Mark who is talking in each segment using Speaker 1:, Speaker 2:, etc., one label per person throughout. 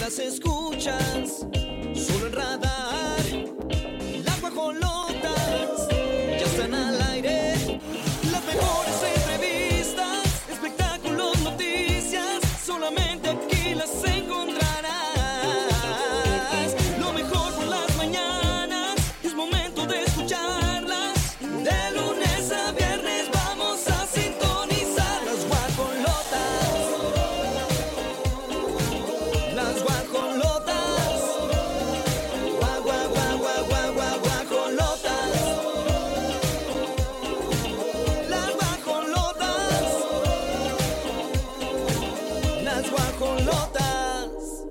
Speaker 1: las escuchas solo en radar. Las guajolotas ya están al aire. Las mejores entrevistas, espectáculos, noticias, solamente aquí las encontrarás. Lo mejor por las mañanas, es momento de escucharlas. De lunes a viernes vamos a sintonizar las guajolotas. Las guajolotas. Guau, guau, guau, guau, guau, guau, guajolotas. Las guajolotas. Las guajolotas.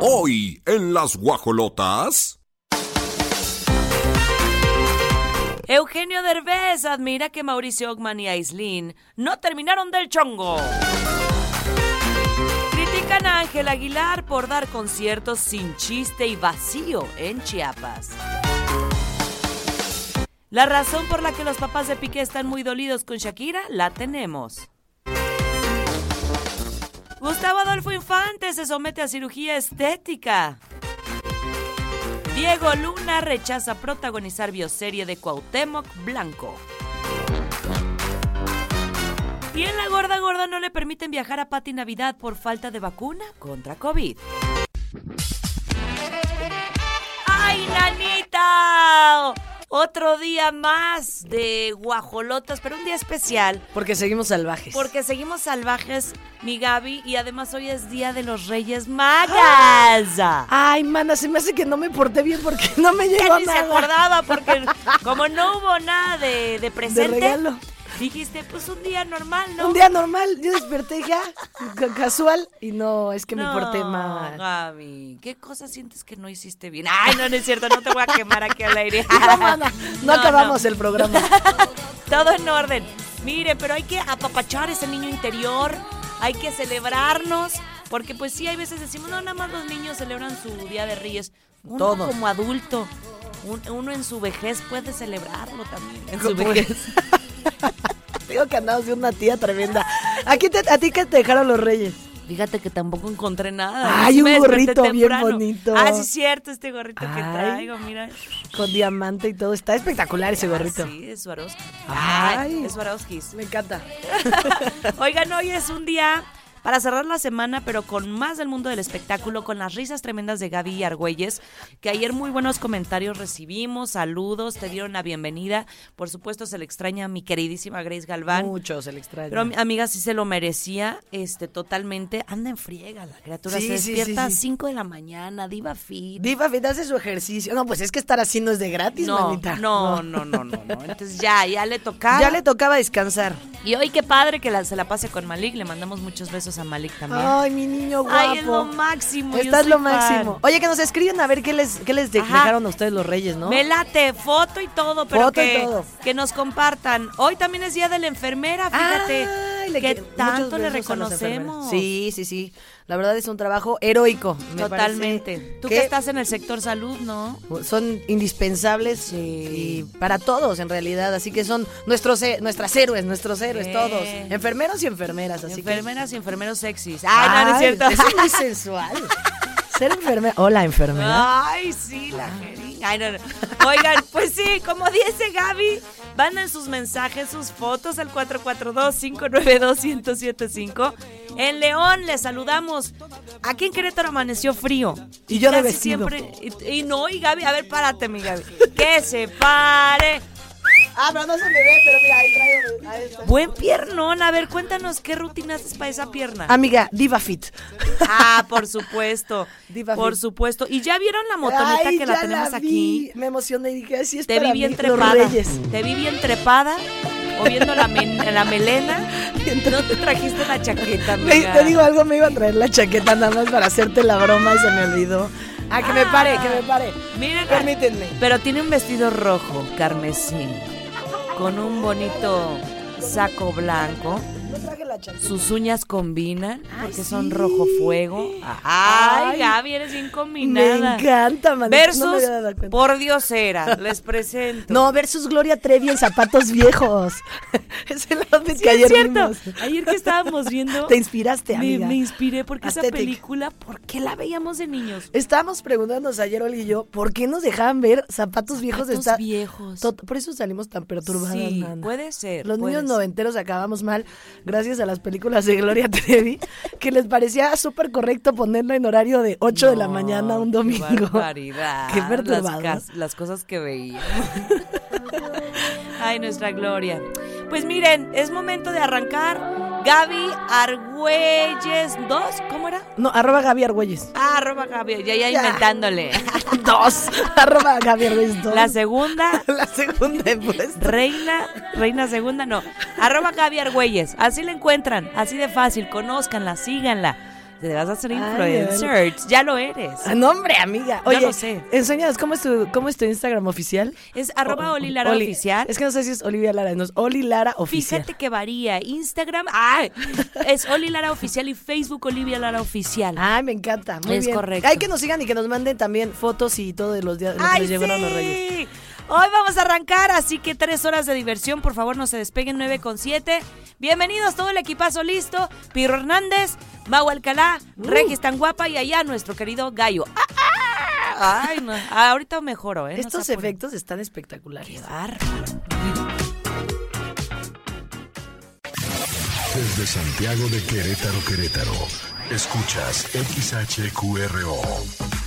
Speaker 2: Hoy en las guajolotas.
Speaker 3: Eugenio Derbez admira que Mauricio Ogman y Aislin no terminaron del chongo. Critican a Ángel Aguilar por dar conciertos sin chiste y vacío en Chiapas. La razón por la que los papás de Piqué están muy dolidos con Shakira la tenemos. Gustavo Adolfo Infante se somete a cirugía estética. Diego Luna rechaza protagonizar bioserie de Cuauhtémoc Blanco. Y en la gorda gorda no le permiten viajar a Pati Navidad por falta de vacuna contra COVID. ¡Ay, nanita! Otro día más de guajolotas, pero un día especial
Speaker 4: Porque seguimos salvajes.
Speaker 3: porque seguimos salvajes, mi Gaby, y además hoy es Día de los Reyes Magas.
Speaker 4: Ay, mana, se me hace que no me porté bien porque no me
Speaker 3: Ya
Speaker 4: llegó
Speaker 3: ni se
Speaker 4: nada.
Speaker 3: acordaba porque como no hubo nada de, de presente,
Speaker 4: regalo.
Speaker 3: dijiste, pues un día normal, ¿no?
Speaker 4: Un día normal, yo desperté ya, ca- casual, y no, es que me
Speaker 3: no,
Speaker 4: porté mal.
Speaker 3: Gaby, ¿qué cosa sientes que no hiciste bien? Ay, no, no es cierto, no te voy a quemar aquí al aire.
Speaker 4: Ah, No, mana, no, acabamos
Speaker 3: no.
Speaker 4: el programa.
Speaker 3: Todo en orden. Mire, pero hay que apapachar ese niño interior, hay que celebrarnos, porque pues sí, hay veces decimos, no, nada más los niños celebran su Día de Reyes. Uno
Speaker 4: Todos.
Speaker 3: como adulto, un- uno en su vejez puede celebrarlo también. En su
Speaker 4: Como-
Speaker 3: vejez.
Speaker 4: Digo que andamos de una tía tremenda. Aquí te, ¿A ti qué te dejaron los reyes?
Speaker 3: Fíjate que tampoco encontré nada.
Speaker 4: Ay,
Speaker 3: Sí
Speaker 4: un
Speaker 3: me desperté
Speaker 4: gorrito bien
Speaker 3: temprano.
Speaker 4: bonito.
Speaker 3: Ah, sí, es cierto, este gorrito que
Speaker 4: Ay.
Speaker 3: traigo, mira.
Speaker 4: Con diamante y todo. Está espectacular ese gorrito.
Speaker 3: Ah, sí, es Swarovski.
Speaker 4: Ay.
Speaker 3: Ay, es Swarovski.
Speaker 4: Me encanta.
Speaker 3: Oigan, hoy es un día para cerrar la semana, pero con más del mundo del espectáculo, con las risas tremendas de Gaby Argüelles, que ayer muy buenos comentarios recibimos, saludos, te dieron la bienvenida. Por supuesto, se le extraña a mi queridísima Grace Galván.
Speaker 4: Mucho se le extraña.
Speaker 3: Pero mi amiga sí se lo merecía, este, totalmente. Anda en friega la criatura,
Speaker 4: Sí,
Speaker 3: se
Speaker 4: sí,
Speaker 3: despierta
Speaker 4: sí, sí.
Speaker 3: a 5 de la mañana, diva fit.
Speaker 4: Diva Fit hace su ejercicio. No, pues es que estar así no es de gratis,
Speaker 3: No,
Speaker 4: manita.
Speaker 3: no, no, no, no, no. Entonces ya, ya le tocaba.
Speaker 4: Ya le tocaba descansar.
Speaker 3: Y hoy qué padre que la- se la pase con Malik. Le mandamos muchos besos a Malik también.
Speaker 4: Ay, mi niño guapo.
Speaker 3: Ay, es lo máximo. yo
Speaker 4: Estás
Speaker 3: soy
Speaker 4: lo
Speaker 3: fan.
Speaker 4: máximo. Oye, que nos escriben a ver qué les, qué les de-
Speaker 3: Ajá.
Speaker 4: dejaron a ustedes los reyes, ¿no?
Speaker 3: Me late, foto y todo, pero
Speaker 4: Foto y
Speaker 3: que,
Speaker 4: todo.
Speaker 3: que nos compartan. Hoy también es Día de la Enfermera, fíjate.
Speaker 4: Ay, le
Speaker 3: que
Speaker 4: quiero- muchos
Speaker 3: tanto le
Speaker 4: besos a los
Speaker 3: reconocemos.
Speaker 4: enfermeros. Sí, sí, sí. La verdad es un trabajo heroico. me
Speaker 3: Totalmente.
Speaker 4: parece
Speaker 3: Tú que... estás en el sector salud, ¿no?
Speaker 4: Son indispensables
Speaker 3: Sí.
Speaker 4: y para todos en realidad, así que son nuestros he- nuestras héroes, nuestros héroes
Speaker 3: Sí.
Speaker 4: todos, enfermeros y enfermeras, así que
Speaker 3: Enfermeras y enfermeros sexys. Ay, Ah, no, no es cierto.
Speaker 4: Eso es muy sensual. Ser enfermera. Hola, enfermera.
Speaker 3: Ay, sí, la jeringa. Ay, no, no. Oigan, pues sí, como dice Gaby, manden sus mensajes, sus fotos al 442-592-1075. En León les saludamos. Aquí en Querétaro amaneció frío.
Speaker 4: Y yo de
Speaker 3: Casi
Speaker 4: vestido.
Speaker 3: siempre- y, y no, y Gaby, a ver, párate, mi Gaby. Que se pare.
Speaker 4: Ah, pero no se me ve, pero mira, ahí traigo. ahí está.
Speaker 3: Buen piernón. A ver, cuéntanos qué rutina haces para esa pierna.
Speaker 4: Amiga, Diva Fit.
Speaker 3: Ah, por supuesto.
Speaker 4: Diva
Speaker 3: por
Speaker 4: Fit.
Speaker 3: supuesto. ¿Y ya vieron la motoneta
Speaker 4: Ay,
Speaker 3: que la
Speaker 4: ya
Speaker 3: tenemos
Speaker 4: vi.
Speaker 3: aquí?
Speaker 4: Me emocioné y dije, así es
Speaker 3: Te vi
Speaker 4: para
Speaker 3: bien
Speaker 4: mí,
Speaker 3: trepada.
Speaker 4: Los reyes.
Speaker 3: Te vi bien trepada, o viendo la, men- la melena. No te trajiste la chaqueta,
Speaker 4: Me-
Speaker 3: amiga.
Speaker 4: te digo algo, me iba a traer la chaqueta nada más para hacerte la broma y se me olvidó. Ah, que me pare, que me pare.
Speaker 3: Miren,
Speaker 4: Permítanme.
Speaker 3: pero tiene un vestido rojo, carmesí, con un bonito saco blanco.
Speaker 4: Yo traje la chaqueta.
Speaker 3: Sus uñas combinan
Speaker 4: Ay,
Speaker 3: porque son
Speaker 4: sí.
Speaker 3: rojo fuego. Ay,
Speaker 4: Ay,
Speaker 3: Gaby, eres bien
Speaker 4: Me
Speaker 3: combinada.
Speaker 4: encanta, man.
Speaker 3: Versus,
Speaker 4: No me había dado cuenta.
Speaker 3: por diosera, les presento.
Speaker 4: No, versus Gloria Trevi en zapatos viejos. es el outfit
Speaker 3: Sí,
Speaker 4: que ayer
Speaker 3: es cierto.
Speaker 4: vimos.
Speaker 3: Ayer que estábamos viendo.
Speaker 4: Te inspiraste,
Speaker 3: me,
Speaker 4: amiga.
Speaker 3: me inspiré porque esa
Speaker 4: Aesthetic.
Speaker 3: película, ¿por qué la veíamos de niños?
Speaker 4: Estábamos preguntándonos ayer, Oli y yo, ¿por qué nos dejaban ver zapatos viejos de
Speaker 3: Zapatos
Speaker 4: esta-
Speaker 3: viejos.
Speaker 4: Tot- Por eso salimos tan perturbadas,
Speaker 3: Sí,
Speaker 4: nana.
Speaker 3: puede ser,
Speaker 4: Los
Speaker 3: puede
Speaker 4: niños
Speaker 3: ser.
Speaker 4: noventeros acabamos mal gracias a las películas de Gloria Trevi, que les parecía súper correcto ponerla en horario de 8 de la
Speaker 3: No,
Speaker 4: mañana un domingo.
Speaker 3: Qué barbaridad.
Speaker 4: Qué perturbador.
Speaker 3: Las, cas- las cosas que veía. Ay, nuestra gloria. Pues miren, es momento de arrancar. Gaby Argüelles 2, ¿cómo era?
Speaker 4: No, arroba Gaby Argüelles.
Speaker 3: Ah, arroba Gaby, ya, ya
Speaker 4: Ya.
Speaker 3: inventándole.
Speaker 4: Dos. arroba Gaby Argüelles dos.
Speaker 3: La segunda,
Speaker 4: La segunda en puesto.
Speaker 3: Reina, Reina Segunda, no. Arroba Gaby Argüelles. Así la encuentran, así de fácil. Conózcanla, síganla. Te vas a hacer
Speaker 4: Ay,
Speaker 3: influencer. Ya lo eres.
Speaker 4: Ah, No, hombre, amiga.
Speaker 3: Yo
Speaker 4: Oye,
Speaker 3: lo sé.
Speaker 4: enséñanos, ¿cómo es tu, cómo es tu Instagram oficial?
Speaker 3: Es arroba
Speaker 4: O-
Speaker 3: Oli Lara
Speaker 4: Oli.
Speaker 3: Oficial.
Speaker 4: Es que no sé si es Olivia Lara, no es Oli Lara Oficial.
Speaker 3: Fíjate que varía. Instagram, ¡ay! Es Oli Lara Oficial y Facebook Olivia Lara Oficial.
Speaker 4: Ay, me encanta. Muy
Speaker 3: Es
Speaker 4: bien.
Speaker 3: correcto.
Speaker 4: Hay que nos sigan y que nos manden también fotos y todo de los días de lo que
Speaker 3: ¡Ay,
Speaker 4: les llevaron los reyes.
Speaker 3: sí! Hoy vamos a arrancar, así que tres horas de diversión. Por favor, no se despeguen, 9 con 7. Bienvenidos, todo el equipazo listo. Pirro Hernández, Mau Alcalá,
Speaker 4: Uh.
Speaker 3: Regis tan guapa y allá nuestro querido Gallo. ¡Ah, ah! Ay, no. Ah, Ahorita mejoro, ¿eh? No
Speaker 4: Estos
Speaker 3: se apuren.
Speaker 4: efectos están espectaculares.
Speaker 3: ¡Qué bárbaro!
Speaker 5: Desde Santiago de Querétaro, Querétaro. Escuchas XHQRO.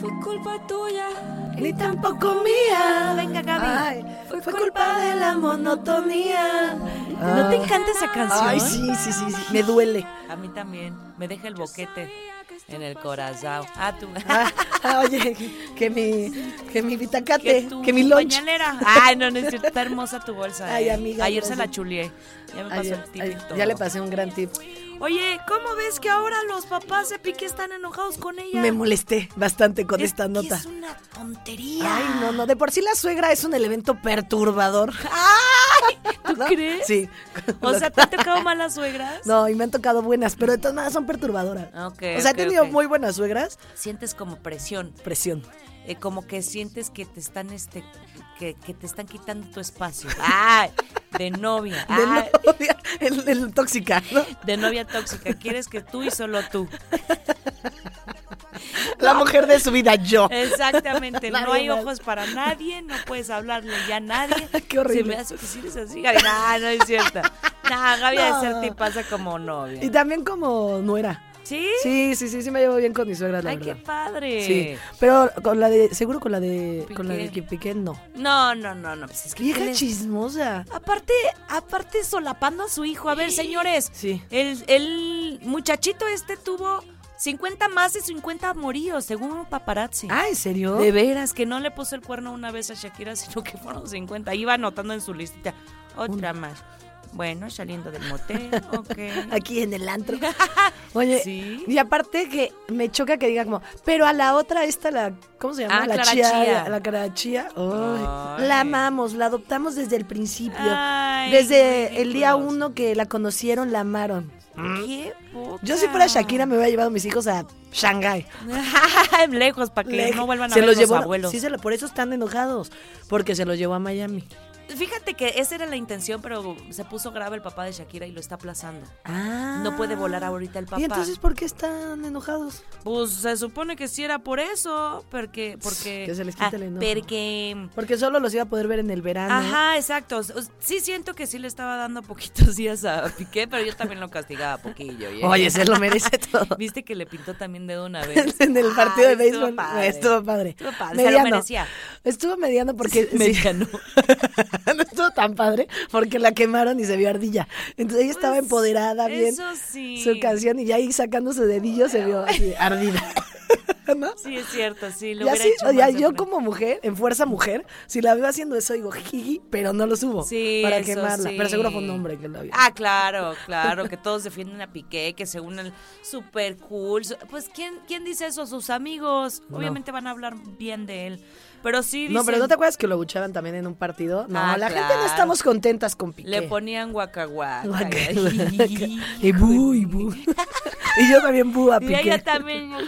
Speaker 1: Fue culpa tuya.
Speaker 4: Ni tampoco mía.
Speaker 3: Venga, Gaby.
Speaker 4: fue, culpa de la monotonía.
Speaker 3: ¿No te encanta esa canción?
Speaker 4: Ah. Ay, sí, sí, sí. sí. Me duele.
Speaker 3: A mí también. Me deja el boquete en el corazón. Ah, tú.
Speaker 4: Ah, ah, oye, que mi, que mi bitacate,
Speaker 3: Que
Speaker 4: que,
Speaker 3: tu
Speaker 4: mi lunch.
Speaker 3: pañalera. Ay, no, no es cierto. Está hermosa tu bolsa.
Speaker 4: Ay,
Speaker 3: eh.
Speaker 4: amiga,
Speaker 3: Ayer se
Speaker 4: gracias.
Speaker 3: la chulié. Ya me pasó
Speaker 4: Ayer,
Speaker 3: el tip
Speaker 4: ay,
Speaker 3: y todo.
Speaker 4: ya le pasé un gran tip.
Speaker 3: Oye, ¿cómo ves que ahora los papás de Piqué están enojados con ella?
Speaker 4: Me molesté bastante con
Speaker 3: Es
Speaker 4: esta
Speaker 3: que
Speaker 4: nota.
Speaker 3: Es una tontería.
Speaker 4: Ay, no, no. De por sí la suegra es un elemento perturbador.
Speaker 3: ¿Tú
Speaker 4: ¿No?
Speaker 3: crees?
Speaker 4: Sí.
Speaker 3: O sea, ¿te han tocado malas suegras?
Speaker 4: No, y me han tocado buenas, pero de todas maneras son perturbadoras.
Speaker 3: Ok,
Speaker 4: o sea,
Speaker 3: ok,
Speaker 4: he tenido
Speaker 3: ok.
Speaker 4: muy buenas suegras.
Speaker 3: Sientes como presión.
Speaker 4: Presión.
Speaker 3: eh, como que sientes que te están este que, que te están quitando tu espacio. Ay, de novia.
Speaker 4: De
Speaker 3: Ay,
Speaker 4: novia, el, el tóxica, ¿no?
Speaker 3: de novia tóxica. Quieres que tú y solo tú.
Speaker 4: La mujer de su vida, yo.
Speaker 3: Eh. Exactamente, no
Speaker 4: Nadie
Speaker 3: hay
Speaker 4: más.
Speaker 3: ojos para nadie, no puedes hablarle ya a nadie.
Speaker 4: Qué horrible.
Speaker 3: Se me hace que si eres así, Gaby. No, no es cierto. No, Gaby ha de ser
Speaker 4: No.
Speaker 3: te pasa como
Speaker 4: Y
Speaker 3: novia.
Speaker 4: también como nuera.
Speaker 3: ¿Sí?
Speaker 4: Sí, sí, sí, sí me llevo bien con mi suegra, la
Speaker 3: Ay, qué
Speaker 4: verdad.
Speaker 3: padre.
Speaker 4: Sí, pero con la de, seguro con la de, con la de
Speaker 3: Piqué.
Speaker 4: que Piqué no.
Speaker 3: No, no, no, no. Pues es que ¿qué
Speaker 4: Vieja
Speaker 3: le-
Speaker 4: chismosa.
Speaker 3: Aparte, aparte solapando a su hijo. A ver, señores.
Speaker 4: Sí.
Speaker 3: El, el muchachito este tuvo 50 más y 50 amoríos, según paparazzi.
Speaker 4: Ah, ¿en serio?
Speaker 3: De veras, que no le puso el cuerno una vez a Shakira, sino que fueron 50. Iba anotando en su listita. Otra más. Bueno, saliendo del motel, ok.
Speaker 4: Aquí en el antro. Oye,
Speaker 3: Sí.
Speaker 4: y aparte que me choca que diga como, pero a la otra esta la, ¿cómo se llama?
Speaker 3: Ah,
Speaker 4: la
Speaker 3: Clara
Speaker 4: chía,
Speaker 3: Chía.
Speaker 4: la- la cara chía. Ay,
Speaker 3: Ay.
Speaker 4: La amamos, la adoptamos desde el principio.
Speaker 3: Ay,
Speaker 4: desde el día
Speaker 3: ridículos.
Speaker 4: uno que la conocieron, la amaron.
Speaker 3: Qué poca.
Speaker 4: Yo si fuera Shakira me hubiera llevado a mis hijos a Shanghái.
Speaker 3: Lejos, para que
Speaker 4: Lej-
Speaker 3: no vuelvan a
Speaker 4: se
Speaker 3: ver
Speaker 4: los
Speaker 3: los
Speaker 4: llevó-
Speaker 3: abuelos.
Speaker 4: Sí, se lo- por eso están enojados, porque se los llevó a Miami.
Speaker 3: Fíjate que esa era la intención, pero se puso grave el papá de Shakira y lo está aplazando.
Speaker 4: Ah.
Speaker 3: No puede volar ahorita el papá.
Speaker 4: ¿Y entonces por qué están enojados?
Speaker 3: Pues se supone que sí era por eso, porque... porque ah,
Speaker 4: Que se les quite el enojo.
Speaker 3: Porque...
Speaker 4: Porque solo los iba a poder ver en el verano.
Speaker 3: Ajá, exacto. O- Sí siento que sí le estaba dando poquitos días a Piqué, pero yo también lo castigaba poquillo. ¿eh?
Speaker 4: Oye, se lo merece todo.
Speaker 3: ¿Viste que le pintó también dedo una vez?
Speaker 4: en el partido
Speaker 3: Ay,
Speaker 4: de béisbol. Estuvo padre.
Speaker 3: Estuvo padre, se lo merecía.
Speaker 4: Estuvo mediano porque. sí.
Speaker 3: Mediano.
Speaker 4: no estuvo tan padre porque la quemaron y se vio ardilla. Entonces ella estaba
Speaker 3: Pues,
Speaker 4: empoderada, bien.
Speaker 3: eso sí.
Speaker 4: Su canción y ya ahí sacándose dedillo se vio así, ardida. ¿No?
Speaker 3: Sí, es cierto, sí. Lo
Speaker 4: Ya
Speaker 3: hubiera
Speaker 4: sí,
Speaker 3: hecho
Speaker 4: o sea,
Speaker 3: más de
Speaker 4: yo
Speaker 3: frente.
Speaker 4: como mujer, en fuerza mujer, si la veo haciendo eso, digo jiji, pero no lo subo
Speaker 3: Sí,
Speaker 4: para
Speaker 3: eso
Speaker 4: quemarla.
Speaker 3: sí.
Speaker 4: Pero seguro fue un hombre que la vio.
Speaker 3: Ah, claro, claro, que todos defienden a Piqué, que se unen super cool. Su- Pues, ¿quién, ¿quién dice eso? Sus amigos. Obviamente van a hablar bien de él. Pero sí dicen,
Speaker 4: no, pero ¿no te acuerdas que lo buchaban también en un partido? No,
Speaker 3: Ah,
Speaker 4: la gente
Speaker 3: claro.
Speaker 4: no estamos contentas con Piqué.
Speaker 3: le ponían guacaguaca.
Speaker 4: Guaca-
Speaker 3: Y
Speaker 4: y bu, y bu. y yo también bu a Piqué.
Speaker 3: ella también ay,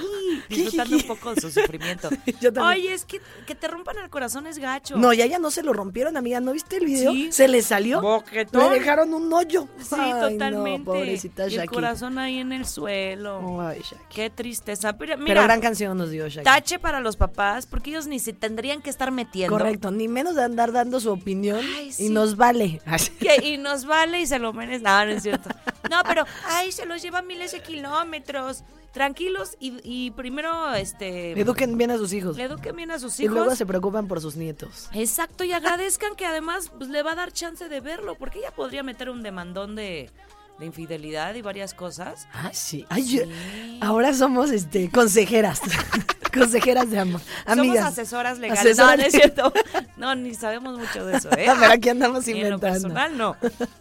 Speaker 3: disfrutando un poco de su sufrimiento.
Speaker 4: Yo también.
Speaker 3: Oye, es que, que te rompan el corazón es gacho.
Speaker 4: No, y a ella no se lo rompieron, amiga. ¿No viste el video?
Speaker 3: Sí.
Speaker 4: Se le salió.
Speaker 3: Boquetón.
Speaker 4: Le dejaron un hoyo.
Speaker 3: Sí,
Speaker 4: Ay, no,
Speaker 3: totalmente.
Speaker 4: pobrecita
Speaker 3: Y el
Speaker 4: Shakira.
Speaker 3: corazón ahí en el suelo.
Speaker 4: Ay, Shakira.
Speaker 3: Qué tristeza. Pero, mira,
Speaker 4: Pero gran canción nos dio Shakira.
Speaker 3: tache para los papás, porque ellos ni se tendrían que estar metiendo.
Speaker 4: Correcto, ni menos de andar dando su opinión
Speaker 3: Ay, sí.
Speaker 4: y nos vale.
Speaker 3: Que- y nos vale y se lo merece. No, no es cierto. No, pero, ay, se los lleva miles de kilómetros. Tranquilos y, y primero, este.
Speaker 4: Eduquen bien a sus hijos.
Speaker 3: le eduquen bien a sus
Speaker 4: pues, Y luego
Speaker 3: hijos.
Speaker 4: se preocupan por sus nietos.
Speaker 3: Exacto, y agradezcan que además pues, le va a dar chance de verlo, porque ella podría meter un demandón de, de infidelidad y varias cosas.
Speaker 4: Ah, sí. Ay, yo- ahora somos este, consejeras. consejeras de amor. Amigas.
Speaker 3: Somos asesoras legales.
Speaker 4: Asesoras
Speaker 3: No, no es
Speaker 4: legales.
Speaker 3: cierto. No, ni sabemos mucho de eso, ¿eh?
Speaker 4: Pero aquí andamos
Speaker 3: Ni
Speaker 4: inventando.
Speaker 3: En lo personal, no.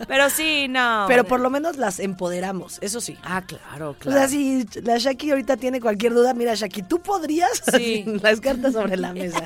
Speaker 3: Pero sí, no.
Speaker 4: Pero por lo menos las empoderamos, eso sí.
Speaker 3: Ah, claro,
Speaker 4: O
Speaker 3: claro.
Speaker 4: sea, si la Shaki ahorita tiene cualquier duda, mira, Shaki, tú podrías.
Speaker 3: Sí.
Speaker 4: las cartas sobre la mesa.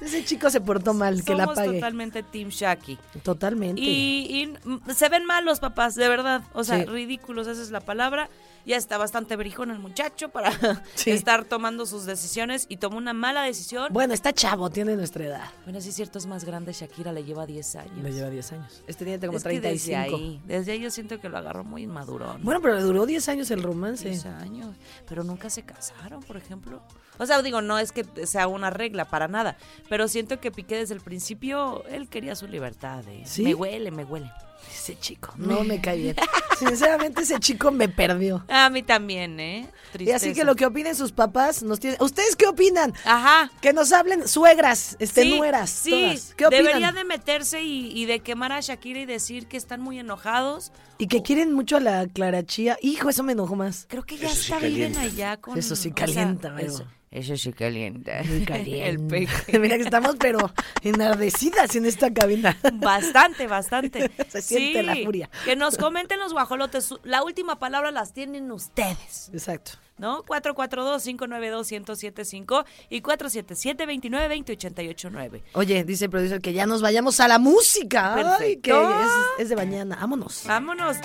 Speaker 4: Ese chico se portó mal, que la
Speaker 3: Somos
Speaker 4: pague.
Speaker 3: totalmente Team Shaki.
Speaker 4: Totalmente.
Speaker 3: Y, y, mm, se ven mal los papás, de verdad. O sea,
Speaker 4: Sí.
Speaker 3: ridículos, esa es la palabra. Ya está bastante brijón el muchacho para
Speaker 4: Sí.
Speaker 3: estar tomando sus decisiones y tomó una mala decisión.
Speaker 4: Bueno, está chavo, tiene nuestra edad.
Speaker 3: Bueno, sí es cierto, es más grande. Shakira le lleva 10 años.
Speaker 4: Me lleva 10 años. Este tiene como
Speaker 3: Es que desde
Speaker 4: 35.
Speaker 3: ahí, desde ahí yo siento que lo agarró muy inmaduro. ¿no?
Speaker 4: Bueno, pero le duró 10 años el romance.
Speaker 3: 10 años, pero nunca se casaron, por ejemplo. O sea, digo, no es que sea una regla, para nada, pero siento que Piqué desde el principio, él quería su libertad. ¿eh?
Speaker 4: ¿Sí?
Speaker 3: Me huele, me huele.
Speaker 4: Ese chico, no me cae bien. Sinceramente, ese chico me perdió.
Speaker 3: A mí también, ¿eh?
Speaker 4: Y así que lo que opinen sus papás nos tiene... ¿Ustedes qué opinan?
Speaker 3: Ajá.
Speaker 4: Que nos hablen suegras, este,
Speaker 3: Ah. Sí,
Speaker 4: nueras,
Speaker 3: sí,
Speaker 4: todas. ¿Qué opinan?
Speaker 3: debería de meterse y, y de quemar a Shakira y decir que están muy enojados.
Speaker 4: Y que quieren mucho a la clarachía. Hijo, eso me enojó más.
Speaker 3: Creo que ya está viven allá con...
Speaker 4: Eso sí
Speaker 3: o sea,
Speaker 4: calienta, pero-
Speaker 3: eso, eso sí calienta.
Speaker 4: Muy
Speaker 3: El
Speaker 4: caliente.
Speaker 3: peque.
Speaker 4: Mira que estamos, pero enardecidas en esta cabina.
Speaker 3: Bastante, bastante.
Speaker 4: Se siente la furia.
Speaker 3: Que nos comenten los guajolotes. su- La última palabra las tienen ustedes,
Speaker 4: Exacto.
Speaker 3: ¿no? 442-592-1075 y 477-2920-889.
Speaker 4: Oye, dice el producer que ya nos vayamos a la música. Ay, que
Speaker 3: Perfecto.
Speaker 4: es, es de mañana. Vámonos.
Speaker 3: Vámonos.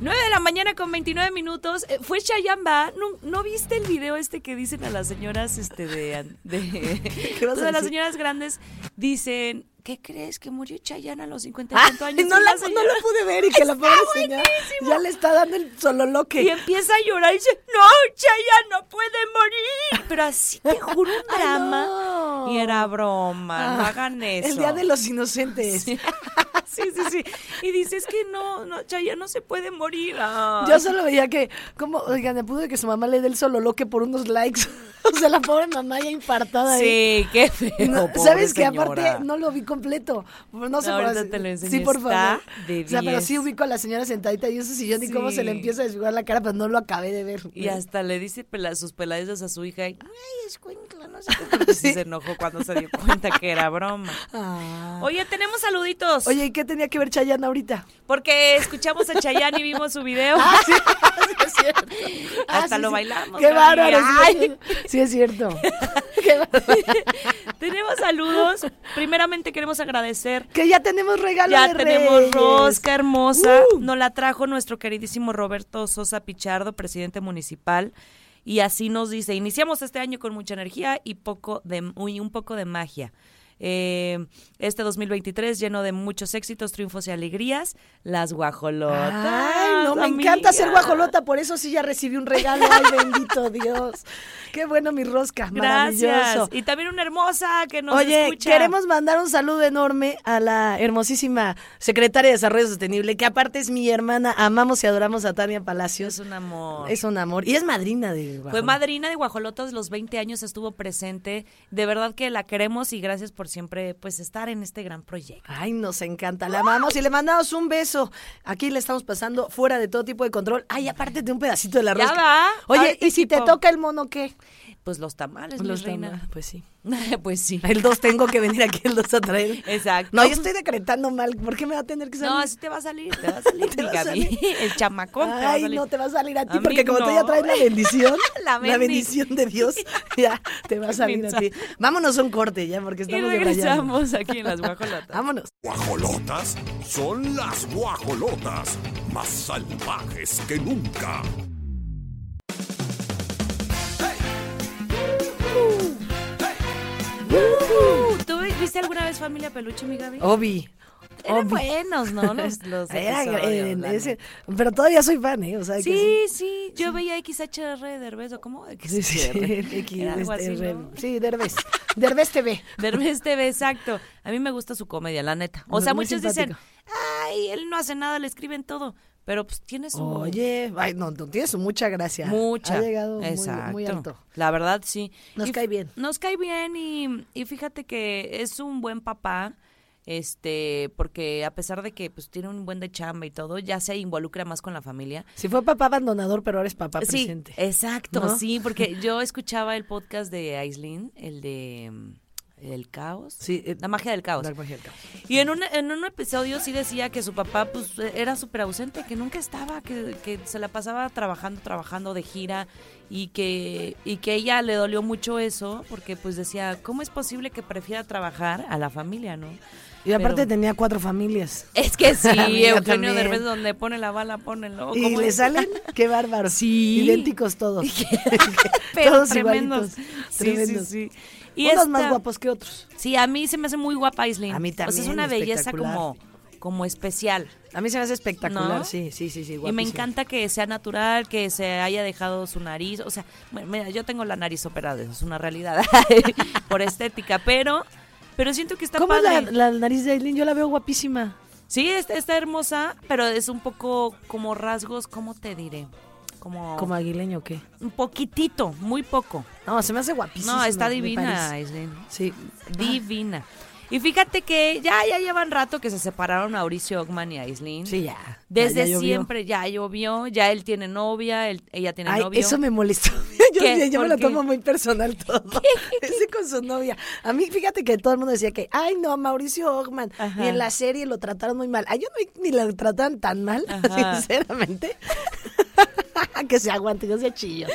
Speaker 3: Nueve de la mañana con 29 minutos. Eh, fue Chayamba. ¿No, ¿No viste el video este que dicen a las señoras este de, de
Speaker 4: ¿Qué vas
Speaker 3: o
Speaker 4: a
Speaker 3: sea, las
Speaker 4: decir?
Speaker 3: señoras grandes dicen, ¿qué crees que murió Chayanne a los
Speaker 4: Ah,
Speaker 3: 55 años?
Speaker 4: no,
Speaker 3: Y
Speaker 4: la,
Speaker 3: la
Speaker 4: no
Speaker 3: señora-
Speaker 4: la pude ver y que la pobre señora ya le está dando el
Speaker 3: y
Speaker 4: sololoque.
Speaker 3: empieza a llorar y dice, no, Chaya no puede morir. Pero así te juro un
Speaker 4: Ay,
Speaker 3: drama.
Speaker 4: no.
Speaker 3: Y era broma, no
Speaker 4: Ah,
Speaker 3: hagan eso.
Speaker 4: El día de los inocentes.
Speaker 3: Sí, sí, sí, sí. Y dices que no, no, Chaya no se puede morir. Ay.
Speaker 4: Yo solo veía que, como, oigan, me pude que su mamá le dé el sololoque por unos likes. o sea, la pobre mamá ya infartada. ahí.
Speaker 3: Sí, qué feo.
Speaker 4: No,
Speaker 3: pobre
Speaker 4: ¿Sabes que
Speaker 3: señora.
Speaker 4: Aparte no lo vi completo. No sé
Speaker 3: Ahorita
Speaker 4: por
Speaker 3: te lo enseño,
Speaker 4: Sí, por
Speaker 3: está
Speaker 4: favor.
Speaker 3: de
Speaker 4: o sea, pero
Speaker 3: 10.
Speaker 4: sí ubico a la señora sentadita y ese sillón y cómo
Speaker 3: Sí.
Speaker 4: se le empieza a desfigurar la cara, pero no lo acabé de ver.
Speaker 3: Y hasta le dice pela- sus peladezas a su hija. y,
Speaker 4: Este
Speaker 3: Ay, es no sé qué. Porque sí
Speaker 4: Sí.
Speaker 3: se enojó cuando se dio cuenta que era broma.
Speaker 4: Ah.
Speaker 3: Oye, tenemos saluditos.
Speaker 4: Oye, ¿y qué tenía que ver Chayanne ahorita?
Speaker 3: Porque escuchamos a Chayanne y vimos su video.
Speaker 4: Ah, sí, sí es cierto. Ah,
Speaker 3: Hasta
Speaker 4: sí,
Speaker 3: lo
Speaker 4: sí.
Speaker 3: bailamos,
Speaker 4: Qué
Speaker 3: Gaby.
Speaker 4: bárbaro.
Speaker 3: Ay.
Speaker 4: Sí, sí es cierto. Qué bárbaro.
Speaker 3: Tenemos saludos. Primeramente queremos agradecer.
Speaker 4: que ya tenemos regalo
Speaker 3: Ya
Speaker 4: de
Speaker 3: tenemos
Speaker 4: Reyes.
Speaker 3: rosca hermosa.
Speaker 4: Uh.
Speaker 3: Nos la trajo nuestro queridísimo Roberto Sosa Pichardo, presidente municipal. Y así nos dice, iniciamos este año con mucha energía y poco de, uy, un poco de magia. eh, este 2023 lleno de muchos éxitos, triunfos y alegrías, las guajolotas.
Speaker 4: Ay, no, me
Speaker 3: amiga.
Speaker 4: encanta ser guajolota, por eso sí ya recibí un regalo. Ay, bendito Dios. Qué bueno mi rosca,
Speaker 3: Gracias.
Speaker 4: maravilloso.
Speaker 3: Y también una hermosa que nos
Speaker 4: Oye,
Speaker 3: escucha.
Speaker 4: queremos mandar un saludo enorme a la hermosísima secretaria de Desarrollo Sostenible, que aparte es mi hermana. Amamos y adoramos a Tania
Speaker 3: Es
Speaker 4: Palacios.
Speaker 3: un amor.
Speaker 4: Es un amor. Y es madrina de
Speaker 3: Fue madrina de Guajolotas los 20 años, estuvo presente. De verdad que la queremos y gracias por siempre pues estar en este gran proyecto.
Speaker 4: Ay, nos encanta. La amamos y le mandamos un beso. Aquí le estamos pasando fuera de todo tipo de control. Ay, aparte de un pedacito de la
Speaker 3: Ya
Speaker 4: rosca.
Speaker 3: va.
Speaker 4: Oye,
Speaker 3: Ahorita
Speaker 4: ¿y si te
Speaker 3: tipo-
Speaker 4: toca el mono qué?
Speaker 3: Pues los tamales,
Speaker 4: Los
Speaker 3: mi
Speaker 4: tama-
Speaker 3: reina.
Speaker 4: Pues sí.
Speaker 3: pues sí.
Speaker 4: El 2 tengo que venir aquí el 2 a traer.
Speaker 3: Exacto.
Speaker 4: No, yo estoy decretando mal. ¿Por qué me va a tener que salir?
Speaker 3: No, así te va a salir, te va a salir,
Speaker 4: Te
Speaker 3: mi
Speaker 4: va a
Speaker 3: Gaby.
Speaker 4: salir.
Speaker 3: El chamacón te va a
Speaker 4: Ay,
Speaker 3: salir.
Speaker 4: no te va a salir a ti,
Speaker 3: A mí
Speaker 4: porque como tú ya
Speaker 3: no.
Speaker 4: traes la bendición,
Speaker 3: La
Speaker 4: la,
Speaker 3: bendi-
Speaker 4: bendición de Dios, ya te va a salir a ti. Vámonos a un corte ya,
Speaker 3: Y
Speaker 4: porque estamos debrayando.
Speaker 3: regresamos aquí en las guajolotas.
Speaker 4: Vámonos.
Speaker 2: Guajolotas son las guajolotas, más salvajes que nunca.
Speaker 3: Uh, ¿Tú viste alguna vez Familia Peluche, mi Gaby?
Speaker 4: Obi.
Speaker 3: Eran
Speaker 4: Obi.
Speaker 3: buenos, ¿no? Los, los
Speaker 4: Oh, Era-
Speaker 3: episodios,
Speaker 4: en
Speaker 3: la
Speaker 4: ese-
Speaker 3: neta.
Speaker 4: pero todavía soy fan, ¿eh? O sea, que
Speaker 3: Sí, sí, yo veía XHR Derbez, ¿o cómo?
Speaker 4: Sí, sí, X,
Speaker 3: Era algo
Speaker 4: este,
Speaker 3: así,
Speaker 4: re-
Speaker 3: ¿no?
Speaker 4: Sí, Derbez. Derbez TV.
Speaker 3: Derbez TV, este exacto. A mí me gusta su comedia, la neta. O
Speaker 4: Muy
Speaker 3: sea, muchos dicen,
Speaker 4: simpático.
Speaker 3: ay, él no hace nada, le escriben todo. Pero pues tiene su...
Speaker 4: Oye, ay, no, no tienes mucha gracia.
Speaker 3: Mucha.
Speaker 4: Ha llegado muy-
Speaker 3: Exacto.
Speaker 4: muy alto.
Speaker 3: La verdad, sí.
Speaker 4: Nos
Speaker 3: Y
Speaker 4: cae
Speaker 3: f-
Speaker 4: bien.
Speaker 3: Nos cae bien y, y fíjate que es un buen papá, este, porque a pesar de que pues tiene un buen de chamba y todo, ya se involucra más con la familia.
Speaker 4: Si fue papá abandonador, pero ahora es papá
Speaker 3: sí,
Speaker 4: presente.
Speaker 3: exacto,
Speaker 4: ¿No?
Speaker 3: sí, porque yo escuchaba el podcast de Aislinn, el de mm, el caos,
Speaker 4: Sí, eh,
Speaker 3: la magia del caos.
Speaker 4: Dark Magia del Caos.
Speaker 3: Y en un, en un episodio sí decía que su papá pues era súper ausente, que nunca estaba, que, que se la pasaba trabajando, trabajando de gira y que, y que ella le dolió mucho eso porque pues decía, ¿cómo es posible que prefiera trabajar a la familia, no?
Speaker 4: Y aparte
Speaker 3: Pero-
Speaker 4: tenía cuatro familias.
Speaker 3: Es que sí,
Speaker 4: Amiga,
Speaker 3: Eugenio
Speaker 4: también.
Speaker 3: Derbez donde pone la bala, pone el ojo.
Speaker 4: Y
Speaker 3: Oh, ¿cómo
Speaker 4: le
Speaker 3: es?
Speaker 4: salen, qué bárbaro.
Speaker 3: Sí.
Speaker 4: Idénticos todos.
Speaker 3: Pero
Speaker 4: todos
Speaker 3: tremendos.
Speaker 4: igualitos.
Speaker 3: Sí,
Speaker 4: tremendos.
Speaker 3: sí, sí. Y
Speaker 4: Unos más
Speaker 3: esta-
Speaker 4: guapos que otros.
Speaker 3: Sí, a mí se me hace muy guapa Aislinn.
Speaker 4: A mí
Speaker 3: O sea, es
Speaker 4: también,
Speaker 3: una belleza
Speaker 4: espectacular.
Speaker 3: como, como especial.
Speaker 4: A mí se me hace espectacular,
Speaker 3: ¿No?
Speaker 4: sí, sí, sí, sí.
Speaker 3: Y me
Speaker 4: guapísimo.
Speaker 3: encanta que sea natural, que se haya dejado su nariz. O sea, bueno, mira, yo tengo la nariz operada, eso es una realidad por estética, pero pero siento que está
Speaker 4: ¿Cómo es
Speaker 3: padre.
Speaker 4: la, la nariz de Aileen? Yo la veo guapísima.
Speaker 3: Sí, está, está hermosa, pero es un poco como rasgos, ¿cómo te diré? Como,
Speaker 4: ¿Como aguileño o qué?
Speaker 3: un poquitito, muy poco.
Speaker 4: No, se me hace guapísima.
Speaker 3: no, está
Speaker 4: me
Speaker 3: divina, eh.
Speaker 4: parece. Ah.
Speaker 3: Aislinn.
Speaker 4: Sí.
Speaker 3: Divina. Y fíjate que ya, ya llevan rato que se separaron Mauricio Ogman y Aislinn.
Speaker 4: Sí, ya.
Speaker 3: Desde
Speaker 4: Ya llovió.
Speaker 3: siempre ya llovió, ya él tiene novia, él- ella tiene
Speaker 4: Ay,
Speaker 3: novio.
Speaker 4: eso me molestó. Yo,
Speaker 3: ¿Qué?
Speaker 4: yo me
Speaker 3: ¿Por
Speaker 4: lo
Speaker 3: qué?
Speaker 4: tomo muy personal todo. Ese con su novia. A mí, fíjate que todo el mundo decía que, ay, no, Mauricio Ogman.
Speaker 3: Ajá.
Speaker 4: Y en la serie lo trataron muy mal. Ay, yo no, ni lo tratan tan mal,
Speaker 3: Ajá.
Speaker 4: sinceramente. que se aguante, que se chillo.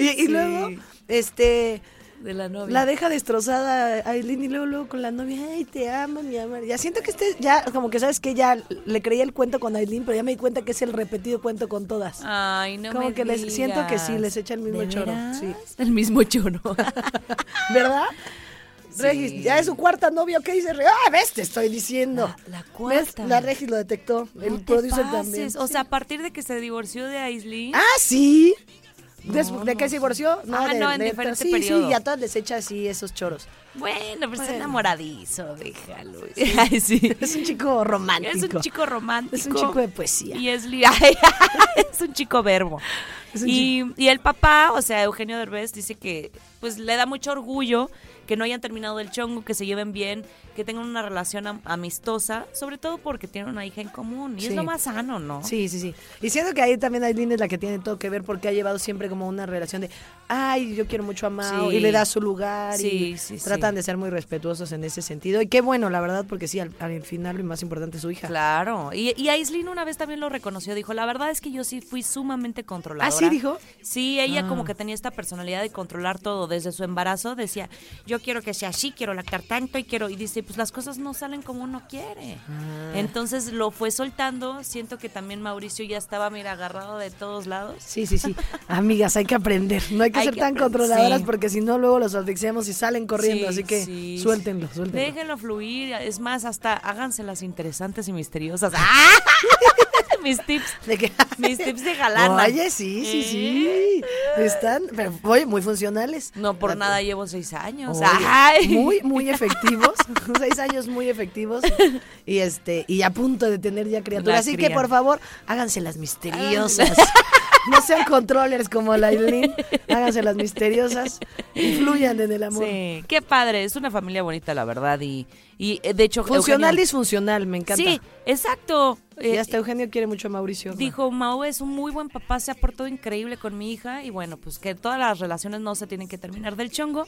Speaker 4: Y, y
Speaker 3: Sí.
Speaker 4: luego, este.
Speaker 3: De la novia.
Speaker 4: La deja destrozada a Aileen y luego, luego con la novia, ay, te amo, mi amor. Ya siento que este, ya, como que sabes que ya le creía el cuento con Aileen, pero ya me di cuenta que es el repetido cuento con todas.
Speaker 3: Ay, no
Speaker 4: Como
Speaker 3: me
Speaker 4: que les- siento que sí,
Speaker 3: digas.
Speaker 4: les echa el mismo
Speaker 3: ¿De
Speaker 4: choro,
Speaker 3: veras?
Speaker 4: sí.
Speaker 3: El mismo choro.
Speaker 4: ¿Verdad? Regis, ya es su cuarta novia, ¿qué dice? Re- Ah, ves, te estoy diciendo.
Speaker 3: La- la
Speaker 4: ¿Ves?
Speaker 3: cuarta.
Speaker 4: La Regis lo detectó, el
Speaker 3: No te
Speaker 4: producer
Speaker 3: pases.
Speaker 4: también.
Speaker 3: O sea, a partir de que se divorció de Aislinn.
Speaker 4: Ah, sí. Des-
Speaker 3: No,
Speaker 4: ¿De qué
Speaker 3: no
Speaker 4: se divorció?
Speaker 3: Ah,
Speaker 4: de-
Speaker 3: no, en
Speaker 4: de-
Speaker 3: diferente
Speaker 4: sí,
Speaker 3: periodo.
Speaker 4: Sí, ya todas les echa así esos choros.
Speaker 3: Bueno, pero está enamoradizo, déjalo. Ay, sí.
Speaker 4: Es un chico romántico.
Speaker 3: Es un chico romántico.
Speaker 4: Es un chico de poesía.
Speaker 3: Y es, li- Ay, es un chico verbo.
Speaker 4: Es un
Speaker 3: y, y el papá, o sea, Eugenio Derbez, dice que pues le da mucho orgullo que no hayan terminado el chongo, que se lleven bien, que tengan una relación am- amistosa, sobre todo porque tienen una hija en común. Y es
Speaker 4: Sí.
Speaker 3: lo más sano, ¿no?
Speaker 4: Sí, sí, sí. Y siento que ahí también Aileen es la que tiene todo que ver porque ha llevado siempre como una relación de, ay, yo quiero mucho a Mao
Speaker 3: Sí.
Speaker 4: y le da su lugar
Speaker 3: Sí,
Speaker 4: y
Speaker 3: sí, sí.
Speaker 4: tratan de ser muy respetuosos en ese sentido. Y qué bueno, la verdad, porque sí, al, al final lo más importante es su hija.
Speaker 3: Claro, y, y Aislinn una vez también lo reconoció, dijo, la verdad es que yo sí fui sumamente controladora.
Speaker 4: ¿Ah, sí dijo?
Speaker 3: Sí, ella como que tenía esta personalidad de controlar todo, desde su embarazo decía, yo yo quiero que sea así, quiero lactar tanto y quiero. Y dice, pues las cosas no salen como uno quiere.
Speaker 4: Ah.
Speaker 3: Entonces lo fue soltando. Siento que también Mauricio ya estaba, mira, agarrado de todos lados.
Speaker 4: Sí, sí, sí. Amigas, hay que aprender. No hay que
Speaker 3: Hay
Speaker 4: ser
Speaker 3: que
Speaker 4: tan
Speaker 3: aprender,
Speaker 4: controladoras
Speaker 3: sí.
Speaker 4: porque si no, luego los asfixiamos y salen corriendo.
Speaker 3: Sí,
Speaker 4: así que
Speaker 3: sí,
Speaker 4: suéltenlo,
Speaker 3: sí.
Speaker 4: suéltenlo.
Speaker 3: Déjenlo fluir. Es más, hasta háganse las interesantes y misteriosas. ¡Ah! Mis tips.
Speaker 4: De que-
Speaker 3: Mis tips de galana. ¿Eh?
Speaker 4: Oye, sí, sí, sí. Están, pero oye, muy funcionales.
Speaker 3: No por
Speaker 4: Oye,
Speaker 3: nada llevo seis años. ¡Ay!
Speaker 4: Muy, muy efectivos. Seis años muy efectivos. Y este, y a punto de tener ya criaturas.
Speaker 3: La
Speaker 4: Así que
Speaker 3: cría.
Speaker 4: por favor, háganse las misteriosas. No sean controllers como la Aileen. Háganse las misteriosas. Influyan en el amor.
Speaker 3: Sí, qué padre, es una familia bonita, la verdad, y, y eh, de hecho...
Speaker 4: Funcional,
Speaker 3: Eugenio-
Speaker 4: disfuncional, me encanta.
Speaker 3: Sí, exacto.
Speaker 4: Y
Speaker 3: Eh,
Speaker 4: hasta Eugenio quiere mucho a Mauricio.
Speaker 3: dijo, Mau es un muy buen papá, se ha portado increíble con mi hija, y bueno, pues que todas las relaciones no se tienen que terminar del chongo,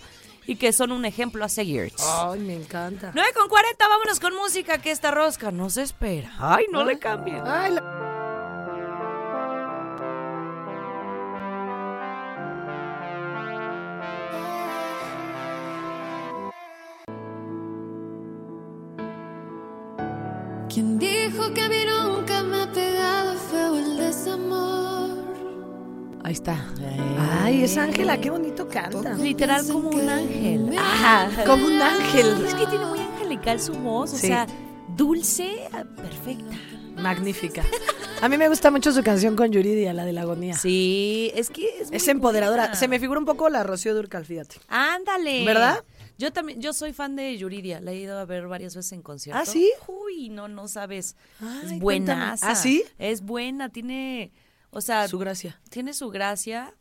Speaker 3: y que son un ejemplo a seguir.
Speaker 4: Ay, me encanta.
Speaker 3: 9 con 40, vámonos con música, que esta rosca nos espera. Ah. Ay, no le cambien.
Speaker 4: Ay, la-
Speaker 6: ¿Quién dijo que a mí nunca me ha pegado feo el desamor?
Speaker 3: Ahí está.
Speaker 4: Ay, es Ángela, qué bonito canta.
Speaker 3: Literal como un ángel.
Speaker 4: Ajá, como un ángel.
Speaker 3: Es que tiene muy angelical su voz, o
Speaker 4: Sí.
Speaker 3: sea, dulce, ah, perfecta.
Speaker 4: Magnífica. A mí me gusta mucho su canción con Yuridia, la de la agonía.
Speaker 3: Sí, es que es, muy
Speaker 4: Es empoderadora.
Speaker 3: buena.
Speaker 4: Se me figura un poco la Rocío Durcal, fíjate.
Speaker 3: Ándale.
Speaker 4: ¿Verdad?
Speaker 3: Yo también, yo soy fan de Yuridia, la he ido a ver varias veces en concierto.
Speaker 4: ¿Ah, sí?
Speaker 3: Uy, no, no sabes.
Speaker 4: Ay,
Speaker 3: es buena.
Speaker 4: cuéntame. ¿Ah, sí?
Speaker 3: Es buena, tiene, o sea,
Speaker 4: Su gracia.
Speaker 3: tiene su gracia.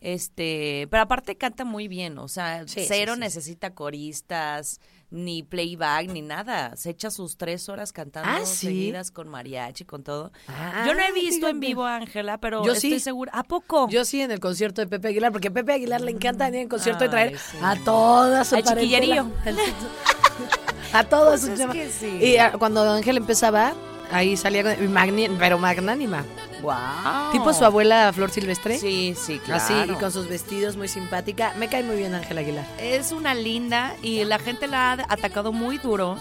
Speaker 3: Este, pero aparte canta muy bien, o sea,
Speaker 4: Sí,
Speaker 3: cero
Speaker 4: sí, sí.
Speaker 3: necesita coristas, ni playback, ni nada. Se echa sus tres horas cantando
Speaker 4: Ah, ¿sí?
Speaker 3: seguidas con mariachi, con todo.
Speaker 4: Ah,
Speaker 3: yo no he visto en
Speaker 4: fíjate.
Speaker 3: vivo a Ángela, pero
Speaker 4: Yo
Speaker 3: estoy
Speaker 4: sí.
Speaker 3: segura. ¿A poco?
Speaker 4: Yo sí en el concierto de Pepe Aguilar, porque a Pepe Aguilar le encanta venir en concierto y traer
Speaker 3: Ay, sí.
Speaker 4: a toda su
Speaker 3: Al
Speaker 4: parentela.
Speaker 3: chiquillerío.
Speaker 4: A todos
Speaker 3: Pues
Speaker 4: sus
Speaker 3: es
Speaker 4: demás.
Speaker 3: que sí.
Speaker 4: Y ah, cuando Ángel empezaba, ahí salía con- magni- pero magnánima.
Speaker 3: Wow.
Speaker 4: Tipo su abuela Flor Silvestre.
Speaker 3: Oh. Sí, sí, claro.
Speaker 4: Así, y con sus vestidos muy simpática. Me cae muy bien Ángel Aguilar.
Speaker 3: Es una linda y la gente la ha atacado muy duro.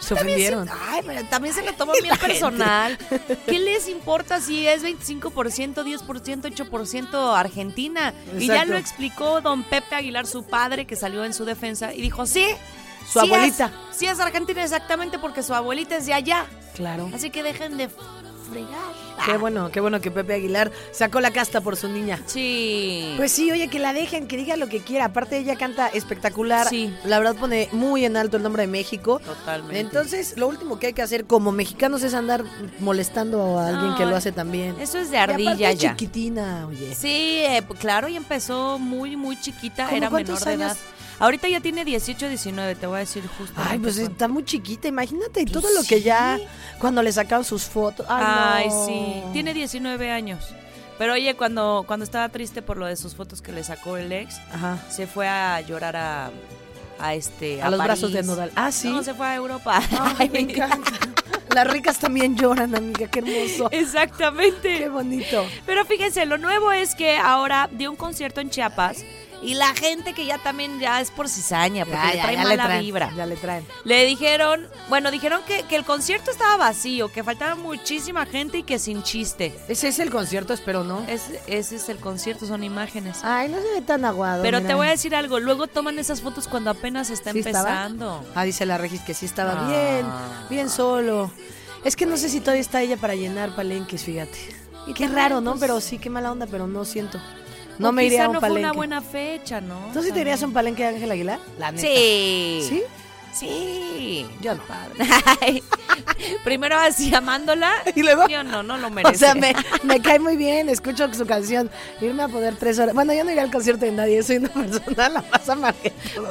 Speaker 4: Se ofendieron.
Speaker 3: Ay, pero también se lo toman bien personal. ¿Qué les importa si es 25%, 10%, 8% Argentina? Y ya
Speaker 4: Exacto.
Speaker 3: lo explicó don Pepe Aguilar, su padre, que salió en su defensa y dijo, sí.
Speaker 4: Su
Speaker 3: sí es-
Speaker 4: abuelita.
Speaker 3: sí es Argentina exactamente porque su abuelita es de allá.
Speaker 4: Claro. Pues,
Speaker 3: Así que dejen de fregar.
Speaker 4: Qué bueno, qué bueno que Pepe Aguilar sacó la casta por su niña.
Speaker 3: Sí.
Speaker 4: Pues sí, oye, que la dejen, que diga lo que quiera. Aparte, ella canta espectacular.
Speaker 3: Sí.
Speaker 4: La verdad pone muy en alto el nombre de México.
Speaker 3: Totalmente.
Speaker 4: Entonces, lo último que hay que hacer como mexicanos es andar molestando a alguien que
Speaker 3: No,
Speaker 4: lo hace también.
Speaker 3: eso es de
Speaker 4: Y
Speaker 3: ardilla
Speaker 4: aparte,
Speaker 3: ya.
Speaker 4: chiquitina, oye.
Speaker 3: Sí, eh, p- claro, y empezó muy, muy chiquita,
Speaker 4: ¿Cómo
Speaker 3: era menor
Speaker 4: cuántos
Speaker 3: de edad.
Speaker 4: años?
Speaker 3: Ahorita ya tiene 18, 19, te voy a decir justo.
Speaker 4: Ay, pues está muy chiquita, imagínate. Y
Speaker 3: Pues
Speaker 4: todo lo que
Speaker 3: sí.
Speaker 4: ya, cuando le sacaron sus fotos. Ay,
Speaker 3: Ay,
Speaker 4: no.
Speaker 3: sí, tiene 19 años. Pero oye, cuando, cuando estaba triste por lo de sus fotos que le sacó el ex,
Speaker 4: Ajá.
Speaker 3: se fue a llorar a, a este...
Speaker 4: A, los brazos de
Speaker 3: París.
Speaker 4: Nodal. Ah, sí.
Speaker 3: No, se fue a Europa.
Speaker 4: Ay, me encanta. Las ricas también lloran, amiga, qué hermoso.
Speaker 3: Exactamente.
Speaker 4: Qué bonito.
Speaker 3: Pero fíjense, lo nuevo es que ahora dio un concierto en Chiapas y la gente que ya también ya es por cizaña, porque le trae mala vibra.
Speaker 4: Ya le traen.
Speaker 3: Le dijeron, bueno, dijeron que, que el concierto estaba vacío, que faltaba muchísima gente y que sin chiste.
Speaker 4: Ese es el concierto, espero no.
Speaker 3: Es- ese es el concierto, son imágenes.
Speaker 4: Ay, no se ve tan aguado.
Speaker 3: Pero
Speaker 4: Ah, mira.
Speaker 3: te voy a decir algo, luego toman esas fotos cuando apenas está
Speaker 4: ¿Sí estaba?
Speaker 3: empezando.
Speaker 4: Ah, dice la Regis que sí estaba
Speaker 3: Ah.
Speaker 4: bien, bien solo. Es que no sé si todavía está ella para llenar palenques, fíjate. qué raro, ¿no? Pero sí, qué mala onda, pero no siento. No
Speaker 3: Pues O
Speaker 4: me iría
Speaker 3: quizá
Speaker 4: a un
Speaker 3: no
Speaker 4: palenque.
Speaker 3: fue una buena fecha, ¿no?
Speaker 4: ¿Tú sí te irías a un palenque de Ángel Aguilar? La neta.
Speaker 3: Sí.
Speaker 4: ¿Sí?
Speaker 3: Sí.
Speaker 4: Yo no.
Speaker 3: Ay, Primero así amándola.
Speaker 4: Y luego-
Speaker 3: Yo no, no lo
Speaker 4: O
Speaker 3: merece.
Speaker 4: sea, me, me cae muy bien, escucho su canción. Irme a poder tres horas. Bueno, yo no iré al concierto de nadie, soy una persona la más amarga.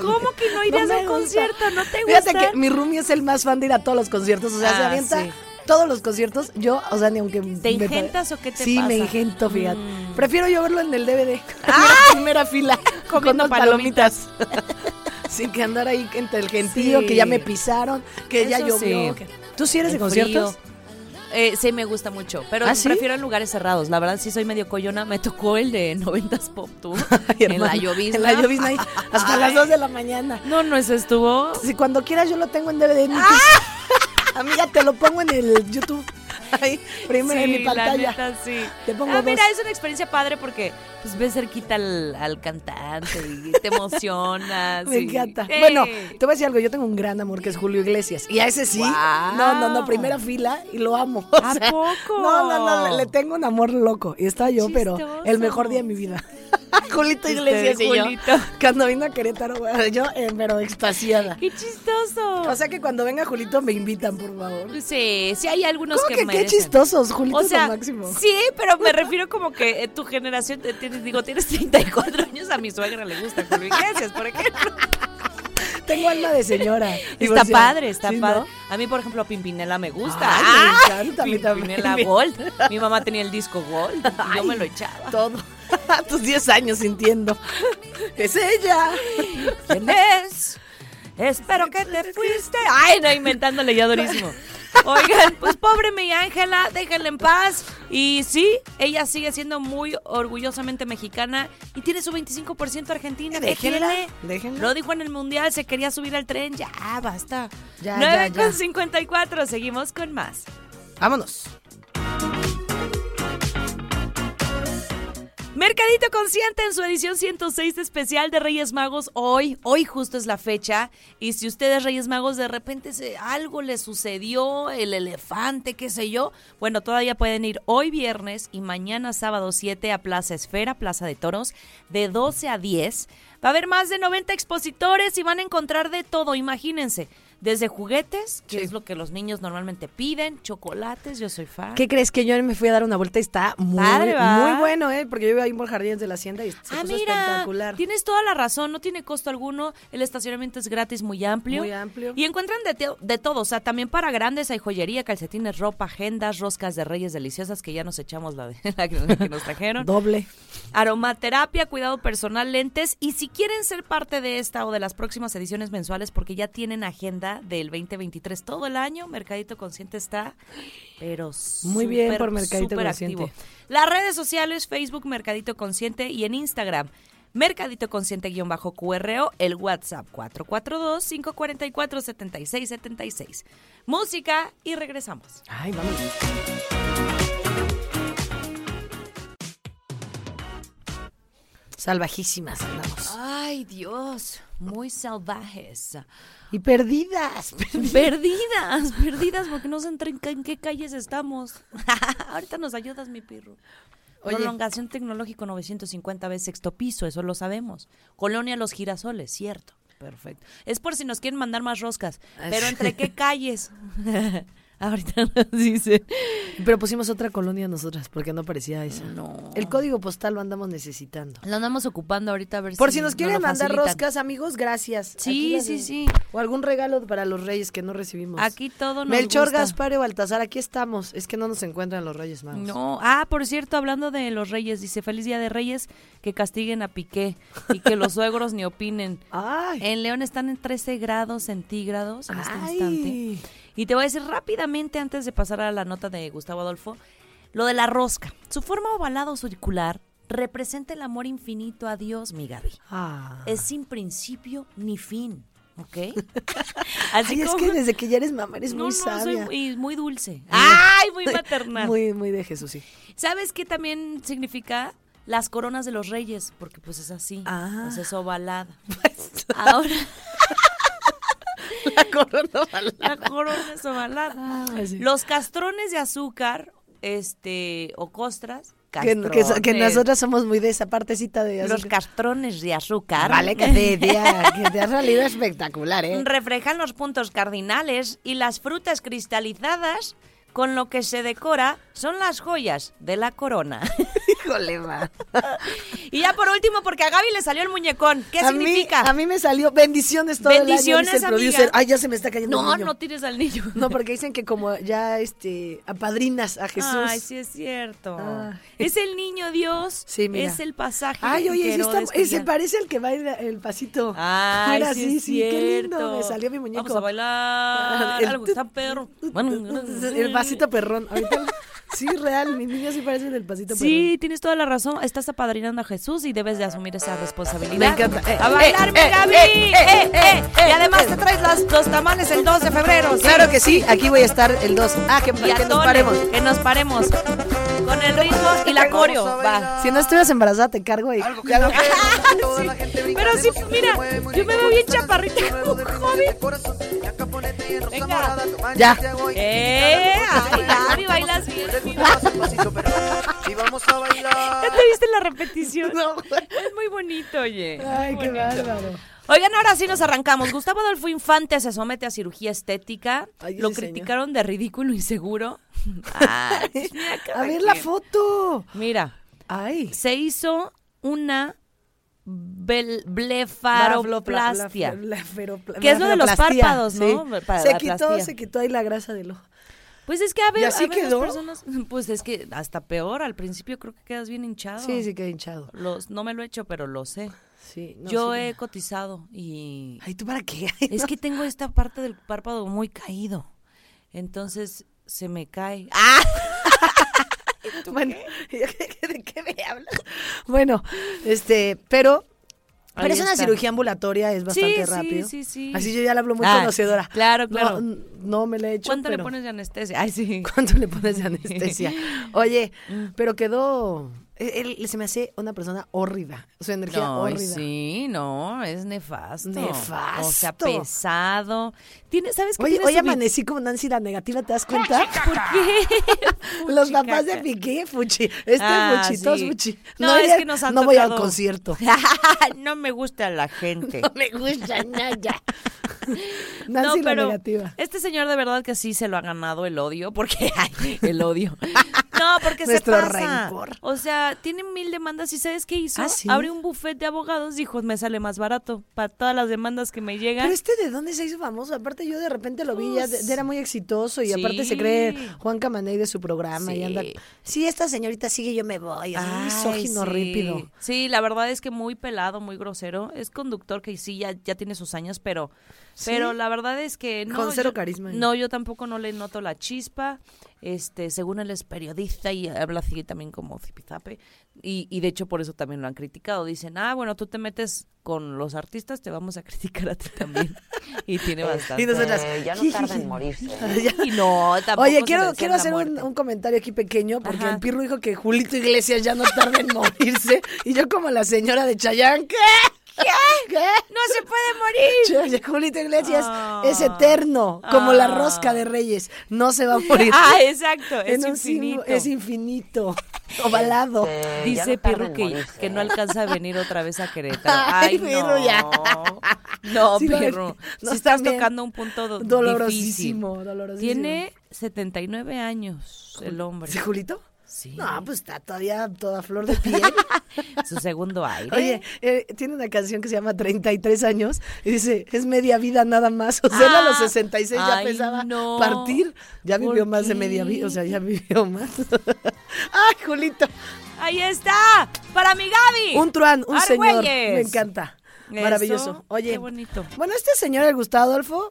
Speaker 3: ¿Cómo que no irías
Speaker 4: me
Speaker 3: al
Speaker 4: gusta.
Speaker 3: concierto? ¿No te
Speaker 4: Fíjate
Speaker 3: gusta?
Speaker 4: que mi roomie es el más fan de ir a todos los conciertos, o sea, se
Speaker 3: Ah,
Speaker 4: avienta
Speaker 3: sí.
Speaker 4: todos los conciertos. Yo, o sea, ni aunque.
Speaker 3: ¿Te ingentas o qué te
Speaker 4: sí,
Speaker 3: pasa?
Speaker 4: me ingento, fíjate.
Speaker 3: Mm. ¡Ah!
Speaker 4: Prefiero yo verlo en el DVD. En la primera fila. con
Speaker 3: Comiendo
Speaker 4: unas palomitas. Sin que andar ahí entre el gentío,
Speaker 3: Sí.
Speaker 4: que ya me pisaron, que ya
Speaker 3: Eso
Speaker 4: llovió.
Speaker 3: sí.
Speaker 4: ¿Tú sí eres
Speaker 3: El
Speaker 4: de conciertos?
Speaker 3: frío. Eh, sí, me gusta mucho, pero
Speaker 4: ¿Ah, sí?
Speaker 3: prefiero en lugares cerrados. La verdad, sí soy medio coyona. Me tocó el de 90s Pop Tour
Speaker 4: Ay,
Speaker 3: en
Speaker 4: hermano,
Speaker 3: la llovizna.
Speaker 4: En la llovizna ahí, hasta las 2 de la mañana.
Speaker 3: No, no, ese estuvo.
Speaker 4: Si cuando quieras yo lo tengo en DVD. en mi casa.
Speaker 3: Ah.
Speaker 4: Amiga, te lo pongo en el YouTube. Ahí, primero en mi
Speaker 3: la
Speaker 4: pantalla.
Speaker 3: neta, sí.
Speaker 4: Te pongo
Speaker 3: ah,
Speaker 4: dos.
Speaker 3: mira, es una experiencia padre porque pues, ves cerquita al, al cantante y te emocionas.
Speaker 4: Me
Speaker 3: y-
Speaker 4: encanta.
Speaker 3: ¡Eh!
Speaker 4: Bueno, te voy a decir algo. Yo tengo un gran amor que es Julio Iglesias. Y a ese sí.
Speaker 3: Guau.
Speaker 4: No, no, no. Primera fila y lo amo. O
Speaker 3: ¿A
Speaker 4: sea,
Speaker 3: poco?
Speaker 4: No, no, no. Le, le tengo un amor loco. Y estaba yo, pero
Speaker 3: Chistoso. Este
Speaker 4: el mejor día de mi vida. Julito Iglesias y yo.
Speaker 3: Julito.
Speaker 4: Cuando vino a Querétaro, güey, yo, eh, pero extasiada.
Speaker 3: ¡Qué chistoso!
Speaker 4: O sea que cuando venga Julito me invitan, por favor.
Speaker 3: sí, sí hay algunos
Speaker 4: ¿Cómo
Speaker 3: que
Speaker 4: que, qué
Speaker 3: merecen.
Speaker 4: chistosos? Julito
Speaker 3: O
Speaker 4: es
Speaker 3: sea,
Speaker 4: lo máximo.
Speaker 3: sí, pero me refiero como que eh, tu generación, te tienes, digo, tienes 34 años, a mi suegra le gusta Julio Iglesias, por ejemplo.
Speaker 4: Tengo alma de señora.
Speaker 3: Está
Speaker 4: divorciada.
Speaker 3: padre, está
Speaker 4: Sí, ¿no?
Speaker 3: padre. A mí, por ejemplo, Pimpinela me gusta. Ah,
Speaker 4: Ay, me encanta, a mí también.
Speaker 3: Pimpinela Gold. Mi mamá tenía el disco Gold, y yo me lo echaba.
Speaker 4: Todo. A tus 10 años sintiendo. Es ella.
Speaker 3: ¿Quién es? Espero que te fuiste. Ay, no, inventándole ya durísimo. Oigan, pues pobre mi Ángela, déjenla en paz. Y sí, ella sigue siendo muy orgullosamente mexicana y tiene su 25% argentina. ¿Qué
Speaker 4: Déjenla,
Speaker 3: tiene?
Speaker 4: déjenla.
Speaker 3: Lo dijo en el mundial, se quería subir al tren. Ya, basta.
Speaker 4: Ya,
Speaker 3: 9
Speaker 4: ya, ya.
Speaker 3: con 54, seguimos con más.
Speaker 4: Vámonos.
Speaker 3: Mercadito Consciente en su edición 106 de especial de Reyes Magos hoy. Hoy justo es la fecha. Y si ustedes Reyes Magos de repente se- algo les sucedió, el elefante, qué sé yo, bueno, todavía pueden ir hoy viernes y mañana sábado 7 a Plaza Esfera, Plaza de Toros, de 12 a 10. Va a haber más de 90 expositores y van a encontrar de todo, imagínense. Desde juguetes, que
Speaker 4: Sí.
Speaker 3: es lo que los niños normalmente piden, chocolates, yo soy fan.
Speaker 4: ¿Qué crees que yo me fui a dar una vuelta y está muy,
Speaker 3: Padre, ¿va?
Speaker 4: muy bueno, eh? Porque yo iba ahí por Jardines de la Hacienda y se
Speaker 3: ah,
Speaker 4: puso
Speaker 3: mira,
Speaker 4: espectacular.
Speaker 3: tienes toda la razón, no tiene costo alguno, el estacionamiento es gratis, muy amplio.
Speaker 4: Muy amplio.
Speaker 3: Y encuentran de, te- de todo, o sea, también para grandes hay joyería, calcetines, ropa, agendas, roscas de reyes deliciosas que ya nos echamos la, de- la que- la que nos trajeron
Speaker 4: Doble.
Speaker 3: aromaterapia, cuidado personal, lentes. Y si quieren ser parte de esta o de las próximas ediciones mensuales, porque ya tienen agenda del 2023 todo el año, Mercadito Consciente está, pero
Speaker 4: Muy bien
Speaker 3: súper,
Speaker 4: por Mercadito
Speaker 3: súper
Speaker 4: Consciente.
Speaker 3: activo. Las redes sociales, Facebook Mercadito Consciente y en Instagram. Mercadito Consciente-QRO, el WhatsApp 442-544-7676. Música y regresamos.
Speaker 4: Ay, vamos. Salvajísimas andamos.
Speaker 3: Ay, Dios, muy salvajes.
Speaker 4: Y perdidas.
Speaker 3: Perdidas, perdidas, porque no sé en, tre- en qué calles estamos. Ahorita nos ayudas, mi pirro.
Speaker 4: Oye.
Speaker 3: Prolongación tecnológico 950 veces sexto piso, eso lo sabemos. Colonia Los Girasoles, cierto. Perfecto. Es por si nos quieren mandar más roscas. Pero entre qué calles. Ahorita nos dice.
Speaker 4: Pero pusimos otra colonia nosotras porque no parecía esa. No. El código postal lo andamos necesitando.
Speaker 3: Lo andamos ocupando ahorita a ver
Speaker 4: Por si
Speaker 3: si
Speaker 4: nos
Speaker 3: lo
Speaker 4: quieren mandar
Speaker 3: facilitan.
Speaker 4: roscas, amigos, gracias.
Speaker 3: Sí,
Speaker 4: Aquí las
Speaker 3: sí,
Speaker 4: de-
Speaker 3: sí.
Speaker 4: O algún regalo para los reyes que no recibimos.
Speaker 3: Aquí todo nos
Speaker 4: Melchor,
Speaker 3: gusta.
Speaker 4: Gaspar y Baltasar, aquí estamos. Es que no nos encuentran los reyes magos.
Speaker 3: No, ah, por cierto, hablando de los reyes, dice feliz día de reyes, que castiguen a Piqué y que los suegros ni opinen.
Speaker 4: Ay.
Speaker 3: En León están en 13 grados centígrados en este
Speaker 4: Ay.
Speaker 3: instante. Y te voy a decir rápidamente, antes de pasar a la nota de Gustavo Adolfo, lo de la rosca. Su forma ovalada o circular representa el amor infinito a Dios, mi Gaby.
Speaker 4: Ah.
Speaker 3: Es sin principio ni fin, ¿ok?
Speaker 4: Ay, es que desde que ya eres mamá eres
Speaker 3: No,
Speaker 4: muy
Speaker 3: no, soy
Speaker 4: sabia.
Speaker 3: muy, muy dulce. ¡Ay, muy maternal!
Speaker 4: Muy, muy de Jesús, sí.
Speaker 3: ¿Sabes qué también significa las coronas de los reyes? Porque pues es así,
Speaker 4: Ah. Pues,
Speaker 3: pues es ovalada. Ahora
Speaker 4: La corona
Speaker 3: la corona es ovalada.
Speaker 4: Ah, sí.
Speaker 3: Los castrones de azúcar, este, o costras,
Speaker 4: Que,
Speaker 3: castrones.
Speaker 4: que- que nosotras somos muy de esa partecita de
Speaker 3: los
Speaker 4: azúcar.
Speaker 3: castrones de azúcar
Speaker 4: Vale, que te, te ha, que te ha salido espectacular, ¿eh?
Speaker 3: reflejan los puntos cardinales y las frutas cristalizadas con lo que se decora son las joyas de la corona.
Speaker 4: Híjole, man.
Speaker 3: Y ya por último, porque a Gaby le salió el muñecón. ¿Qué
Speaker 4: a
Speaker 3: significa?
Speaker 4: Mí, a mí me salió bendiciones todo
Speaker 3: Bendiciones,
Speaker 4: el año, dice el
Speaker 3: amiga.
Speaker 4: producer. Ay, ya se me está cayendo
Speaker 3: no,
Speaker 4: el niño.
Speaker 3: no tires al niño.
Speaker 4: No, porque dicen que como ya este apadrinas a Jesús.
Speaker 3: Ay, sí es cierto.
Speaker 4: Ah.
Speaker 3: Es el niño Dios.
Speaker 4: Sí, mira.
Speaker 3: Es el pasaje.
Speaker 4: Ay, oye,
Speaker 3: que
Speaker 4: sí está-
Speaker 3: Herodes
Speaker 4: eh, se
Speaker 3: quería.
Speaker 4: parece al que baila el pasito.
Speaker 3: Ay,
Speaker 4: Mira,
Speaker 3: sí, es
Speaker 4: qué lindo.
Speaker 3: cierto.
Speaker 4: Me salió mi muñeco.
Speaker 3: Vamos a bailar.
Speaker 4: El
Speaker 3: algo que está perro.
Speaker 4: El pasito perrón. Ahorita- sí, real, mi niño sí parece el del pasito perrón.
Speaker 3: Sí, tienes toda la razón. Estás apadrinando a Jesús y debes de asumir esa responsabilidad.
Speaker 4: Me encanta. Eh,
Speaker 3: a
Speaker 4: eh,
Speaker 3: bailar, mi
Speaker 4: eh,
Speaker 3: Gaby.
Speaker 4: eh, eh, eh,
Speaker 3: y
Speaker 4: eh,
Speaker 3: además
Speaker 4: eh.
Speaker 3: te traes las, los tamales el 2 de febrero. ¿sí?
Speaker 4: Claro que sí, aquí voy a estar el 2. Ah, que,
Speaker 3: Y
Speaker 4: que
Speaker 3: atole,
Speaker 4: nos paremos.
Speaker 3: Que nos paremos. Con el ritmo y la coreo. Va.
Speaker 4: Si no estuvieras embarazada, te cargo y ya lo-
Speaker 3: Pero sí, mira, yo me veo bien chaparrita como joven. Venga.
Speaker 4: Ya.
Speaker 3: ¡Eh! Ay, Gaby, bailas bien. ¿Ya te viste la repetición? Es muy bonito, oye.
Speaker 4: Ay,
Speaker 3: Muy
Speaker 4: qué
Speaker 3: bonito.
Speaker 4: bárbaro.
Speaker 3: Oigan, ahora sí nos arrancamos. Gustavo Adolfo Infante se somete a cirugía estética.
Speaker 4: Ay, ese
Speaker 3: Lo
Speaker 4: señor.
Speaker 3: criticaron de ridículo y seguro. Ay, pues mira, cada
Speaker 4: A ver la
Speaker 3: quien.
Speaker 4: foto.
Speaker 3: Mira,
Speaker 4: Ay.
Speaker 3: se hizo una bel- blefaroplastia.
Speaker 4: La feropla-
Speaker 3: Que es lo de los
Speaker 4: feroplastia,
Speaker 3: párpados, ¿no? Para
Speaker 4: se
Speaker 3: la
Speaker 4: quitó,
Speaker 3: plastía.
Speaker 4: se quitó ahí la grasa del ojo.
Speaker 3: Pues es que a ver,
Speaker 4: ¿Y así
Speaker 3: a ver las
Speaker 4: quedó?
Speaker 3: personas, pues es que hasta peor, al principio creo que quedas bien hinchado.
Speaker 4: Sí, sí quedó hinchado.
Speaker 3: Los, no me lo he hecho, pero lo sé.
Speaker 4: Sí, no,
Speaker 3: Yo
Speaker 4: sí.
Speaker 3: he cotizado y
Speaker 4: Ay, ¿tú para qué?
Speaker 3: es que tengo esta parte del párpado muy caído. Entonces se me cae. Ah,
Speaker 4: Bueno, ¿de qué me hablas? Bueno, este, pero... Pero
Speaker 3: Ahí
Speaker 4: es una
Speaker 3: está.
Speaker 4: cirugía ambulatoria, es bastante
Speaker 3: sí,
Speaker 4: rápido.
Speaker 3: sí, sí.
Speaker 4: Así yo ya la hablo muy
Speaker 3: Ah,
Speaker 4: conocedora.
Speaker 3: claro,
Speaker 4: No,
Speaker 3: claro.
Speaker 4: n- No, me la he hecho,
Speaker 3: ¿Cuánto le
Speaker 4: pero-
Speaker 3: pones de anestesia? Ay, sí.
Speaker 4: ¿Cuánto le pones de anestesia? Oye,
Speaker 3: Mm.
Speaker 4: pero quedó... Él, él se me hace una persona horrida. Su energía
Speaker 3: No, y
Speaker 4: horrida.
Speaker 3: sí, no, es nefasto. O sea,
Speaker 4: Nefasto.
Speaker 3: pesado. Tiene, ¿Sabes qué?
Speaker 4: Oye,
Speaker 3: tiene
Speaker 4: hoy
Speaker 3: su vi-
Speaker 4: amanecí como Nancy la negativa, ¿te das cuenta?
Speaker 3: ¿Qué?
Speaker 4: Los papás de
Speaker 3: Fuchicaca.
Speaker 4: Piqué, Fuchi. Este
Speaker 3: Ah,
Speaker 4: Fuchi, todos
Speaker 3: sí.
Speaker 4: Fuchi.
Speaker 3: No, es
Speaker 4: ya-
Speaker 3: que nos han
Speaker 4: No voy al
Speaker 3: tocado.
Speaker 4: concierto.
Speaker 3: no me gusta la gente.
Speaker 4: me gusta nada. Nancy la negativa.
Speaker 3: este señor de verdad que sí se lo ha ganado el odio, porque ay, el odio. No, porque
Speaker 4: Nuestro
Speaker 3: se pasa.
Speaker 4: rencor.
Speaker 3: O sea, tiene mil demandas y ¿sabes qué hizo?
Speaker 4: ¿Ah, sí?
Speaker 3: Abrió un buffet de abogados, dijo, me sale más barato para todas las demandas que me llegan.
Speaker 4: Pero este de dónde se hizo famoso, aparte yo de repente lo vi, ya, de- ya era muy exitoso y aparte
Speaker 3: Sí.
Speaker 4: se cree Juan Camaney de su programa
Speaker 3: Sí.
Speaker 4: y anda. Sí, esta señorita sigue, yo me voy. Es un
Speaker 3: Ay,
Speaker 4: misógino
Speaker 3: sí.
Speaker 4: rípido.
Speaker 3: Sí, la verdad es que muy pelado, muy grosero. Es conductor que sí, ya, ya tiene sus años, pero, pero la verdad es que no.
Speaker 4: Con cero
Speaker 3: yo-
Speaker 4: carisma, ¿eh?
Speaker 3: No, yo tampoco no le noto la chispa. Este, según él es periodista y habla así también como zipizape. Y, y de hecho por eso también lo han criticado. Dicen, ah, bueno, tú te metes con los artistas, te vamos a criticar a ti también. y tiene bastante.
Speaker 4: Y nosotras.
Speaker 7: Ya no tarda en morirse.
Speaker 4: Ya.
Speaker 3: Y no, tampoco se
Speaker 4: Oye,
Speaker 3: le
Speaker 4: quiero,
Speaker 3: desea
Speaker 4: quiero
Speaker 3: la
Speaker 4: hacer un,
Speaker 3: muerte.
Speaker 4: un comentario aquí pequeño, porque
Speaker 3: Ajá.
Speaker 4: el Pirro dijo que Julito Iglesias ya no tarda en morirse. Y yo como la señora de Chayán, ¿qué? ¿Qué?
Speaker 3: No se puede morir.
Speaker 4: Oye, Julito Iglesias
Speaker 3: Ah.
Speaker 4: es eterno, como la
Speaker 3: Ah.
Speaker 4: rosca de Reyes. No se va a morir.
Speaker 3: Ah, exacto, es
Speaker 4: En un sim-
Speaker 3: infinito.
Speaker 4: Es infinito. Ovalado.
Speaker 3: Dice
Speaker 7: no tarda
Speaker 3: Pirro
Speaker 7: en
Speaker 3: que,
Speaker 7: morirse,
Speaker 3: que no
Speaker 7: ¿eh?
Speaker 3: alcanza a venir otra vez a Querétaro. Ay,
Speaker 4: Ay,
Speaker 3: no.
Speaker 4: Pirro, ya.
Speaker 3: No,
Speaker 4: Sí, no,
Speaker 3: Pirro.
Speaker 4: no,
Speaker 3: sí estás
Speaker 4: también.
Speaker 3: tocando un punto do-
Speaker 4: Dolorosísimo,
Speaker 3: difícil.
Speaker 4: dolorosísimo.
Speaker 3: Tiene 79 años el hombre.
Speaker 4: ¿Sí, Julito?
Speaker 3: Sí.
Speaker 4: No, pues está todavía toda flor de piel.
Speaker 3: Su segundo aire.
Speaker 4: Oye, eh, tiene una canción que se llama 33 años y dice, es media vida nada más. O sea, él a los
Speaker 3: Ah,
Speaker 4: 66 ya
Speaker 3: ay,
Speaker 4: pensaba
Speaker 3: no.
Speaker 4: partir. Ya
Speaker 3: ¿Por
Speaker 4: vivió más de media
Speaker 3: qué?
Speaker 4: vida, o sea, ya vivió más. ¡Ay, Julito!
Speaker 3: Ahí está. Para mi Gaby.
Speaker 4: Un truán, un señor.
Speaker 3: Argüelles.
Speaker 4: Me encanta.
Speaker 3: Eso,
Speaker 4: Maravilloso. Oye,
Speaker 3: qué bonito.
Speaker 4: Bueno, este señor, el Gustavo Adolfo,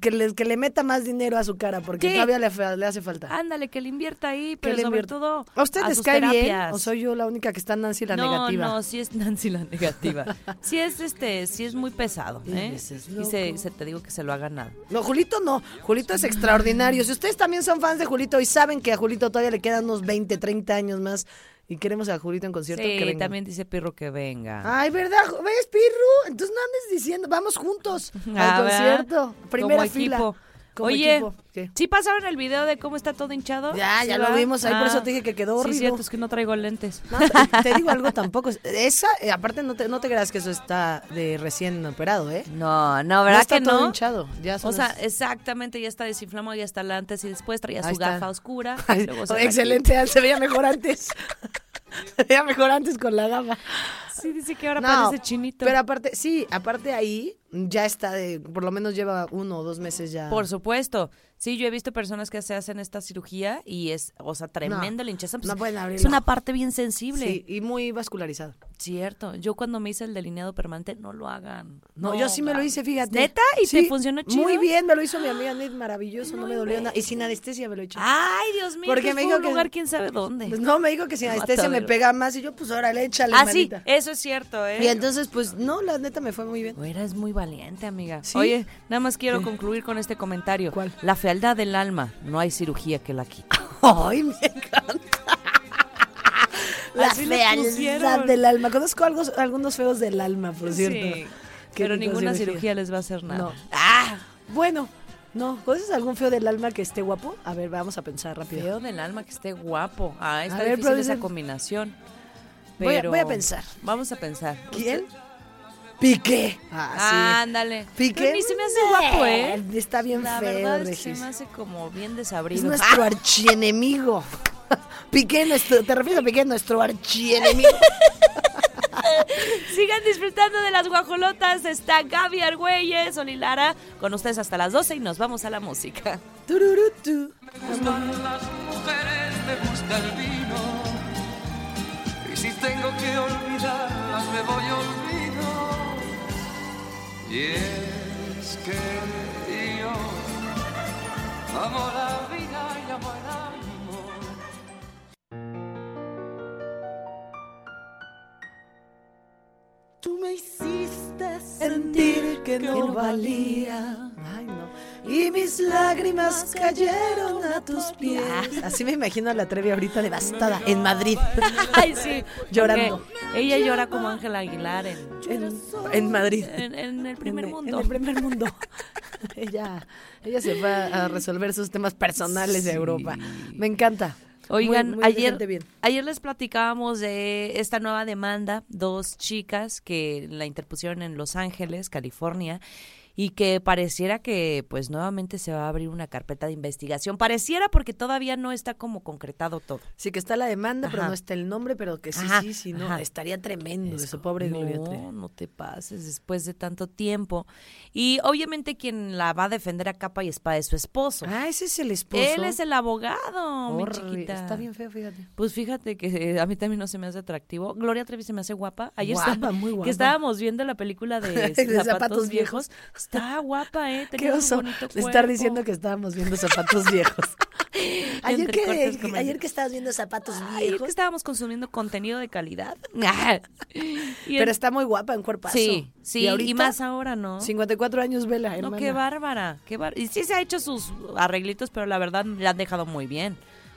Speaker 4: que le, que le meta más dinero a su cara, porque
Speaker 3: Sí.
Speaker 4: todavía le, fa- le hace falta.
Speaker 3: Ándale, que le invierta ahí,
Speaker 4: Que
Speaker 3: pero
Speaker 4: le
Speaker 3: sobre
Speaker 4: invierta.
Speaker 3: todo.
Speaker 4: ¿A usted
Speaker 3: a
Speaker 4: les
Speaker 3: sus
Speaker 4: cae bien?
Speaker 3: terapias.
Speaker 4: ¿O soy yo la única que está Nancy la
Speaker 3: no,
Speaker 4: negativa?
Speaker 3: No, sí es Nancy la negativa. Sí es este, sí es muy pesado, ¿eh? Y
Speaker 4: dices,
Speaker 3: se, se te digo que se lo ha ganado.
Speaker 4: No, Julito no. Julito es extraordinario. Si ustedes también son fans de Julito y saben que a Julito todavía le quedan unos 20, 30 años más y queremos a Julito en concierto, que
Speaker 3: Sí,
Speaker 4: venga. Ah,
Speaker 3: también dice Pirro que venga.
Speaker 4: Ay, ¿verdad? Ju- ¿Ves, Pirru? Entonces no andes diciendo, vamos juntos al
Speaker 3: Ah, ¿verdad?
Speaker 4: concierto.
Speaker 3: Como
Speaker 4: Primera fila.
Speaker 3: equipo.
Speaker 4: Como
Speaker 3: Oye,
Speaker 4: equipo. ¿Qué?
Speaker 3: ¿sí pasaron el video de cómo está todo hinchado?
Speaker 4: Ya,
Speaker 3: ¿Sí
Speaker 4: ya
Speaker 3: va?
Speaker 4: lo vimos ahí, por eso te dije que quedó
Speaker 3: Sí,
Speaker 4: horrible.
Speaker 3: cierto, es que no traigo lentes.
Speaker 4: No, te, te digo algo tampoco. Esa, eh, aparte, no te, no te creas que eso está de recién operado, ¿eh?
Speaker 3: No, no, ¿verdad
Speaker 4: no está
Speaker 3: que
Speaker 4: todo
Speaker 3: no?
Speaker 4: hinchado. Ya son
Speaker 3: O sea,
Speaker 4: las-
Speaker 3: exactamente, ya está desinflamado, ya está la antes y después, traía
Speaker 4: Ahí
Speaker 3: su
Speaker 4: está.
Speaker 3: gafa oscura.
Speaker 4: Ay,
Speaker 3: luego se la
Speaker 4: excelente, se veía mejor antes.
Speaker 8: Era mejor antes con la gama.
Speaker 3: Sí, dice que ahora
Speaker 4: No,
Speaker 3: parece chinito.
Speaker 4: Pero aparte, sí, aparte ahí ya está de, por lo menos lleva uno o dos meses ya.
Speaker 3: Por supuesto. Sí, yo he visto personas que se hacen esta cirugía y es, o sea, tremenda la hinchazón.
Speaker 4: no pueden abrirlo.
Speaker 3: Es una parte bien sensible.
Speaker 4: Sí, y muy vascularizado.
Speaker 3: Cierto. Yo cuando me hice el delineado permanente, no lo hagan.
Speaker 4: No, yo sí me lo hice, fíjate.
Speaker 3: ¿Neta? ¿Y
Speaker 4: Sí,
Speaker 3: te funcionó chido?
Speaker 4: Muy bien, me lo hizo mi amiga Ned, maravilloso, no, me dolió nada. Y sin anestesia me lo he hecho.
Speaker 3: Ay, Dios mío.
Speaker 4: Porque
Speaker 3: Porque me
Speaker 4: me dijo
Speaker 3: un
Speaker 4: que-
Speaker 3: lugar quién sabe dónde.
Speaker 4: Pues no, me dijo que sin anestesia me
Speaker 3: Matadero.
Speaker 4: pega más. Y yo, pues ahora le échale,
Speaker 3: ah, sí,
Speaker 4: manita.
Speaker 3: eso es cierto, ¿eh?
Speaker 4: Y entonces, pues no, la neta me fue muy bien.
Speaker 3: Güera, es muy valiente, amiga.
Speaker 4: Sí.
Speaker 3: Oye, nada más quiero concluir con este comentario.
Speaker 4: ¿Cuál?
Speaker 3: La fealdad del alma, no hay cirugía que la quite.
Speaker 4: Ay, me encanta.
Speaker 8: La
Speaker 3: Así le
Speaker 8: fealdad
Speaker 3: pusieron.
Speaker 8: del alma. Conozco algo- algunos feos del alma, por cierto.
Speaker 3: Sí.
Speaker 8: Que
Speaker 3: Pero
Speaker 8: con
Speaker 3: ninguna cirugía.
Speaker 8: cirugía
Speaker 3: les va a hacer nada.
Speaker 8: No.
Speaker 3: ¡Ah!
Speaker 8: Bueno, no. ¿Conoces algún feo del alma que esté guapo? A ver, vamos a pensar rápido.
Speaker 3: Feo del alma que esté guapo. Ah, está
Speaker 8: ver,
Speaker 3: difícil
Speaker 8: producer.
Speaker 3: esa combinación.
Speaker 8: Voy a-
Speaker 3: Pero
Speaker 8: voy a pensar.
Speaker 3: Vamos a pensar.
Speaker 4: ¿Quién? Piqué.
Speaker 3: Ah,
Speaker 4: Ah, sí.
Speaker 3: ándale.
Speaker 4: Piqué.
Speaker 3: Pero ni se me hace guapo, ¿eh?
Speaker 4: Está bien
Speaker 3: La
Speaker 4: feo,
Speaker 3: verdad es que Ah. se
Speaker 4: Regis.
Speaker 3: me hace como bien
Speaker 4: Es
Speaker 3: desabrido.
Speaker 4: nuestro archienemigo. Piqué, nuestro, te refieres a Piqué, nuestro archienemigo.
Speaker 3: Sigan disfrutando de las guajolotas. Está Gaby Argüelles, Oli Lara, con ustedes hasta las 12 y nos vamos a la música.
Speaker 4: Tururutu.
Speaker 1: gustan las mujeres, me gusta el vino. Y si tengo que olvidarlas, me voy olvido. Y es que yo amo la vida y amo el amor.
Speaker 4: Tú me hiciste sentir que no valía. Ay, no. Y mis lágrimas cayeron a tus pies. Ah, Así me imagino a la Trevi ahorita devastada en Madrid.
Speaker 3: Ay, sí.
Speaker 4: Llorando.
Speaker 3: porque Ella llora como Ángela Aguilar en,
Speaker 4: En, en Madrid.
Speaker 3: en- en el primer
Speaker 4: En-
Speaker 3: mundo.
Speaker 4: En el primer mundo. ella, ella se va a resolver sus temas personales de Europa. Me encanta.
Speaker 3: Oigan,
Speaker 4: Muy- muy
Speaker 3: ayer,
Speaker 4: gente bien.
Speaker 3: ayer les platicábamos de esta nueva demanda, dos chicas que la interpusieron en Los Ángeles, California, y que pareciera que pues nuevamente se va a abrir una carpeta de investigación. Pareciera porque todavía no está como concretado todo.
Speaker 4: Sí que está la demanda, pero
Speaker 3: Ajá.
Speaker 4: no está el nombre, pero que sí,
Speaker 3: Ajá,
Speaker 4: sí, sí, no.
Speaker 3: ajá.
Speaker 4: Estaría tremendo eso, pobre Gloria
Speaker 3: no,
Speaker 4: Trevi.
Speaker 3: No te pases después de tanto tiempo. Y obviamente quien la va a defender a capa y espada es su esposo.
Speaker 4: Ah, ese es el esposo.
Speaker 3: Él es el abogado, mi
Speaker 4: Horri-
Speaker 3: chiquita.
Speaker 4: Está bien feo, fíjate.
Speaker 3: Pues fíjate que a mí también no se me hace atractivo. Gloria Trevi se me hace guapa. Ayer
Speaker 4: Guapa,
Speaker 3: estaba-
Speaker 4: muy guapa.
Speaker 3: que estábamos viendo la película de,
Speaker 4: De
Speaker 3: zapatos,
Speaker 4: Zapatos Viejos.
Speaker 3: viejos. Está guapa, eh.
Speaker 4: Qué
Speaker 3: Tenía un
Speaker 4: oso
Speaker 3: bonito
Speaker 4: estar
Speaker 3: cuerpo.
Speaker 4: diciendo que estábamos viendo zapatos viejos.
Speaker 8: Ayer
Speaker 3: Entre
Speaker 8: que,
Speaker 3: cortes comerciales.
Speaker 8: ayer que estabas viendo zapatos
Speaker 3: Ay, es que
Speaker 8: viejos.
Speaker 3: estábamos consumiendo contenido de calidad. Y
Speaker 4: Pero
Speaker 3: en-
Speaker 4: está muy guapa en cuerpazo.
Speaker 3: sí, sí, y,
Speaker 4: ahorita,
Speaker 3: más ahora, ¿no?
Speaker 4: 54 años, vela, hermana.
Speaker 3: No, qué bárbara, qué bár- Y sí se ha hecho sus arreglitos, pero la verdad la han dejado muy bien.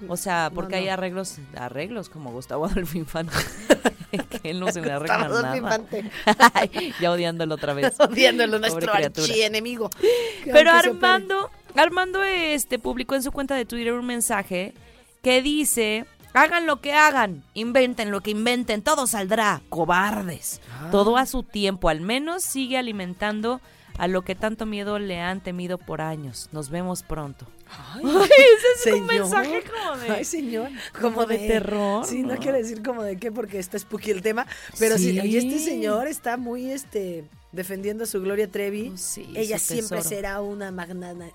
Speaker 3: O sea, porque hay arreglos, arreglos como Gustavo Adolfo Infante, que él no se le arregla
Speaker 4: Gustavo Adolfo
Speaker 3: nada.
Speaker 4: Infante.
Speaker 3: Ay, ya odiándolo otra vez.
Speaker 4: Odiándolo,
Speaker 3: Pobre
Speaker 4: nuestro
Speaker 3: criatura.
Speaker 4: archienemigo.
Speaker 3: Pero
Speaker 4: Aunque se opere.
Speaker 3: Armando, Armando este publicó en su cuenta de Twitter un mensaje que dice, hagan lo que hagan, inventen lo que inventen, todo saldrá, cobardes.
Speaker 4: Ah.
Speaker 3: Todo a su tiempo, al menos sigue alimentando a lo que tanto miedo le han temido por años. Nos vemos pronto. Ay, ese es un
Speaker 4: Señor.
Speaker 3: mensaje como de...
Speaker 4: Ay, señor.
Speaker 3: como de terror,
Speaker 4: Sí, no
Speaker 3: ¿no?
Speaker 4: quiero decir como de qué, porque está spooky el tema. Pero sí,
Speaker 3: Sí.
Speaker 4: y este señor está muy este defendiendo a su Gloria Trevi.
Speaker 3: Oh, sí,
Speaker 4: Ella
Speaker 3: su
Speaker 4: siempre
Speaker 3: tesoro.
Speaker 4: será una magnana-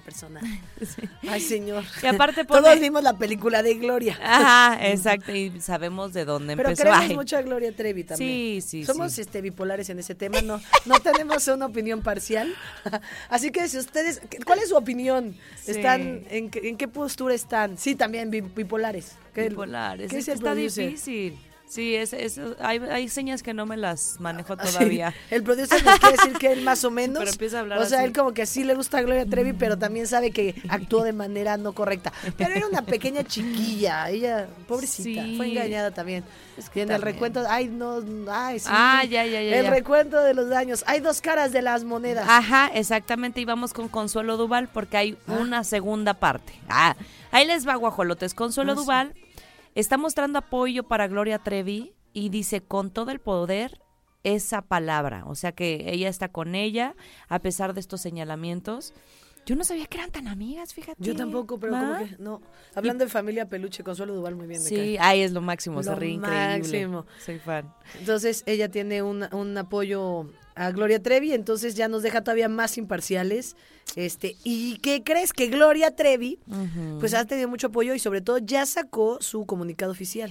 Speaker 4: persona. Ay, señor.
Speaker 3: Y aparte
Speaker 4: Todos
Speaker 3: pone- Ah,
Speaker 4: vimos la película de Gloria.
Speaker 3: Ajá, exacto, y sabemos de dónde
Speaker 4: Pero
Speaker 3: empezó.
Speaker 4: queremos
Speaker 3: Ay.
Speaker 4: mucho a Gloria Trevi también.
Speaker 3: Sí, sí,
Speaker 4: Somos
Speaker 3: sí.
Speaker 4: este bipolares en ese tema, no, no tenemos una opinión parcial. Así que si ustedes, ¿cuál es su opinión?
Speaker 3: Sí.
Speaker 4: ¿Están en, qué- en qué postura están? Sí, también bi- bipolares. ¿Qué-
Speaker 3: Bipolares,
Speaker 4: qué
Speaker 3: es
Speaker 4: es
Speaker 3: que
Speaker 4: el
Speaker 3: está
Speaker 4: producer?
Speaker 3: difícil. Sí, es, es- hay, hay señas que no me las manejo
Speaker 4: Ah, Sí.
Speaker 3: todavía.
Speaker 4: El producer nos quiere decir que él más o menos.
Speaker 3: Pero empieza a hablar
Speaker 4: o sea,
Speaker 3: así. Mm.
Speaker 4: él como que sí le gusta a Gloria Trevi, pero también sabe que actuó de manera no correcta. Pero era una pequeña chiquilla, ella, pobrecita,
Speaker 3: Sí.
Speaker 4: fue engañada también. y en el
Speaker 3: también.
Speaker 4: recuento, ay, no, ay, sí.
Speaker 3: Ah, ya, ya, ya, Ah,
Speaker 4: El
Speaker 3: ya.
Speaker 4: recuento de los daños. Hay dos caras de las monedas.
Speaker 3: Ajá, exactamente. Y vamos con Consuelo Duval porque hay
Speaker 4: Ah.
Speaker 3: una segunda parte. Ah, ahí les va, guajolotes.
Speaker 4: Ah,
Speaker 3: Consuelo Duval está mostrando apoyo para Gloria Trevi y dice con todo el poder esa palabra. O sea que ella está con ella a pesar de estos señalamientos. Yo no sabía que eran tan amigas, fíjate.
Speaker 4: Yo tampoco, pero como
Speaker 3: ¿Ma?
Speaker 4: que no. Hablando de familia peluche, Consuelo Duval muy bien. me cae.
Speaker 3: Sí, ay, es lo máximo, se
Speaker 4: Lo
Speaker 3: ríe increíble.
Speaker 4: máximo.
Speaker 3: Soy fan.
Speaker 4: Entonces ella tiene un, un apoyo a Gloria Trevi, entonces ya nos deja todavía más imparciales. Este, ¿Y qué crees? Que Gloria Trevi pues ha tenido mucho apoyo y sobre todo ya sacó su comunicado oficial.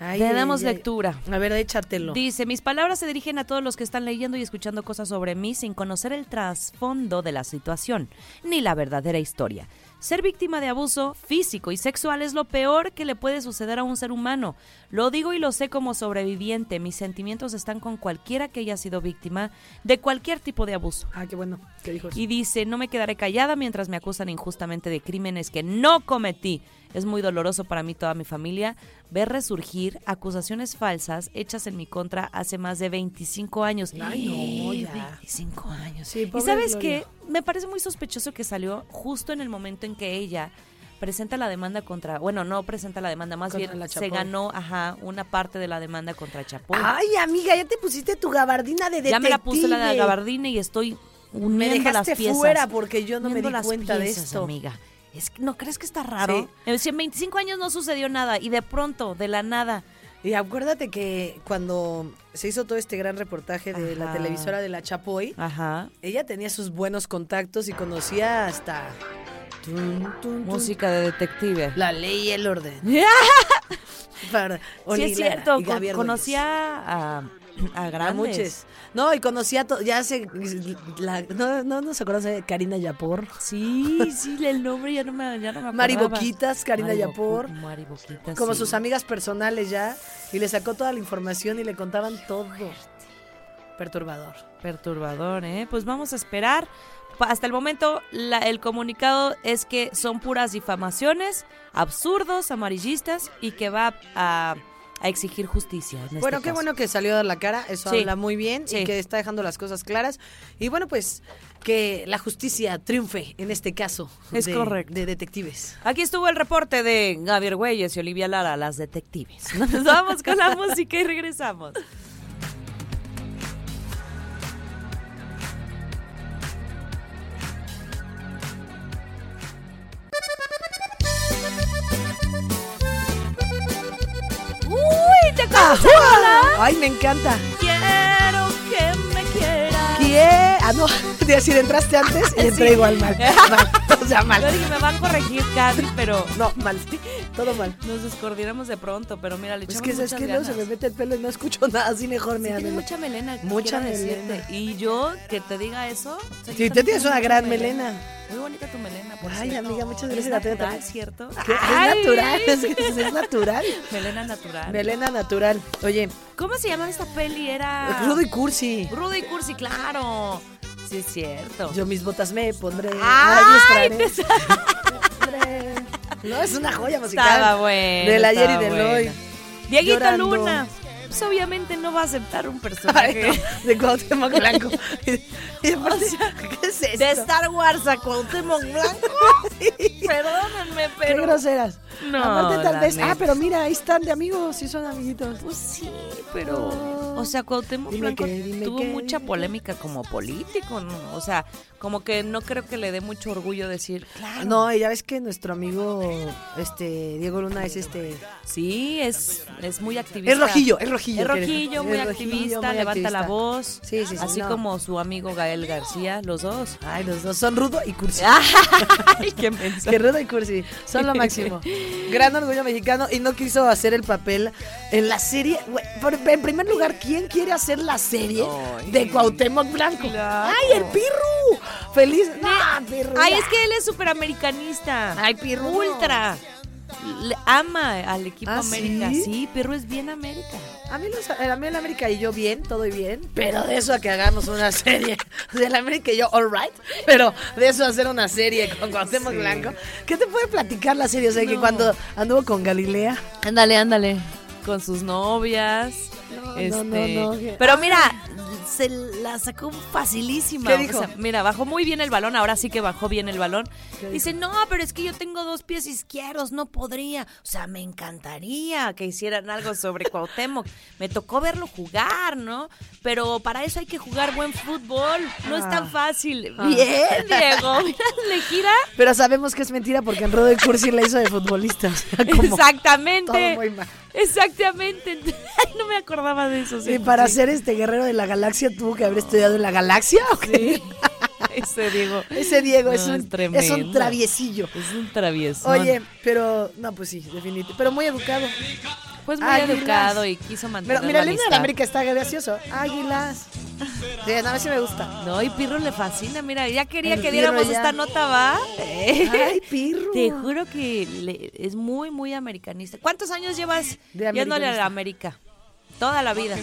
Speaker 4: Ay,
Speaker 3: Le
Speaker 4: ay,
Speaker 3: damos
Speaker 4: ay, ay.
Speaker 3: lectura.
Speaker 4: A ver, échatelo.
Speaker 3: Dice, mis palabras se dirigen a todos los que están leyendo y escuchando cosas sobre mí sin conocer el trasfondo de la situación, ni la verdadera historia. Ser víctima de abuso físico y sexual es lo peor que le puede suceder a un ser humano. Lo digo y lo sé como sobreviviente. Mis sentimientos están con cualquiera que haya sido víctima de cualquier tipo de abuso.
Speaker 4: Ah, qué bueno. ¿Qué dijo eso?
Speaker 3: Y dice, no me quedaré callada mientras me acusan injustamente de crímenes que no cometí. Es muy doloroso para mí y toda mi familia ver resurgir acusaciones falsas hechas en mi contra hace más de 25 años.
Speaker 4: Ay, no, ya.
Speaker 3: 25 años.
Speaker 4: Sí,
Speaker 3: y
Speaker 4: pobre
Speaker 3: sabes
Speaker 4: Gloria.
Speaker 3: qué, me parece muy sospechoso que salió justo en el momento en que ella presenta la demanda contra, bueno, no presenta la demanda, más
Speaker 4: Contra
Speaker 3: bien
Speaker 4: la
Speaker 3: se
Speaker 4: Chapoy. Ah,
Speaker 3: ganó, ajá, una parte de la demanda contra Chapoy.
Speaker 4: Ay, amiga, ya te pusiste tu gabardina de detective.
Speaker 3: ya me la puse la de gabardina y estoy
Speaker 4: Me
Speaker 3: uniendo las
Speaker 4: dejaste
Speaker 3: piezas.
Speaker 4: fuera porque yo no me
Speaker 3: Uniendo
Speaker 4: di
Speaker 3: las
Speaker 4: cuenta de
Speaker 3: piezas,
Speaker 4: esto.
Speaker 3: amiga. Es que, ¿No crees que está raro?
Speaker 4: Sí.
Speaker 3: Es decir, En 25 años no sucedió nada y de pronto, de la nada.
Speaker 4: Y acuérdate que cuando se hizo todo este gran reportaje de la
Speaker 3: Ajá.
Speaker 4: televisora de la Chapoy,
Speaker 3: Ajá.
Speaker 4: ella tenía sus buenos contactos y conocía hasta tun, tun, tun,
Speaker 3: Música de detective.
Speaker 4: la ley y el orden. Para
Speaker 3: sí,
Speaker 4: Oli
Speaker 3: es
Speaker 4: Lara
Speaker 3: cierto.
Speaker 4: y
Speaker 3: con-
Speaker 4: Gaby Argüelles.
Speaker 3: conocía a, a
Speaker 4: a
Speaker 3: grandes.
Speaker 4: muchos. No, y conocía to- ya se la- no, no no se conoce de Karina Yapor.
Speaker 3: Sí, sí, el nombre ya no me, ya no me acordaba.
Speaker 4: Mari Boquitas, Karina
Speaker 3: Mari Bocu-
Speaker 4: Yapor.
Speaker 3: Mari Boquitas,
Speaker 4: Como
Speaker 3: sí.
Speaker 4: sus amigas personales ya, y le sacó toda la información y le contaban todo. Perturbador.
Speaker 3: Perturbador, ¿eh? Pues vamos a esperar. Pa- Hasta el momento, la- el comunicado es que son puras difamaciones, absurdos, amarillistas y que va a, a exigir justicia. en este
Speaker 4: Bueno, qué
Speaker 3: caso.
Speaker 4: bueno que salió a dar la cara, eso
Speaker 3: Sí.
Speaker 4: habla muy bien
Speaker 3: Sí.
Speaker 4: y que está dejando las cosas claras. Y bueno, pues que la justicia triunfe en este caso
Speaker 3: Es
Speaker 4: de,
Speaker 3: correcto.
Speaker 4: de detectives.
Speaker 3: Aquí estuvo el reporte de Gabriel Güelles y Olivia Lara, las detectives. Nos vamos con la música y regresamos. ¡Uy! ¡Te acabas de volar!
Speaker 4: Ay, me encanta.
Speaker 3: Quiero que me quieras.
Speaker 4: ¿Qué? Ah, no, te decir, entraste antes y entré
Speaker 3: Sí.
Speaker 4: igual mal. Mal, O sea,
Speaker 3: Yo
Speaker 4: mal.
Speaker 3: dije, me va a corregir Gaby, pero
Speaker 4: No, mal. Todo mal.
Speaker 3: nos descoordinamos de pronto. Pero mira, le
Speaker 4: Es
Speaker 3: echamos
Speaker 4: Pues que sabes
Speaker 3: Pues muchas
Speaker 4: que luego
Speaker 3: ganas.
Speaker 4: se me mete el pelo y no escucho nada, así mejor me
Speaker 3: Sí, tienes
Speaker 4: ando.
Speaker 3: mucha melena.
Speaker 4: Mucha
Speaker 3: quiero decirte.
Speaker 4: melena.
Speaker 3: Y yo, que te diga eso. o sea, yo
Speaker 4: Sí,
Speaker 3: también
Speaker 4: te tienes
Speaker 3: tengo
Speaker 4: una
Speaker 3: mucha
Speaker 4: gran melena.
Speaker 3: Muy bonita tu melena, por
Speaker 4: Ay,
Speaker 3: cierto.
Speaker 4: amiga, muchas
Speaker 3: Es
Speaker 4: gracias. La tuya
Speaker 3: natural,
Speaker 4: también.
Speaker 3: ¿cierto?
Speaker 4: ¿Qué? Es
Speaker 3: Ay.
Speaker 4: natural, es, es- es natural.
Speaker 3: Melena natural.
Speaker 4: Melena natural. Oye,
Speaker 3: ¿Cómo se llamaba esta peli? Era...
Speaker 4: rudo y cursi.
Speaker 3: Rudo y Cursi, claro. Sí, es cierto.
Speaker 4: Yo mis botas me pondré.
Speaker 3: Ay,
Speaker 4: adiós traeré. No, es una joya musical.
Speaker 3: Estaba bueno.
Speaker 4: Del ayer
Speaker 3: estaba
Speaker 4: y del
Speaker 3: bueno.
Speaker 4: hoy.
Speaker 3: Dieguito
Speaker 4: Llorando.
Speaker 3: Luna. Pues obviamente no va a aceptar un
Speaker 4: Ay,
Speaker 3: personaje.
Speaker 4: no, de Cuauhtémoc Blanco. Y aparte, ¿qué es esto?
Speaker 3: De Star Wars a Cuauhtémoc Blanco. Perdónenme,
Speaker 4: Qué
Speaker 3: pero.
Speaker 4: groseras.
Speaker 3: No,
Speaker 4: Aparte, tal
Speaker 3: la
Speaker 4: vez.
Speaker 3: neta.
Speaker 4: Ah, pero mira, ahí están de amigos. Sí, son amiguitos.
Speaker 3: Pues sí, pero. O sea, Cuauhtémoc
Speaker 4: Dime
Speaker 3: Blanco
Speaker 4: qué, dime
Speaker 3: tuvo
Speaker 4: qué,
Speaker 3: mucha
Speaker 4: dime
Speaker 3: polémica como político, ¿no? O sea, como que no creo que le dé mucho orgullo decir, claro.
Speaker 4: Ah, No, y ya ves que nuestro amigo este Diego Luna es este.
Speaker 3: Sí, es, es muy activista.
Speaker 4: Es rojillo, es rojillo.
Speaker 3: Es
Speaker 4: que eres.
Speaker 3: rojillo, muy
Speaker 4: Es rojillo,
Speaker 3: activista,
Speaker 4: muy
Speaker 3: levanta
Speaker 4: activista.
Speaker 3: la voz.
Speaker 4: Sí, sí, sí,
Speaker 3: Así
Speaker 4: no.
Speaker 3: como su amigo Gael García, los dos.
Speaker 4: Ay, los dos son rudo y cursi.
Speaker 3: Ah. ¡Ay, qué mensaje!
Speaker 4: Que rudo y cursi, son lo máximo. Gran orgullo mexicano y no quiso hacer el papel en la serie. Güey, por- En primer lugar, ¿quién quiere hacer la serie de Cuauhtémoc Blanco?
Speaker 3: claro.
Speaker 4: ¡Ay, el Pirru! ¡Feliz! ¡No, Pirru!
Speaker 3: Ay,
Speaker 4: mira.
Speaker 3: es que él es superamericanista.
Speaker 4: Ay, Pirru.
Speaker 3: Ultra. Le- ama al equipo
Speaker 4: ¿Ah,
Speaker 3: América.
Speaker 4: sí?
Speaker 3: Sí, Pirru es bien América.
Speaker 4: A mí, los, eh, a mí el América y yo bien, todo y bien, pero de eso a que hagamos una serie del América y yo, all right, pero de eso a hacer una serie con Cuauhtémoc Blanco. ¿Qué te puede platicar la serie? O sea, que cuando anduvo con Galilea...
Speaker 3: Ándale, ándale. Con sus novias.
Speaker 4: No, no,
Speaker 3: este,
Speaker 4: no, no, que-
Speaker 3: Pero mira, se la sacó facilísima.
Speaker 4: ¿Qué dijo?
Speaker 3: O sea, mira, bajó muy bien el balón, ahora sí que bajó bien el balón. Dice, no, pero es que yo tengo dos pies izquierdos, no podría. O sea, me encantaría que hicieran algo sobre Cuauhtémoc. Me tocó verlo jugar, ¿no? Pero para eso hay que jugar buen fútbol. No es
Speaker 4: Ah.
Speaker 3: tan fácil. Bien, Diego. Mira, le gira.
Speaker 4: Pero sabemos que es mentira porque en Rodo y Cursi la hizo de futbolista. o sea, como-
Speaker 3: Exactamente.
Speaker 4: todo muy mal.
Speaker 3: Exactamente. Ay, no me acordaba de eso. sí.
Speaker 4: Y para
Speaker 3: Sí.
Speaker 4: ser este guerrero de la galaxia tuvo que haber estudiado en la galaxia o qué?
Speaker 3: Ese Diego.
Speaker 4: Ese Diego es,
Speaker 3: No,
Speaker 4: un,
Speaker 3: tremendo.
Speaker 4: es un traviesillo.
Speaker 3: Es un travieso.
Speaker 4: Oye, pero no, pues sí, definitivamente. Pero muy educado.
Speaker 3: pues muy
Speaker 4: águilas.
Speaker 3: educado y quiso mantener
Speaker 4: Pero mira,
Speaker 3: la
Speaker 4: el himno de la
Speaker 3: amistad.
Speaker 4: América está gracioso. Águilas. Sí, no, a mí sí me gusta.
Speaker 3: No, y Pirro le fascina, mira, ya quería
Speaker 4: El
Speaker 3: que diéramos
Speaker 4: Pirro ya.
Speaker 3: esta nota, ¿va?
Speaker 4: Ay, Pirro.
Speaker 3: Te juro que le- es muy, muy americanista. ¿Cuántos años llevas
Speaker 4: De
Speaker 3: yéndole a
Speaker 4: americanista.
Speaker 3: la América? Toda la vida.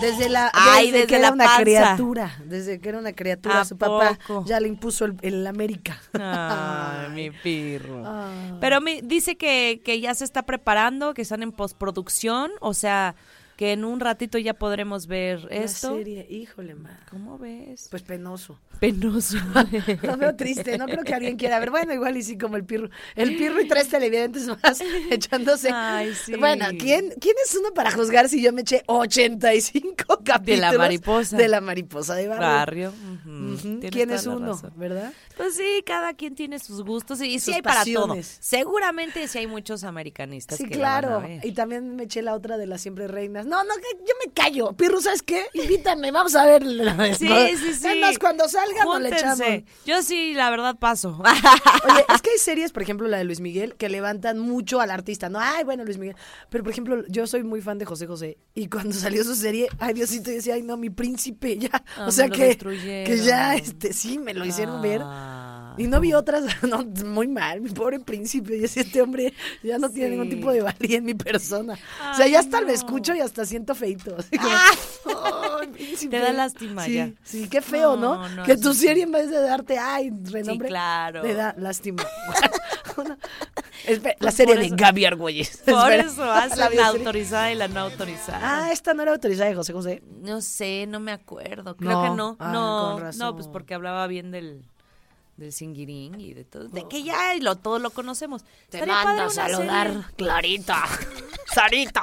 Speaker 4: Desde la
Speaker 3: Ay,
Speaker 4: desde,
Speaker 3: desde
Speaker 4: que era
Speaker 3: la
Speaker 4: una
Speaker 3: panza.
Speaker 4: criatura, desde que era una criatura,
Speaker 3: ¿A
Speaker 4: su papá
Speaker 3: poco?
Speaker 4: ya le impuso el, el América.
Speaker 3: Ay, mi pirro. Pero mi- dice que, que ya se está preparando, que están en postproducción, o sea, que en un ratito ya podremos ver
Speaker 4: La
Speaker 3: esto.
Speaker 4: serie, híjole, ma.
Speaker 3: ¿Cómo ves?
Speaker 4: Pues penoso.
Speaker 3: Penoso.
Speaker 4: Lo veo triste, no creo que alguien quiera ver. Bueno, igual y sí, como el pirro. El pirro y tres televidentes más echándose.
Speaker 3: Ay, sí.
Speaker 4: Bueno, ¿quién, ¿quién es uno para juzgar si yo me eché 85 capítulos?
Speaker 3: mariposa.
Speaker 4: De la mariposa de
Speaker 3: Barrio.
Speaker 4: barrio.
Speaker 3: ujú,
Speaker 4: Ujú,
Speaker 3: tienes
Speaker 4: ¿Quién
Speaker 3: toda
Speaker 4: es
Speaker 3: la
Speaker 4: uno?
Speaker 3: razón.
Speaker 4: ¿Verdad?
Speaker 3: Pues sí, cada quien tiene sus gustos y, sí
Speaker 4: Sus
Speaker 3: hay para
Speaker 4: pasiones.
Speaker 3: todo. Seguramente sí hay muchos americanistas.
Speaker 4: Sí,
Speaker 3: que la van a
Speaker 4: claro.
Speaker 3: ver.
Speaker 4: Y también me eché la otra de las siempre reinas. No, no, que yo me callo. Pirro, ¿sabes qué? Invítame, vamos a ver.
Speaker 3: Sí, sí, sí.
Speaker 4: Es más, cuando salga no le echamos.
Speaker 3: Júntense. Yo sí, la verdad, paso.
Speaker 4: Oye, es que hay series, por ejemplo, la de Luis Miguel, que levantan mucho al artista, ¿no? Ay, bueno, Luis Miguel. Pero, por ejemplo, yo soy muy fan de José José. Y cuando salió su serie, ay, Diosito, yo decía, ay, no, mi príncipe, ya.
Speaker 3: Ah,
Speaker 4: o sea
Speaker 3: me lo
Speaker 4: que,
Speaker 3: destruyeron.
Speaker 4: que ya, este, sí, me lo hicieron ver.
Speaker 3: Ah.
Speaker 4: Y no vi otras, no, muy mal, mi pobre príncipe. Yo decía, este hombre ya no tiene ningún
Speaker 3: Sí.
Speaker 4: tipo de valía en mi persona. o sea,
Speaker 3: Ay,
Speaker 4: ya hasta
Speaker 3: no. Ah.
Speaker 4: lo escucho y hasta siento feito. así como, ay, príncipe.
Speaker 3: Te da lástima
Speaker 4: sí,
Speaker 3: ya.
Speaker 4: Sí, qué feo, ¿no?
Speaker 3: No, no,
Speaker 4: que
Speaker 3: eso
Speaker 4: tu
Speaker 3: sí.
Speaker 4: serie en vez de darte, ay, renombre,
Speaker 3: claro.
Speaker 4: te da lástima. Una- Espera, la
Speaker 3: Pues
Speaker 4: serie
Speaker 3: por
Speaker 4: de
Speaker 3: eso-
Speaker 4: Gaby Argüelles.
Speaker 3: Por
Speaker 4: Espera,
Speaker 3: eso hace
Speaker 4: la
Speaker 3: la,
Speaker 4: bioserie.
Speaker 3: autorizada y la no autorizada.
Speaker 4: Ah, esta no era autorizada de José José.
Speaker 3: No sé, no me acuerdo. Creo
Speaker 4: No.
Speaker 3: que no.
Speaker 4: Ah,
Speaker 3: no,
Speaker 4: con razón.
Speaker 3: no, pues porque hablaba bien del del singuirín y de todo. De que ya lo, todo lo conocemos. Te
Speaker 4: mando a saludar,
Speaker 3: Clarita. Sarita.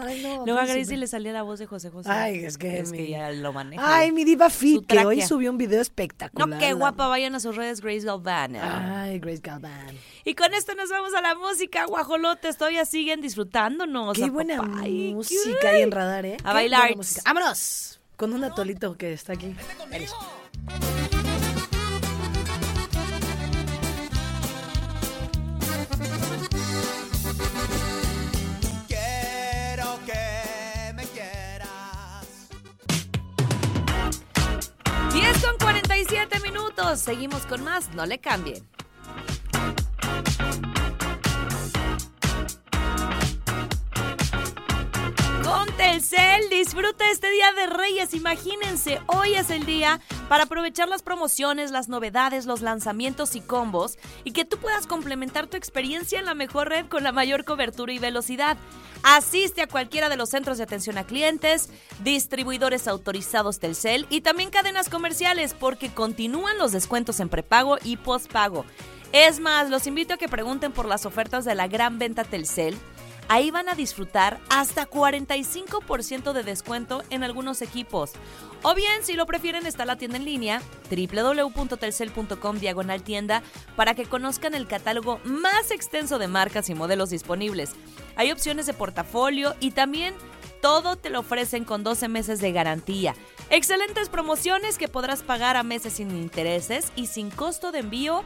Speaker 4: Ay, no.
Speaker 3: Luego a
Speaker 4: príncipe.
Speaker 3: Gracie le salía la voz de José José.
Speaker 4: Ay, es que
Speaker 3: Es
Speaker 4: mi-
Speaker 3: que ya lo maneja.
Speaker 4: Ay, mi diva Fit,
Speaker 3: Su
Speaker 4: que hoy
Speaker 3: tráquea.
Speaker 4: subió un video
Speaker 3: No,
Speaker 4: espectacular.
Speaker 3: qué
Speaker 4: la- Ah.
Speaker 3: guapa. Vayan a sus redes, Grace Galván.
Speaker 4: Ay, Grace Galvan.
Speaker 3: Y con esto nos vamos a la música, guajolotes. Todavía siguen disfrutándonos.
Speaker 4: Qué buena
Speaker 3: apapay. Qué-
Speaker 4: música hay en radar, ¿eh?
Speaker 3: A
Speaker 4: Qué
Speaker 3: bailar.
Speaker 4: buena música. ¡Vámonos! Con un atolito que está aquí.
Speaker 9: Quiero que me quieras.
Speaker 3: 10 con 47 minutos. Seguimos con más. No le cambien. Con Telcel, disfruta este Día de Reyes. Imagínense, hoy es el día para aprovechar las promociones, las novedades, los lanzamientos y combos y que tú puedas complementar tu experiencia en la mejor red con la mayor cobertura y velocidad. Asiste a cualquiera de los centros de atención a clientes, distribuidores autorizados Telcel y también cadenas comerciales porque continúan los descuentos en prepago y postpago. Es más, los invito a que pregunten por las ofertas de la gran venta Telcel Ahí van a disfrutar hasta 45% de descuento en algunos equipos. O bien, si lo prefieren, está la tienda en línea www.telcel.com diagonal tienda para que conozcan el catálogo más extenso de marcas y modelos disponibles. Hay opciones de portafolio y también todo te lo ofrecen con 12 meses de garantía. Excelentes promociones que podrás pagar a meses sin intereses y sin costo de envío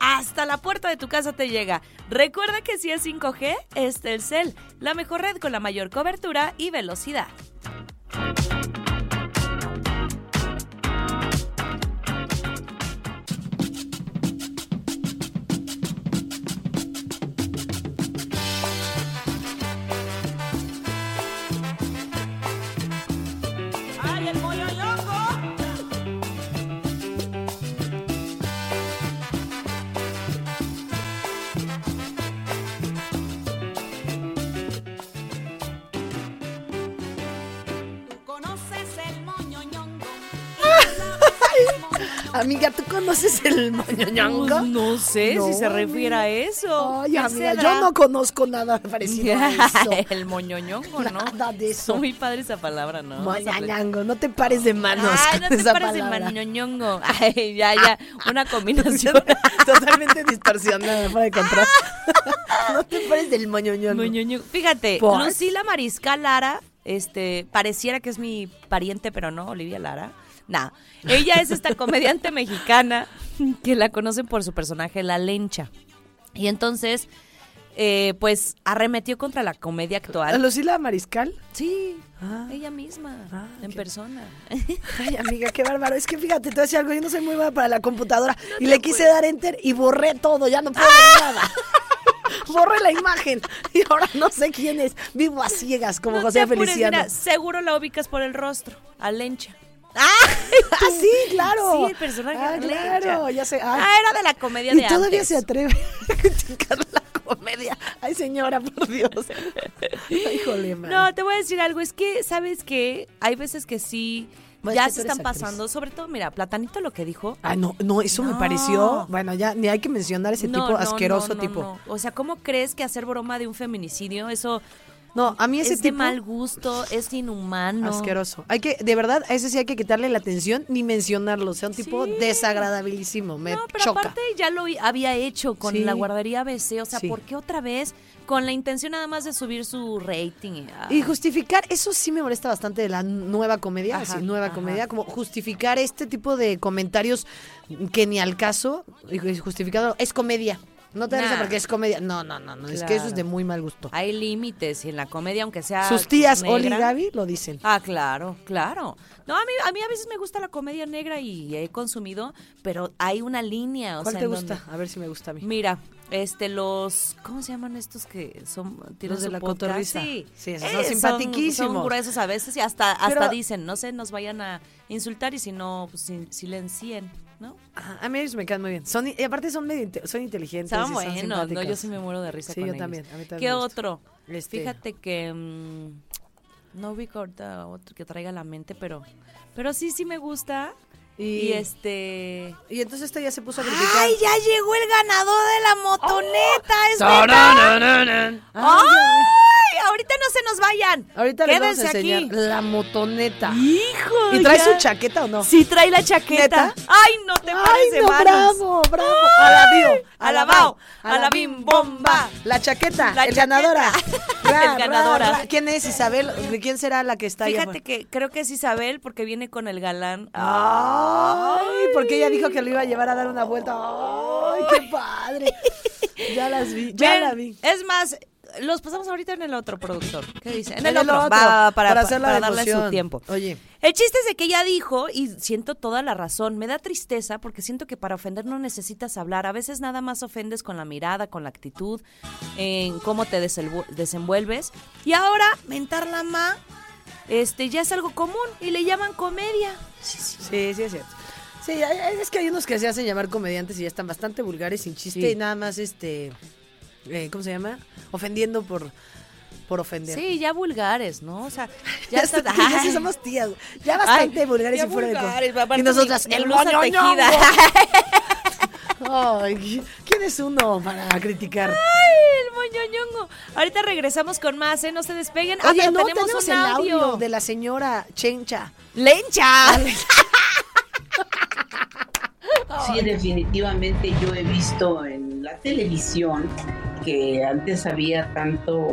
Speaker 3: hasta la puerta de tu casa te llega. Recuerda que si es 5G, es Telcel, la mejor red con la mayor cobertura y velocidad.
Speaker 9: ¡Ay, el pollo loco!
Speaker 10: Tú conoces
Speaker 4: Amiga, ¿tú conoces el moñoñango?
Speaker 3: Pues no sé
Speaker 4: No,
Speaker 3: si se refiere a eso.
Speaker 4: Ay,
Speaker 3: ¿Qué
Speaker 4: amiga,
Speaker 3: Pues será?
Speaker 4: yo no conozco nada parecido a eso.
Speaker 3: El moñoñongo, ¿no?
Speaker 4: Nada de
Speaker 3: Está
Speaker 4: eso.
Speaker 3: muy padre esa palabra, ¿no?
Speaker 4: Moñoñango, no te pares de manos.
Speaker 3: Ay,
Speaker 4: con
Speaker 3: no te
Speaker 4: esa
Speaker 3: pares de
Speaker 4: palabra. Ah.
Speaker 3: mañoñongo. Ay, ya, ya. Una combinación.
Speaker 4: Totalmente distorsionada, fuera de control. no te pares del moñoñongo.
Speaker 3: Moñoñongo. Fíjate,
Speaker 4: ¿Por?
Speaker 3: Lucila Mariscal Lara, este, pareciera que es mi pariente, pero no, Olivia Lara. Nah. Ella es esta comediante mexicana que la conocen por su personaje, La Lencha. Y entonces, eh, pues, arremetió contra la comedia
Speaker 4: ¿A
Speaker 3: actual.
Speaker 4: Lucila Mariscal?
Speaker 3: Sí,
Speaker 4: Ah.
Speaker 3: ella misma,
Speaker 4: Ah,
Speaker 3: en
Speaker 4: qué-
Speaker 3: persona.
Speaker 4: Ay, amiga, qué bárbaro. Es que fíjate, te decía algo, yo no soy muy buena para la computadora. y le quise dar enter y borré todo, ya no puedo
Speaker 3: ¡Ah!
Speaker 4: ver nada. borré la imagen y ahora no sé quién es. Vivo a ciegas como
Speaker 3: No te
Speaker 4: José
Speaker 3: apures,
Speaker 4: Feliciano.
Speaker 3: mira, seguro la ubicas por el rostro, a Lencha.
Speaker 4: ah, sí,
Speaker 3: Sí,
Speaker 4: claro.
Speaker 3: el personaje
Speaker 4: Ah,
Speaker 3: de Lencha.
Speaker 4: claro, ya sé. Ay.
Speaker 3: Ah, era de la comedia
Speaker 4: y
Speaker 3: de
Speaker 4: todavía
Speaker 3: antes.
Speaker 4: se atreve a criticar la comedia. Ay, señora, por Dios. Híjole, man.
Speaker 3: No, te voy a decir algo, es que, ¿sabes qué? Hay veces que sí,
Speaker 4: Bueno, es
Speaker 3: ya
Speaker 4: que
Speaker 3: se
Speaker 4: tú eres
Speaker 3: están
Speaker 4: actriz. Ah,
Speaker 3: pasando, sobre todo, mira, Platanito lo que dijo.
Speaker 4: Ay, no, no, eso me
Speaker 3: No.
Speaker 4: pareció. Bueno, ya ni hay que mencionar ese
Speaker 3: No, no,
Speaker 4: tipo asqueroso
Speaker 3: no, no,
Speaker 4: tipo.
Speaker 3: no. O sea, ¿cómo crees que hacer broma de un feminicidio, eso
Speaker 4: No, a mí ese
Speaker 3: es de
Speaker 4: tipo
Speaker 3: mal gusto, es inhumano?
Speaker 4: asqueroso. Hay que, de verdad, a ese sí hay que quitarle la atención ni mencionarlo. O sea, un tipo desagradabilísimo. Me
Speaker 3: no, pero
Speaker 4: choca.
Speaker 3: aparte ya lo hi- había hecho con
Speaker 4: Sí.
Speaker 3: la guardería ABC, o sea,
Speaker 4: Sí.
Speaker 3: ¿por qué otra vez? Con la intención nada más de subir su rating. Ah.
Speaker 4: Y justificar, eso sí me molesta bastante de la nueva comedia,
Speaker 3: Ajá,
Speaker 4: así, nueva
Speaker 3: ajá.
Speaker 4: comedia, como justificar este tipo de comentarios que ni al caso, y justificado, es comedia. No te da
Speaker 3: Nah.
Speaker 4: risa porque es comedia. No, no, no, no, es que eso es
Speaker 3: Claro.
Speaker 4: de muy mal gusto.
Speaker 3: Hay límites y en la comedia, aunque sea.
Speaker 4: Sus tías
Speaker 3: negra.
Speaker 4: Oli y Gaby lo dicen.
Speaker 3: Ah, claro, claro. No, a mí, a mí a veces me gusta la comedia negra y he consumido, pero hay una línea. O
Speaker 4: ¿Cuál
Speaker 3: sea,
Speaker 4: te
Speaker 3: en
Speaker 4: gusta?
Speaker 3: donde-
Speaker 4: A ver si me gusta a mí.
Speaker 3: mira, este, los. ¿Cómo se llaman estos que son. tienen
Speaker 4: Los de
Speaker 3: su
Speaker 4: la
Speaker 3: podcast?
Speaker 4: cotorrisa.
Speaker 3: Sí,
Speaker 4: Sí, esos
Speaker 3: Eh,
Speaker 4: son simpatiquísimos.
Speaker 3: Son, gruesos a veces y hasta, hasta
Speaker 4: Pero-
Speaker 3: dicen, no se nos vayan a insultar y si no, pues, si- silencien, ¿no?
Speaker 4: Ah, a mí ellos me quedan muy bien. Son, i- y aparte son, medio, inte- son inteligentes. y
Speaker 3: Estaban
Speaker 4: son
Speaker 3: buenos, no,
Speaker 4: simpáticos.
Speaker 3: yo sí me muero de risa
Speaker 4: Sí,
Speaker 3: con
Speaker 4: yo
Speaker 3: ellos.
Speaker 4: también, a mí también
Speaker 3: ¿Qué
Speaker 4: me gusta.
Speaker 3: otro?
Speaker 4: Este-
Speaker 3: Fíjate que mm, no ubico ahorita otro que traiga a la mente, pero pero sí, sí me gusta.
Speaker 4: Y,
Speaker 3: Y, este...
Speaker 4: y entonces esta ya se puso a criticar.
Speaker 3: ¡Ay, ya llegó el ganador de la motoneta! ¡Es
Speaker 4: Ah,
Speaker 3: ¡Ay! Ahorita no se nos vayan.
Speaker 4: Ahorita les vamos a
Speaker 3: Quédense
Speaker 4: enseñar
Speaker 3: aquí.
Speaker 4: la motoneta.
Speaker 3: ¡Hijo!
Speaker 4: ¿Y trae
Speaker 3: ya.
Speaker 4: su chaqueta o no?
Speaker 3: Sí, trae la chaqueta.
Speaker 4: ¿Neta?
Speaker 3: ¡Ay, no te
Speaker 4: Ay,
Speaker 3: parece,
Speaker 4: no,
Speaker 3: Vanos!
Speaker 4: bravo, bravo.
Speaker 3: Ay,
Speaker 4: Alabío,
Speaker 3: alabao, alabim, bomba.
Speaker 4: La chaqueta,
Speaker 3: La
Speaker 4: el ganadora.
Speaker 3: chaqueta.
Speaker 4: Ra,
Speaker 3: El
Speaker 4: ra,
Speaker 3: ganadora.
Speaker 4: ra. ¿Quién es Isabel? ¿De quién será la que está ahí
Speaker 3: Fíjate
Speaker 4: afuera?
Speaker 3: que creo que es Isabel porque viene con el galán.
Speaker 4: Ay, porque ella dijo que lo iba a llevar a dar una vuelta. Ay, qué padre. Ya las vi, ya
Speaker 3: Ven,
Speaker 4: la vi.
Speaker 3: Es más, los pasamos ahorita en el otro productor. ¿Qué dice? En
Speaker 4: En
Speaker 3: el,
Speaker 4: el
Speaker 3: otro.
Speaker 4: otro,
Speaker 3: Va, va, va, para,
Speaker 4: para hacer la
Speaker 3: para darle
Speaker 4: emoción.
Speaker 3: su tiempo.
Speaker 4: Oye.
Speaker 3: El chiste es de que ella dijo, y siento toda la razón, me da tristeza porque siento que para ofender no necesitas hablar. A veces nada más ofendes con la mirada, con la actitud, en cómo te desenvu- desenvuelves. Y ahora, mentar la ma, este, ya es algo común y le llaman comedia.
Speaker 4: Sí, sí es cierto. Sí, hay- hay- es que hay unos que se hacen llamar comediantes y ya están bastante vulgares, sin chiste,
Speaker 3: Sí.
Speaker 4: y nada más, este, eh, ¿cómo se llama? Ofendiendo por, por ofender.
Speaker 3: Sí, ya vulgares, ¿no? O sea,
Speaker 4: Ya,
Speaker 3: ya
Speaker 4: está,
Speaker 3: estás-
Speaker 4: ya sí somos tías. Ya bastante
Speaker 3: Ay,
Speaker 4: vulgares
Speaker 3: ya
Speaker 4: y fuera
Speaker 3: vulgares,
Speaker 4: de con-
Speaker 3: aparte
Speaker 4: Y nosotras,
Speaker 3: mi- mi
Speaker 4: el
Speaker 3: blusa
Speaker 4: moño
Speaker 3: tejida.
Speaker 4: Ay, ¿quién es uno para criticar?
Speaker 3: ¡Ay, el moñoñongo! Ahorita regresamos con más, ¿eh? No se despeguen. Ah,
Speaker 4: Oye,
Speaker 3: pero
Speaker 4: no,
Speaker 3: tenemos,
Speaker 4: tenemos
Speaker 3: un
Speaker 4: el audio.
Speaker 3: audio.
Speaker 4: de la señora Chencha.
Speaker 3: ¡Lencha!
Speaker 11: Sí, definitivamente yo he visto en la televisión que antes había tanto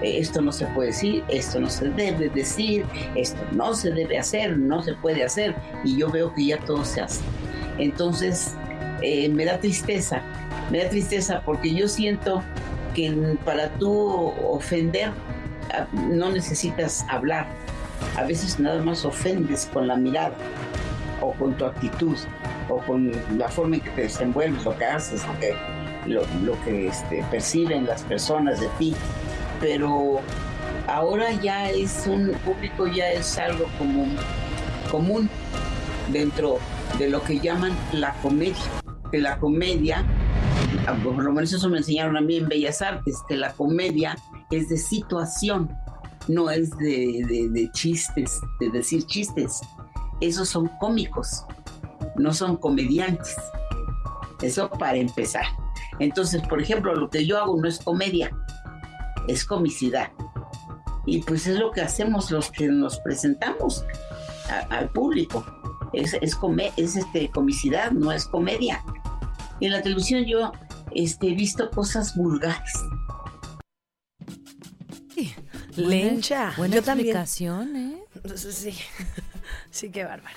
Speaker 11: eh, esto no se puede decir, esto no se debe decir, esto no se debe hacer, no se puede hacer y yo veo que ya todo se hace. Entonces eh, me da tristeza, me da tristeza porque yo siento que en- para tú ofender ah, no necesitas hablar, a veces nada más ofendes con la mirada o con tu actitud o con la forma en que te desenvuelves, lo que haces, lo que, lo, lo que este, perciben las personas de ti. Pero ahora ya es un público, ya es algo común, común dentro de lo que llaman la comedia. Que la comedia, ah, por lo menos eso me enseñaron a mí en Bellas Artes, que la comedia es de situación, no es de, de- de chistes, de decir chistes. Esos son cómicos no son comediantes. Eso para empezar. Entonces, por ejemplo, lo que yo hago no es comedia, es comicidad. Y pues es lo que hacemos los que nos presentamos a- al público. Es, es, come- es, este, comicidad, no es comedia. En la televisión yo este, he visto cosas vulgares.
Speaker 4: Lencha.
Speaker 3: Buena
Speaker 4: Yo también.
Speaker 3: explicación, ¿eh?
Speaker 4: Entonces, sí. Sí, qué bárbara.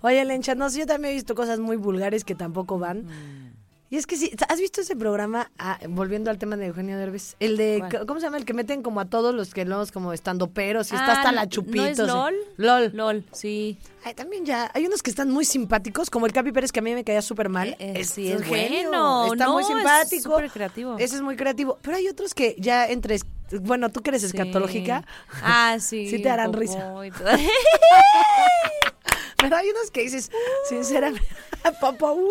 Speaker 4: Oye, Lencha, no sé, yo también he visto cosas muy vulgares que tampoco van.
Speaker 3: Mm.
Speaker 4: Y es que sí, ¿has visto ese programa? Ah, volviendo al tema de Eugenio Derbez. El de,
Speaker 3: ¿Cuál?
Speaker 4: ¿cómo se llama? El que meten como a todos los que los como estando peros y
Speaker 3: Ah,
Speaker 4: está hasta
Speaker 3: ¿no
Speaker 4: la
Speaker 3: es
Speaker 4: chupitos. eh.
Speaker 3: LOL?
Speaker 4: LOL.
Speaker 3: LOL, sí.
Speaker 4: Ay, también ya, hay unos que están muy simpáticos, como el Capi Pérez, que a mí me caía súper mal.
Speaker 3: Eh, eh,
Speaker 4: Es-
Speaker 3: sí, es bueno,
Speaker 4: Está muy
Speaker 3: no, es
Speaker 4: simpático.
Speaker 3: súper creativo.
Speaker 4: Ese es muy creativo. Pero hay otros que ya entre... es- Bueno, tú que eres escatológica.
Speaker 3: Sí. Ah, sí.
Speaker 4: Sí te harán
Speaker 3: popó
Speaker 4: risa.
Speaker 3: y todo.
Speaker 4: Pero hay unos que dices, sinceramente, papá, uh,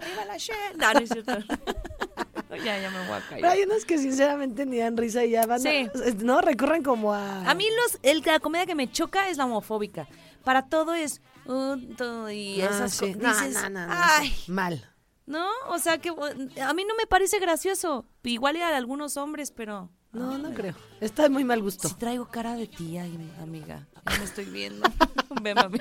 Speaker 4: arriba la shell.
Speaker 3: no, no es cierto. No, ya, ya me voy a
Speaker 4: Pero
Speaker 3: callar.
Speaker 4: hay unos que sinceramente ni dan risa y ya van, a-
Speaker 3: Sí.
Speaker 4: ¿no? Recurren como a...
Speaker 3: A mí los, el- la comedia que me choca es la homofóbica. Para todo es... un, todo y
Speaker 4: Ah,
Speaker 3: esas
Speaker 4: sí.
Speaker 3: co-
Speaker 4: No,
Speaker 3: dices,
Speaker 4: no, no, no,
Speaker 3: Ay,
Speaker 4: sí. Mal.
Speaker 3: ¿no? O sea, que a mí no me parece gracioso. Igual a algunos hombres, pero...
Speaker 4: No, no creo. Está de muy mal gusto.
Speaker 3: Si traigo cara de tía, im- amiga. Ya me estoy viendo. Ve, mami.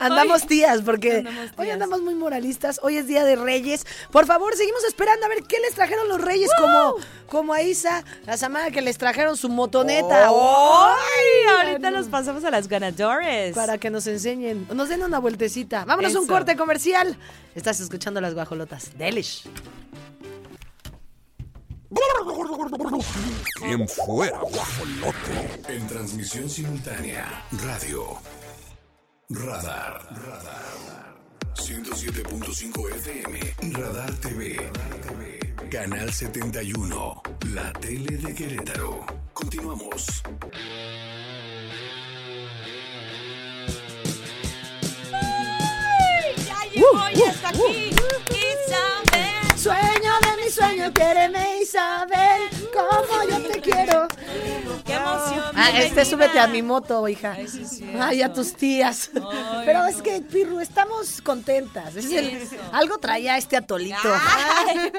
Speaker 4: Andamos
Speaker 3: Ay,
Speaker 4: tías, porque
Speaker 3: andamos
Speaker 4: hoy
Speaker 3: tías.
Speaker 4: andamos muy moralistas. Hoy es Día de Reyes. Por favor, seguimos esperando a ver qué les trajeron los Reyes, como, como a Isa, a Samara, que les trajeron su motoneta.
Speaker 3: Oh. ¡Ay!
Speaker 4: ¡Ay!
Speaker 3: Ahorita nos pasamos a las ganadores.
Speaker 4: oh, Para que nos enseñen, nos den una vueltecita. Vámonos a un
Speaker 3: Eso.
Speaker 4: corte comercial. Estás escuchando las guajolotas. Delish.
Speaker 2: Quien fuera guajolote.
Speaker 5: En transmisión simultánea, radio, radar, radar, 107.5 FM, radar TV, canal 71, la tele de Querétaro. Continuamos.
Speaker 3: ¡Ya llegó!
Speaker 4: Uh,
Speaker 3: ¡Ya está aquí! Isabel.
Speaker 4: Sueño de mi sueño, quiéreme Isabel, como yo te quiero.
Speaker 3: ¡Qué emoción!
Speaker 4: Ah, este
Speaker 3: bienvenida.
Speaker 4: súbete a mi moto, hija.
Speaker 3: Ay, sí, sí,
Speaker 4: Ay, a
Speaker 3: eso.
Speaker 4: tus tías.
Speaker 3: Ay,
Speaker 4: Pero
Speaker 3: no.
Speaker 4: es que, Pirru, estamos contentas. Es el-
Speaker 3: Eso. Ah.
Speaker 4: algo traía este atolito.
Speaker 3: Ay,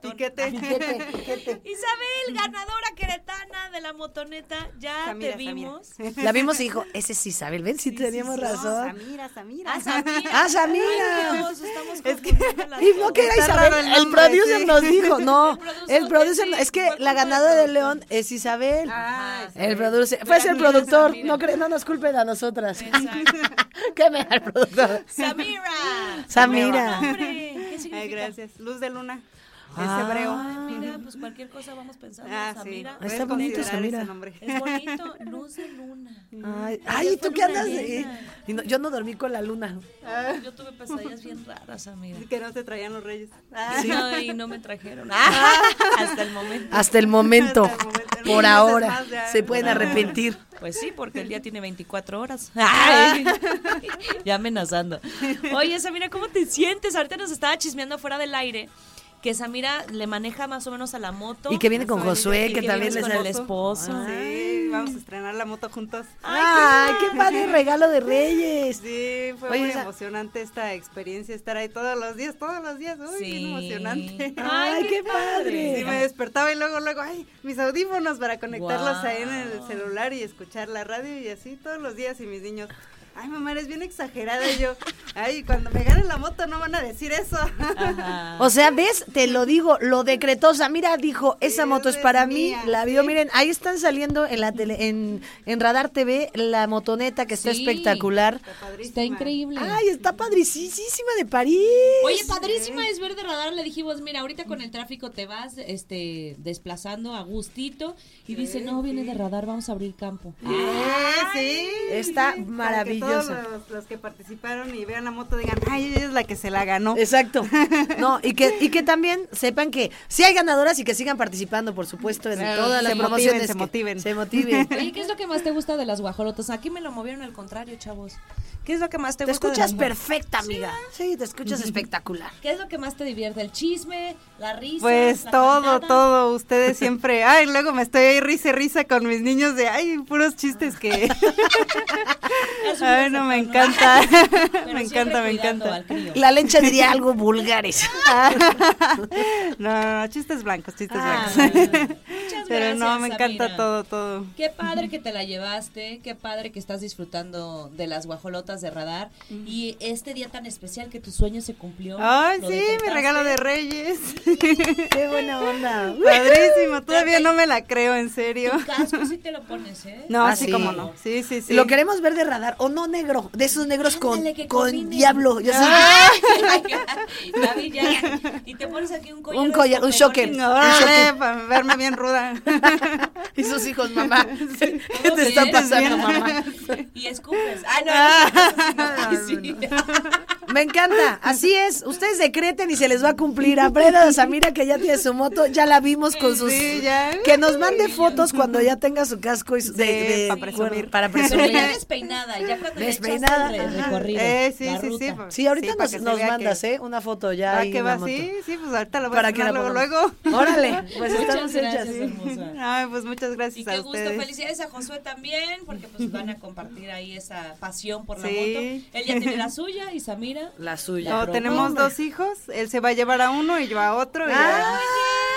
Speaker 3: piquetón.
Speaker 4: Piquete, piquete.
Speaker 3: Isabel, ganadora queretana de la motoneta, ya te vimos.
Speaker 4: La vimos y dijo, ese es Isabel, ven si teníamos razón.
Speaker 9: Samira, Samira.
Speaker 3: Ah, Samira.
Speaker 4: Ah, Samira.
Speaker 3: Ay, Dios, estamos confundiendo las
Speaker 4: Y no que era
Speaker 9: Está
Speaker 4: Isabel,
Speaker 9: raro el
Speaker 4: el,
Speaker 9: nombre,
Speaker 4: producer
Speaker 9: sí.
Speaker 4: nos dijo, no,
Speaker 3: El producer,
Speaker 4: el producer,
Speaker 3: sí,
Speaker 4: es que
Speaker 3: fue
Speaker 4: la
Speaker 3: culpa
Speaker 4: ganadora
Speaker 3: del
Speaker 4: de León es Isabel.
Speaker 9: Ah,
Speaker 4: El producer, pues el productor, no, cre- no nos culpen a nosotras. que me da el productor.
Speaker 3: Samira.
Speaker 4: Samira.
Speaker 3: Hombre, ¿qué significa?
Speaker 9: Ay, gracias. Luz de luna.
Speaker 4: Ah.
Speaker 9: Es hebreo.
Speaker 3: Ah, mira, pues cualquier cosa vamos pensando.
Speaker 9: Ah, sí.
Speaker 3: Samira.
Speaker 9: Puedes
Speaker 4: Está bonito,
Speaker 9: considerar
Speaker 4: Samira.
Speaker 9: ese nombre.
Speaker 3: Es bonito, luz de luna.
Speaker 4: Ay,
Speaker 3: ya
Speaker 4: ay,
Speaker 3: fue
Speaker 4: ¿tú qué
Speaker 3: luna
Speaker 4: andas?
Speaker 3: llena.
Speaker 4: eh? Y no- yo no dormí con la luna.
Speaker 3: Yo tuve pesadillas bien raras, Samira.
Speaker 9: Que no te traían los reyes. Ah,
Speaker 3: No, y no me trajeron. Ah, hasta el momento.
Speaker 4: Hasta el momento,
Speaker 9: Hasta el momento.
Speaker 4: por
Speaker 9: Unos
Speaker 4: ahora,
Speaker 9: más ya. Ah.
Speaker 4: se pueden arrepentir.
Speaker 3: Pues sí, porque el día tiene 24 horas.
Speaker 4: Ah.
Speaker 3: Ay, ya amenazando. Oye, Samira, ¿cómo te sientes? Ahorita nos estaba chismeando fuera del aire que Samira le maneja más o menos a la moto.
Speaker 4: Y que viene con Josué,
Speaker 3: Y
Speaker 4: que también Ah,
Speaker 3: vienes
Speaker 4: les
Speaker 3: con el esposo.
Speaker 9: Sí, vamos a estrenar la moto juntos.
Speaker 4: Ay, qué padre regalo de Reyes.
Speaker 9: Sí, fue
Speaker 4: Oye,
Speaker 9: muy
Speaker 4: esa-
Speaker 9: emocionante esta experiencia, estar ahí todos los días, todos los días. Uy,
Speaker 3: Sí.
Speaker 9: bien emocionante.
Speaker 4: Ay, qué
Speaker 9: Sí, me
Speaker 4: padre.
Speaker 9: despertaba y luego, luego, ay, mis audífonos para conectarlos
Speaker 3: Guau.
Speaker 9: ahí en el celular y escuchar la radio y así todos los días. Y mis niños, ay, mamá, eres bien exagerada. Y yo, ay, cuando me gane la moto no van a decir eso.
Speaker 3: Ajá.
Speaker 4: O sea, ¿ves? Te lo digo, lo decretó Samira, dijo, esa
Speaker 9: Sí,
Speaker 4: moto es
Speaker 9: es
Speaker 4: para mí,
Speaker 9: mía,
Speaker 4: la vio,
Speaker 9: sí.
Speaker 4: miren, ahí están saliendo en la tele, en, en Radar TV, la motoneta que está
Speaker 3: Sí.
Speaker 4: espectacular.
Speaker 9: Padrísima.
Speaker 4: Ay, está padricísima de París.
Speaker 3: Oye, padrísima es ver de radar. Le dijimos, mira, ahorita con el tráfico te vas este, desplazando a gustito. Y dice, no, viene de radar, vamos a abrir campo.
Speaker 9: Ah, sí.
Speaker 4: Está
Speaker 9: Para que todos
Speaker 4: maravillosa.
Speaker 9: los, los que participaron y vean la moto digan, ay, ella es la que se la ganó.
Speaker 4: Exacto. No, y que, y que también sepan que sí hay ganadoras y que sigan participando, por supuesto, en
Speaker 9: Claro,
Speaker 4: todas
Speaker 9: se
Speaker 4: las
Speaker 9: motiven,
Speaker 4: promociones.
Speaker 9: se
Speaker 4: que-
Speaker 9: motiven.
Speaker 4: Se motiven.
Speaker 3: Oye, ¿qué es lo que más te gusta de las guajolotas? Aquí me lo movieron al contrario, chavos. ¿Qué es lo que más te,
Speaker 4: Te
Speaker 3: gusta? de
Speaker 4: escuchas
Speaker 3: las mujeres?
Speaker 4: perfecta, amiga. Sí, te escuchas espectacular.
Speaker 3: ¿Qué es lo que más te divierte? ¿El chisme? ¿La risa?
Speaker 9: Pues
Speaker 3: la
Speaker 9: todo,
Speaker 3: carcajada?
Speaker 9: todo. Ustedes siempre. Ay, luego me estoy ahí risa y risa con mis niños de ay, puros chistes que.
Speaker 3: Es un
Speaker 9: ay, no, me
Speaker 3: decepción, ¿no?
Speaker 9: encanta.
Speaker 3: Pero
Speaker 9: me
Speaker 3: siempre
Speaker 9: encanta, me
Speaker 3: cuidando
Speaker 9: encanta.
Speaker 3: al crío.
Speaker 4: La lencha diría algo vulgares.
Speaker 9: no, no, no, chistes blancos, chistes
Speaker 3: Ah,
Speaker 9: blancos.
Speaker 3: muchas
Speaker 9: Pero no,
Speaker 3: gracias,
Speaker 9: me encanta
Speaker 3: Samira.
Speaker 9: todo, todo.
Speaker 3: Qué padre que te la llevaste, qué padre que estás disfrutando de las guajolotas de radar y este día tan especial que tu sueño se cumplió.
Speaker 9: Mm. Ay,
Speaker 3: lo
Speaker 9: sí, mi
Speaker 3: detectaste.
Speaker 9: regalo de Reyes.
Speaker 4: Qué buena onda.
Speaker 9: Padrísimo, todavía no me la creo, en serio.
Speaker 3: Tu casco sí te lo pones, ¿eh?
Speaker 9: No,
Speaker 4: Ah,
Speaker 9: sí,
Speaker 4: sí.
Speaker 9: como no. Sí, sí, sí.
Speaker 4: Lo queremos ver de radar. O no negro. De esos negros con,
Speaker 3: Ándale, que
Speaker 4: con
Speaker 3: combinen.
Speaker 4: diablo. Ya sabes.
Speaker 3: Gaby, ya. Y te pones aquí un collar.
Speaker 4: Un collar, un shocker.
Speaker 3: No.
Speaker 9: Órale, para verme bien ruda.
Speaker 4: Y sus hijos, mamá. ¿Qué
Speaker 3: ¿Cómo
Speaker 4: te está
Speaker 3: que?
Speaker 4: pasando, mamá?
Speaker 3: Y escupes. Ah, no. sí, sí.
Speaker 4: Me encanta. Así es. Ustedes decreten y se les va a cumplir. Aprendan a Samira que ya tiene su moto. Ya la vimos con sus.
Speaker 9: Sí, ya.
Speaker 4: Que nos mande fotos cuando ya tenga su casco y su- de-
Speaker 9: Sí,
Speaker 4: de-
Speaker 9: para presumir.
Speaker 4: para
Speaker 3: Pero ya
Speaker 4: presumir.
Speaker 3: despeinada, ya cuando
Speaker 4: Despeinada,
Speaker 3: le echas el
Speaker 4: ajá.
Speaker 3: recorrido.
Speaker 9: Eh, sí,
Speaker 3: la
Speaker 9: sí, sí,
Speaker 3: ruta.
Speaker 9: pa-
Speaker 4: Sí, ahorita
Speaker 9: Sí, para
Speaker 4: nos,
Speaker 9: que se
Speaker 4: nos
Speaker 9: vea
Speaker 4: mandas,
Speaker 9: que-
Speaker 4: ¿eh? Una foto ya.
Speaker 9: ¿Para
Speaker 4: ahí
Speaker 9: qué
Speaker 4: en la
Speaker 9: va?
Speaker 4: moto.
Speaker 9: Sí, sí, pues ahorita la voy
Speaker 4: Para
Speaker 9: a
Speaker 4: que la
Speaker 9: poner luego,
Speaker 4: pongamos.
Speaker 9: luego.
Speaker 4: Órale, pues
Speaker 3: Muchas
Speaker 4: estamos hechas.
Speaker 3: gracias, hermosa.
Speaker 9: Ay, pues muchas gracias
Speaker 3: Y
Speaker 9: a
Speaker 3: qué gusto,
Speaker 9: ustedes.
Speaker 3: felicidades a Josué también, porque pues van a compartir ahí esa pasión por la
Speaker 9: Sí.
Speaker 3: moto. Él ya tiene la suya y Samira.
Speaker 4: La suya.
Speaker 9: No,
Speaker 3: Pero-
Speaker 9: tenemos
Speaker 4: Hombre.
Speaker 9: dos hijos, él se va a llevar a uno y yo a otro. y ya.
Speaker 1: Ah.
Speaker 4: ¡Ay,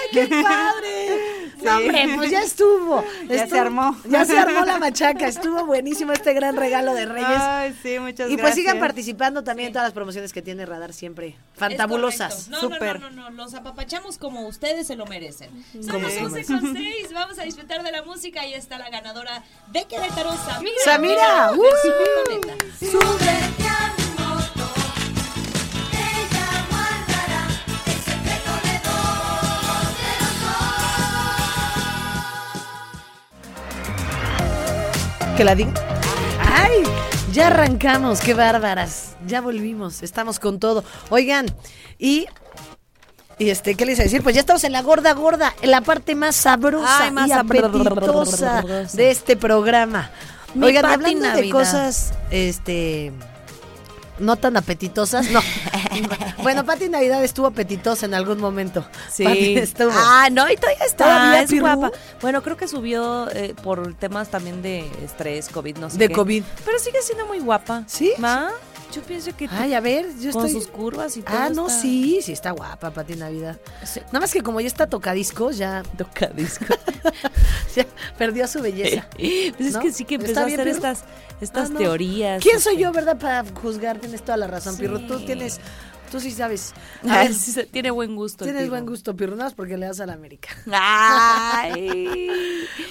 Speaker 4: qué padre!
Speaker 9: Sí.
Speaker 4: No, hombre, pues ya estuvo.
Speaker 9: Ya
Speaker 4: Estuvo-
Speaker 9: se armó.
Speaker 4: Ya se armó la machaca. Estuvo buenísimo este gran regalo de Reyes.
Speaker 9: Ay, sí, muchas gracias.
Speaker 4: y pues sigan participando también en todas las promociones que tiene Radar siempre. Fantabulosas.
Speaker 3: Es correcto. No,
Speaker 9: Súper.
Speaker 3: No, no, no, no, los apapachamos como ustedes se lo merecen. Somos 11 con 6, vamos a disfrutar de la música y está la ganadora de Querétaro, Samira.
Speaker 4: Samira,
Speaker 3: Rivera, versión completa.
Speaker 6: Súbete a mi moto, ella guardará el secreto de dos, de los
Speaker 4: Que la diga. ¡Ay! Ya arrancamos, qué bárbaras. Ya volvimos, estamos con todo. Oigan, y. Y este, ¿qué les iba a decir? Pues ya estamos en la gorda gorda, en la parte más sabrosa
Speaker 3: Ay, más
Speaker 4: y
Speaker 3: sabr-
Speaker 4: apetitosa de este programa.
Speaker 3: Mi
Speaker 4: Oigan,
Speaker 3: Pati
Speaker 4: hablando de
Speaker 3: Navidad.
Speaker 4: cosas, este. No tan apetitosas, no. bueno, Pati Navidad estuvo apetitosa en algún momento. Pati estuvo.
Speaker 3: Ah, no, y todavía está.
Speaker 4: ¿Todavía,
Speaker 3: es
Speaker 4: Pirru?
Speaker 3: guapa. Bueno, creo que subió eh, por temas también de estrés, COVID, no sé.
Speaker 4: De
Speaker 3: qué.
Speaker 4: COVID.
Speaker 3: Pero sigue siendo muy guapa.
Speaker 4: ¿Sí?
Speaker 3: ¿Ma? Yo pienso que.
Speaker 4: Ay, a ver, yo
Speaker 3: con
Speaker 4: estoy.
Speaker 3: sus curvas y todo.
Speaker 4: Ah, no,
Speaker 3: está-
Speaker 4: sí, sí está guapa Pati Navidad.
Speaker 3: Sí.
Speaker 4: Nada más que como ya está tocadiscos, ya,
Speaker 3: Tocadiscos.
Speaker 4: ya perdió su belleza.
Speaker 3: Pues es
Speaker 4: ¿No?
Speaker 3: que sí que
Speaker 4: ¿Está
Speaker 3: empezó a
Speaker 4: bien,
Speaker 3: hacer
Speaker 4: Pirru?
Speaker 3: estas, estas
Speaker 4: Ah, no.
Speaker 3: teorías.
Speaker 4: ¿Quién soy
Speaker 3: este.
Speaker 4: yo, verdad, para juzgar? Tienes toda la razón,
Speaker 3: Sí.
Speaker 4: Pirro. Tú tienes, tú sí sabes. A
Speaker 3: Ah,
Speaker 4: ver,
Speaker 3: sí, se- tiene buen gusto. el
Speaker 4: tienes
Speaker 3: Pirru.
Speaker 4: buen gusto, Pirro, nada más porque le das a la América.
Speaker 3: Ay.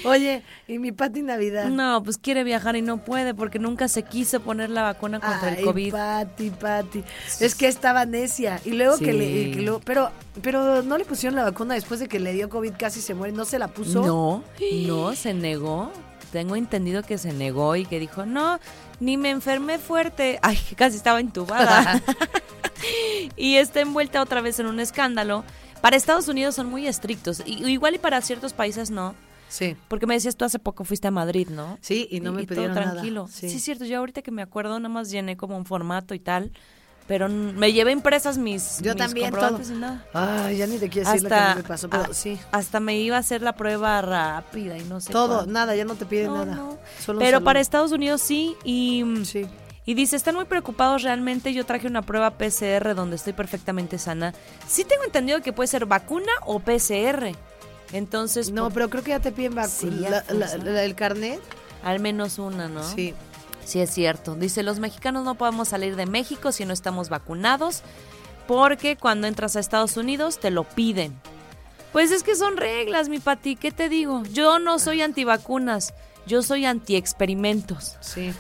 Speaker 4: Oye, y mi Pati Navidad.
Speaker 3: No, pues quiere viajar y no puede porque nunca se quiso poner la vacuna contra
Speaker 4: Ay,
Speaker 3: el COVID.
Speaker 4: Pati, Pati. Es que estaba necia. Y luego que
Speaker 3: Sí.
Speaker 4: le. y que luego- pero, pero no le pusieron la vacuna después de que le dio COVID, casi se muere. ¿No se la puso?
Speaker 3: No, no, se negó. Tengo entendido que se negó y que dijo, no, ni me enfermé fuerte. Ay, que casi estaba entubada. y está envuelta otra vez en un escándalo. Para Estados Unidos son muy estrictos. Y, igual y para ciertos países no.
Speaker 4: Sí.
Speaker 3: Porque me decías tú hace poco fuiste a Madrid, ¿no?
Speaker 4: Sí, y no me pidieron
Speaker 3: todo
Speaker 4: nada.
Speaker 3: tranquilo.
Speaker 4: Sí.
Speaker 3: Sí. es cierto. Yo ahorita que me acuerdo, nada más llené como un formato y tal. Pero n- me llevé impresas mis.
Speaker 4: Yo
Speaker 3: mis
Speaker 4: también, todo.
Speaker 3: comprobantes y nada.
Speaker 4: Ay, ya ni te quiero decir lo que a
Speaker 3: Hasta,
Speaker 4: mí me pasó, pero
Speaker 3: a-
Speaker 4: sí.
Speaker 3: hasta me iba a hacer la prueba rápida y no sé.
Speaker 4: Todo,
Speaker 3: cuánto.
Speaker 4: nada, ya no te pide
Speaker 3: No,
Speaker 4: nada.
Speaker 3: no.
Speaker 4: Solo un
Speaker 3: Pero
Speaker 4: saludo.
Speaker 3: para este Estados Unidos sí y,
Speaker 4: Sí.
Speaker 3: y dice, están muy preocupados realmente, yo traje una prueba PCR donde estoy perfectamente sana. Sí tengo entendido que puede ser vacuna o PCR. Entonces, pues,
Speaker 4: No,
Speaker 3: por-
Speaker 4: pero creo que ya te piden vacu-
Speaker 3: Sí, ya
Speaker 4: la- la-
Speaker 3: funciona.
Speaker 4: la- el carnet.
Speaker 3: al menos una, ¿no?
Speaker 4: Sí.
Speaker 3: Sí, es cierto. Dice, los mexicanos no podemos salir de México si no estamos vacunados, porque cuando entras a Estados Unidos te lo piden. Pues es que son reglas, mi Pati, ¿qué te digo? Yo no soy antivacunas, yo soy antiexperimentos.
Speaker 4: Sí.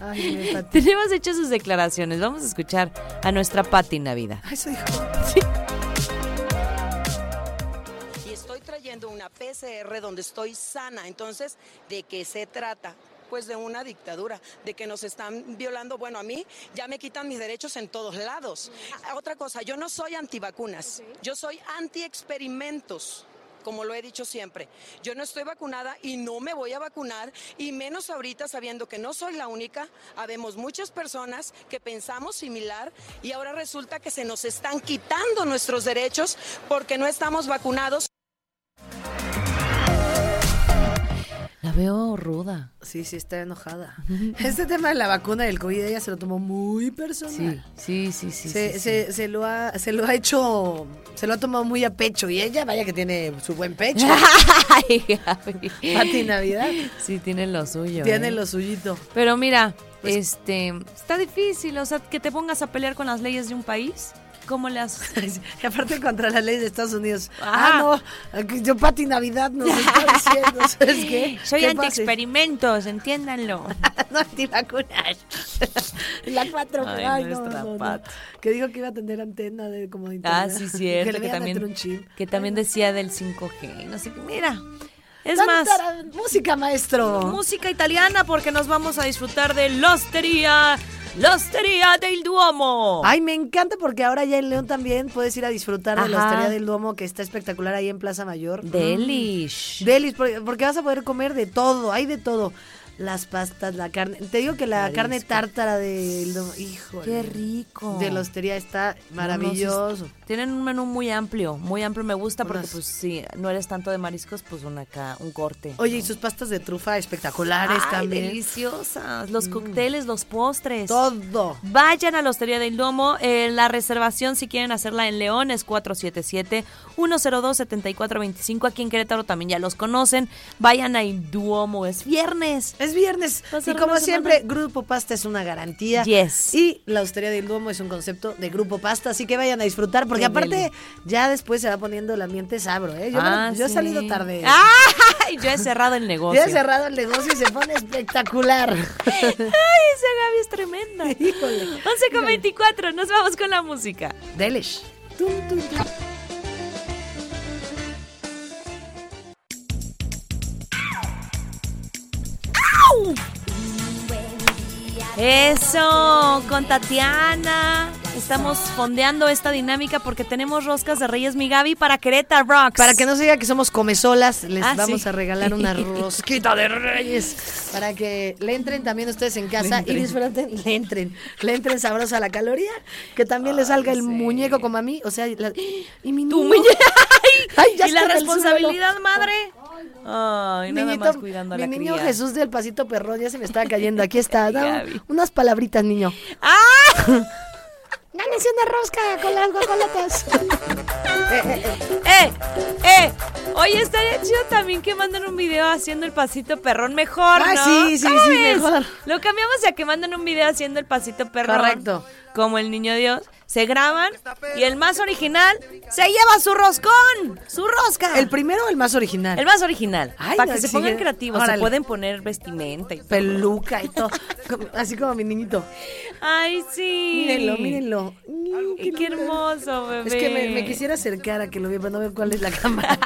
Speaker 4: Ay, me pateé.
Speaker 3: Tenemos hechas sus declaraciones. Vamos a escuchar a nuestra Pati Navidad.
Speaker 4: Ay, soy
Speaker 12: y estoy trayendo una PCR donde estoy sana. Entonces, ¿de qué se trata? Pues de una dictadura, de que nos están violando. Bueno, a mí ya me quitan mis derechos en todos lados. Ah, Otra cosa, yo no soy antivacunas, yo soy antiexperimentos.
Speaker 9: como lo he dicho siempre. Yo no estoy vacunada y no me voy a vacunar, y menos ahorita sabiendo que no soy la única. Habemos muchas personas que pensamos similar y ahora resulta que se nos están quitando nuestros derechos porque no estamos vacunados.
Speaker 3: La veo ruda.
Speaker 4: Sí, sí, está enojada. Este tema de la vacuna del COVID ella se lo tomó muy personal.
Speaker 3: Sí, sí, sí.
Speaker 4: se,
Speaker 3: sí,
Speaker 4: se- se lo ha, se lo ha hecho, se lo ha tomado muy a pecho y ella, vaya que tiene su buen pecho.
Speaker 3: Ay, Gaby.
Speaker 4: Pati Navidad
Speaker 3: Sí, tiene lo suyo.
Speaker 4: tiene
Speaker 3: ¿eh?
Speaker 4: lo suyito.
Speaker 3: Pero mira,
Speaker 4: Pues-
Speaker 3: este, está difícil, o sea, que te pongas a pelear con las leyes de un país. ¿Cómo le haces?
Speaker 4: Y aparte contra la ley de Estados Unidos.
Speaker 3: Ah.
Speaker 4: Ah, no, yo Pati Navidad nos está diciendo, ¿sabes qué?
Speaker 3: Soy
Speaker 4: ¿Qué
Speaker 3: anti-experimentos, entiéndanlo.
Speaker 4: pase? No antivacunas. la 4
Speaker 3: Ay,
Speaker 4: Ay, no,
Speaker 3: nuestra
Speaker 4: no, no.
Speaker 3: Pati.
Speaker 4: Que dijo que iba a tener antena de como de
Speaker 3: Ah,
Speaker 4: internet.
Speaker 3: sí, cierto.
Speaker 4: Que le
Speaker 3: Que,
Speaker 4: vayan a meter
Speaker 3: también,
Speaker 4: un chip.
Speaker 3: que también decía del 5G. y No sé qué. Mira, es
Speaker 4: Tan,
Speaker 3: más,
Speaker 4: taran, música maestro.
Speaker 3: música italiana porque nos vamos a disfrutar de L'Osteria, L'Osteria del Duomo.
Speaker 4: Ay, me encanta porque ahora ya en León también puedes ir a disfrutar de la
Speaker 3: Ajá.
Speaker 4: Hostería del Duomo que está espectacular ahí en Plaza Mayor.
Speaker 3: Delish.
Speaker 4: Delis, por- porque vas a poder comer de todo, hay de todo. Las pastas, la carne. Te digo que la carne tártara del. do- Híjole.
Speaker 3: Qué rico.
Speaker 4: De la hostería está maravilloso.
Speaker 3: Unos- tienen un menú muy amplio, muy amplio. Me gusta porque,
Speaker 4: Unas-
Speaker 3: pues, si no eres tanto de mariscos, pues una acá, un corte.
Speaker 4: Oye, y sus pastas de trufa espectaculares
Speaker 3: Ay,
Speaker 4: también. Mm.
Speaker 3: deliciosas. Los cócteles, los postres.
Speaker 4: Todo.
Speaker 3: Vayan a la Hostería del Domo. Eh, la reservación, si quieren hacerla en León, es 477-102-7425. Aquí en Querétaro también ya los conocen. Vayan a Duomo, es viernes.
Speaker 4: Es viernes.
Speaker 3: Va a ser
Speaker 4: Y como
Speaker 3: una
Speaker 4: siempre, Grupo Pasta es una garantía.
Speaker 3: Yes.
Speaker 4: Y la hostería del Duomo es un concepto de Grupo Pasta, así que vayan a disfrutar, porque
Speaker 3: Qué
Speaker 4: aparte
Speaker 3: deli.
Speaker 4: ya después se va poniendo el ambiente sabro, ¿eh? Yo, me-
Speaker 3: Ah,
Speaker 4: yo he
Speaker 3: sí.
Speaker 4: salido tarde.
Speaker 3: ¡Ay! Yo he cerrado el negocio.
Speaker 4: Ya he cerrado el negocio y se pone espectacular.
Speaker 3: ¡Ay, esa Gaby es tremenda! 11 con 24, nos vamos con la música.
Speaker 4: Delish.
Speaker 3: Eso, con Tatiana. Estamos fondeando esta dinámica porque tenemos roscas de Reyes Mi Gaby para Querétaro Rocks.
Speaker 4: Para que no se diga que somos comezolas, les
Speaker 3: Ah,
Speaker 4: vamos
Speaker 3: sí.
Speaker 4: a regalar una rosquita de reyes. Para que le entren también ustedes en casa y disfruten, le entren, le entren sabrosa a la caloría, que también le salga el muñeco como a mí. O sea, la- y mi
Speaker 3: Tu
Speaker 4: niño.
Speaker 3: muñe-
Speaker 4: Ay, ya
Speaker 3: y la
Speaker 4: está en el
Speaker 3: responsabilidad,
Speaker 4: suelo.
Speaker 3: madre. Ay, nada
Speaker 4: Niñito,
Speaker 3: más cuidando a
Speaker 4: mi
Speaker 3: la
Speaker 4: niño
Speaker 3: cría.
Speaker 4: Jesús del pasito perrón ya se me estaba cayendo. Aquí está. da un-
Speaker 3: Gaby.
Speaker 4: unas palabritas, niño.
Speaker 3: ¡Ah!
Speaker 4: Gánense una rosca con las guacolotas.
Speaker 3: ¡Eh! ¡Eh! Oye, estaría chido también que manden un video haciendo el pasito perrón mejor,
Speaker 4: Ah,
Speaker 3: ¿no?
Speaker 4: sí, sí,
Speaker 3: ¿Cómo
Speaker 4: sí,
Speaker 3: ves?
Speaker 4: mejor.
Speaker 3: Lo cambiamos a que manden un video haciendo el pasito perrón.
Speaker 4: Correcto.
Speaker 3: Como el niño Dios. Se graban y el más original se lleva su roscón, su rosca.
Speaker 4: ¿El primero o el más original?
Speaker 3: El más original.
Speaker 4: Ay,
Speaker 3: para
Speaker 4: no,
Speaker 3: que se
Speaker 4: sí,
Speaker 3: pongan
Speaker 4: eh.
Speaker 3: creativos. Se
Speaker 4: Órale.
Speaker 3: pueden poner vestimenta y todo.
Speaker 4: peluca y todo. Como- así como mi niñito.
Speaker 3: Ay, sí.
Speaker 4: Mírenlo, mírenlo.
Speaker 3: Y qué hermoso, bebé.
Speaker 4: Es que me, me quisiera acercar a que lo vea, pero no veo cuál es la cámara.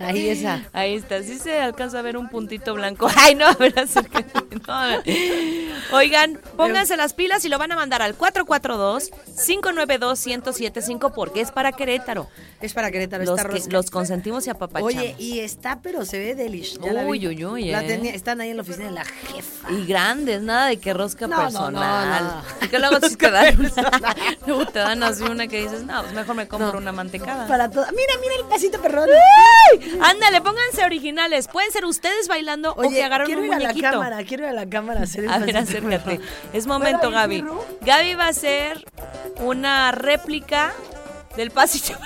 Speaker 4: Ahí esa.
Speaker 3: Ahí está, sí se alcanza a ver un puntito blanco. Ay, no, pero acércate, no. Oigan, pónganse las pilas y lo van a mandar al 442-592-1075 porque es para Querétaro.
Speaker 4: Es para Querétaro,
Speaker 3: Los,
Speaker 4: está
Speaker 3: que-
Speaker 4: rosca.
Speaker 3: los consentimos y apapachamos.
Speaker 4: Oye, y está, pero se ve delish. Ya la
Speaker 3: Uy,
Speaker 4: vi.
Speaker 3: uy, uy,
Speaker 4: La
Speaker 3: eh.
Speaker 4: tenía- están ahí en la oficina de la jefa.
Speaker 3: Y grandes, nada de que rosca
Speaker 4: No, no,
Speaker 3: personal.
Speaker 4: no, no.
Speaker 3: Porque luego sí te dan, luego te dan así una que dices, no, pues mejor me compro una mantecada.
Speaker 4: Para todo. Mira, mira el pasito perrón.
Speaker 3: ¡Ay! Ándale, pónganse originales. Pueden ser ustedes bailando o que
Speaker 4: Oye,
Speaker 3: agarren
Speaker 4: quiero
Speaker 3: un
Speaker 4: ir a la
Speaker 3: muñequito.
Speaker 4: cámara, quiero ir a la cámara a hacer el
Speaker 3: A ver,
Speaker 4: pasito
Speaker 3: acércate.
Speaker 4: perrón.
Speaker 3: Es momento,
Speaker 4: ¿Puedo ir,
Speaker 3: Gaby.
Speaker 4: Ru?
Speaker 3: Gaby va a hacer una réplica del pasillo.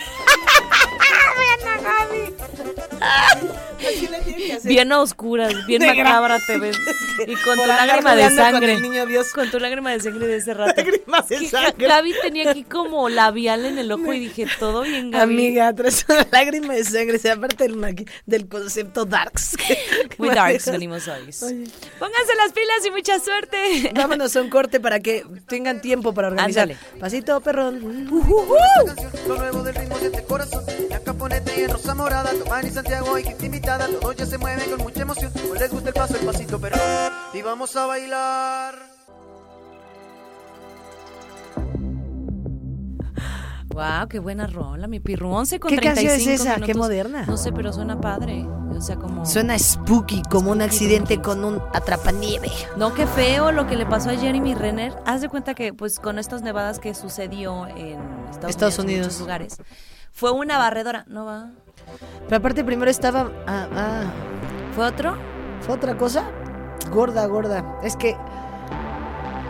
Speaker 4: ¿Qué le tiene que hacer?
Speaker 3: Bien a oscuras, bien macabra te ves. Y con tu
Speaker 4: Por andar
Speaker 3: lágrima de
Speaker 4: jugando con
Speaker 3: sangre.
Speaker 4: el niño Dios.
Speaker 3: Con tu lágrima de sangre de ese rato.
Speaker 4: Lágrimas de
Speaker 3: Que Ga-
Speaker 4: sangre.
Speaker 3: Gaby tenía aquí como labial en el ojo y dije, todo bien, Gaby.
Speaker 4: Amiga, traes una lágrima de sangre, se aparte del, maqui- del concepto darks. que- que
Speaker 3: Muy darks
Speaker 4: manejas.
Speaker 3: venimos hoy.
Speaker 4: Oye.
Speaker 3: Pónganse las pilas y mucha suerte.
Speaker 4: Vámonos a un corte para que tengan tiempo para organizar.
Speaker 3: Ándale.
Speaker 4: Pasito, perrón.
Speaker 1: Lo nuevo del ritmo de este corazón La caponeta y el rosa morada Tomán y Santiago y gente invitada Todos ya se mueven con mucha emoción Como les gusta el paso, el pasito pero Y vamos a bailar
Speaker 3: Wow, qué buena rola, mi pirru. 11 con
Speaker 4: ¿Qué canción
Speaker 3: 35
Speaker 4: es esa? Qué
Speaker 3: minutos.
Speaker 4: moderna.
Speaker 3: No sé, pero suena padre. O sea, como...
Speaker 4: Suena spooky, como un accidente con un atrapanieve.
Speaker 3: No, qué feo lo que le pasó a Jeremy Renner. Haz de cuenta que, pues, con estas nevadas que sucedió en Estados,
Speaker 4: Estados
Speaker 3: en
Speaker 4: Unidos.
Speaker 3: muchos lugares, fue una barredora. ¿No va?
Speaker 4: Pero aparte primero estaba... Ah, ah,
Speaker 3: ¿Fue otro?
Speaker 4: ¿fue otra cosa? Gorda, gorda. Es que...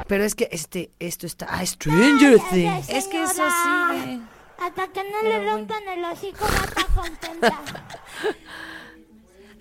Speaker 4: Pero es que este, esto está... Ah, Stranger Things.
Speaker 3: Es que eso sí. güey.
Speaker 6: Hasta que no le rompan el hocico, va a estar contenta.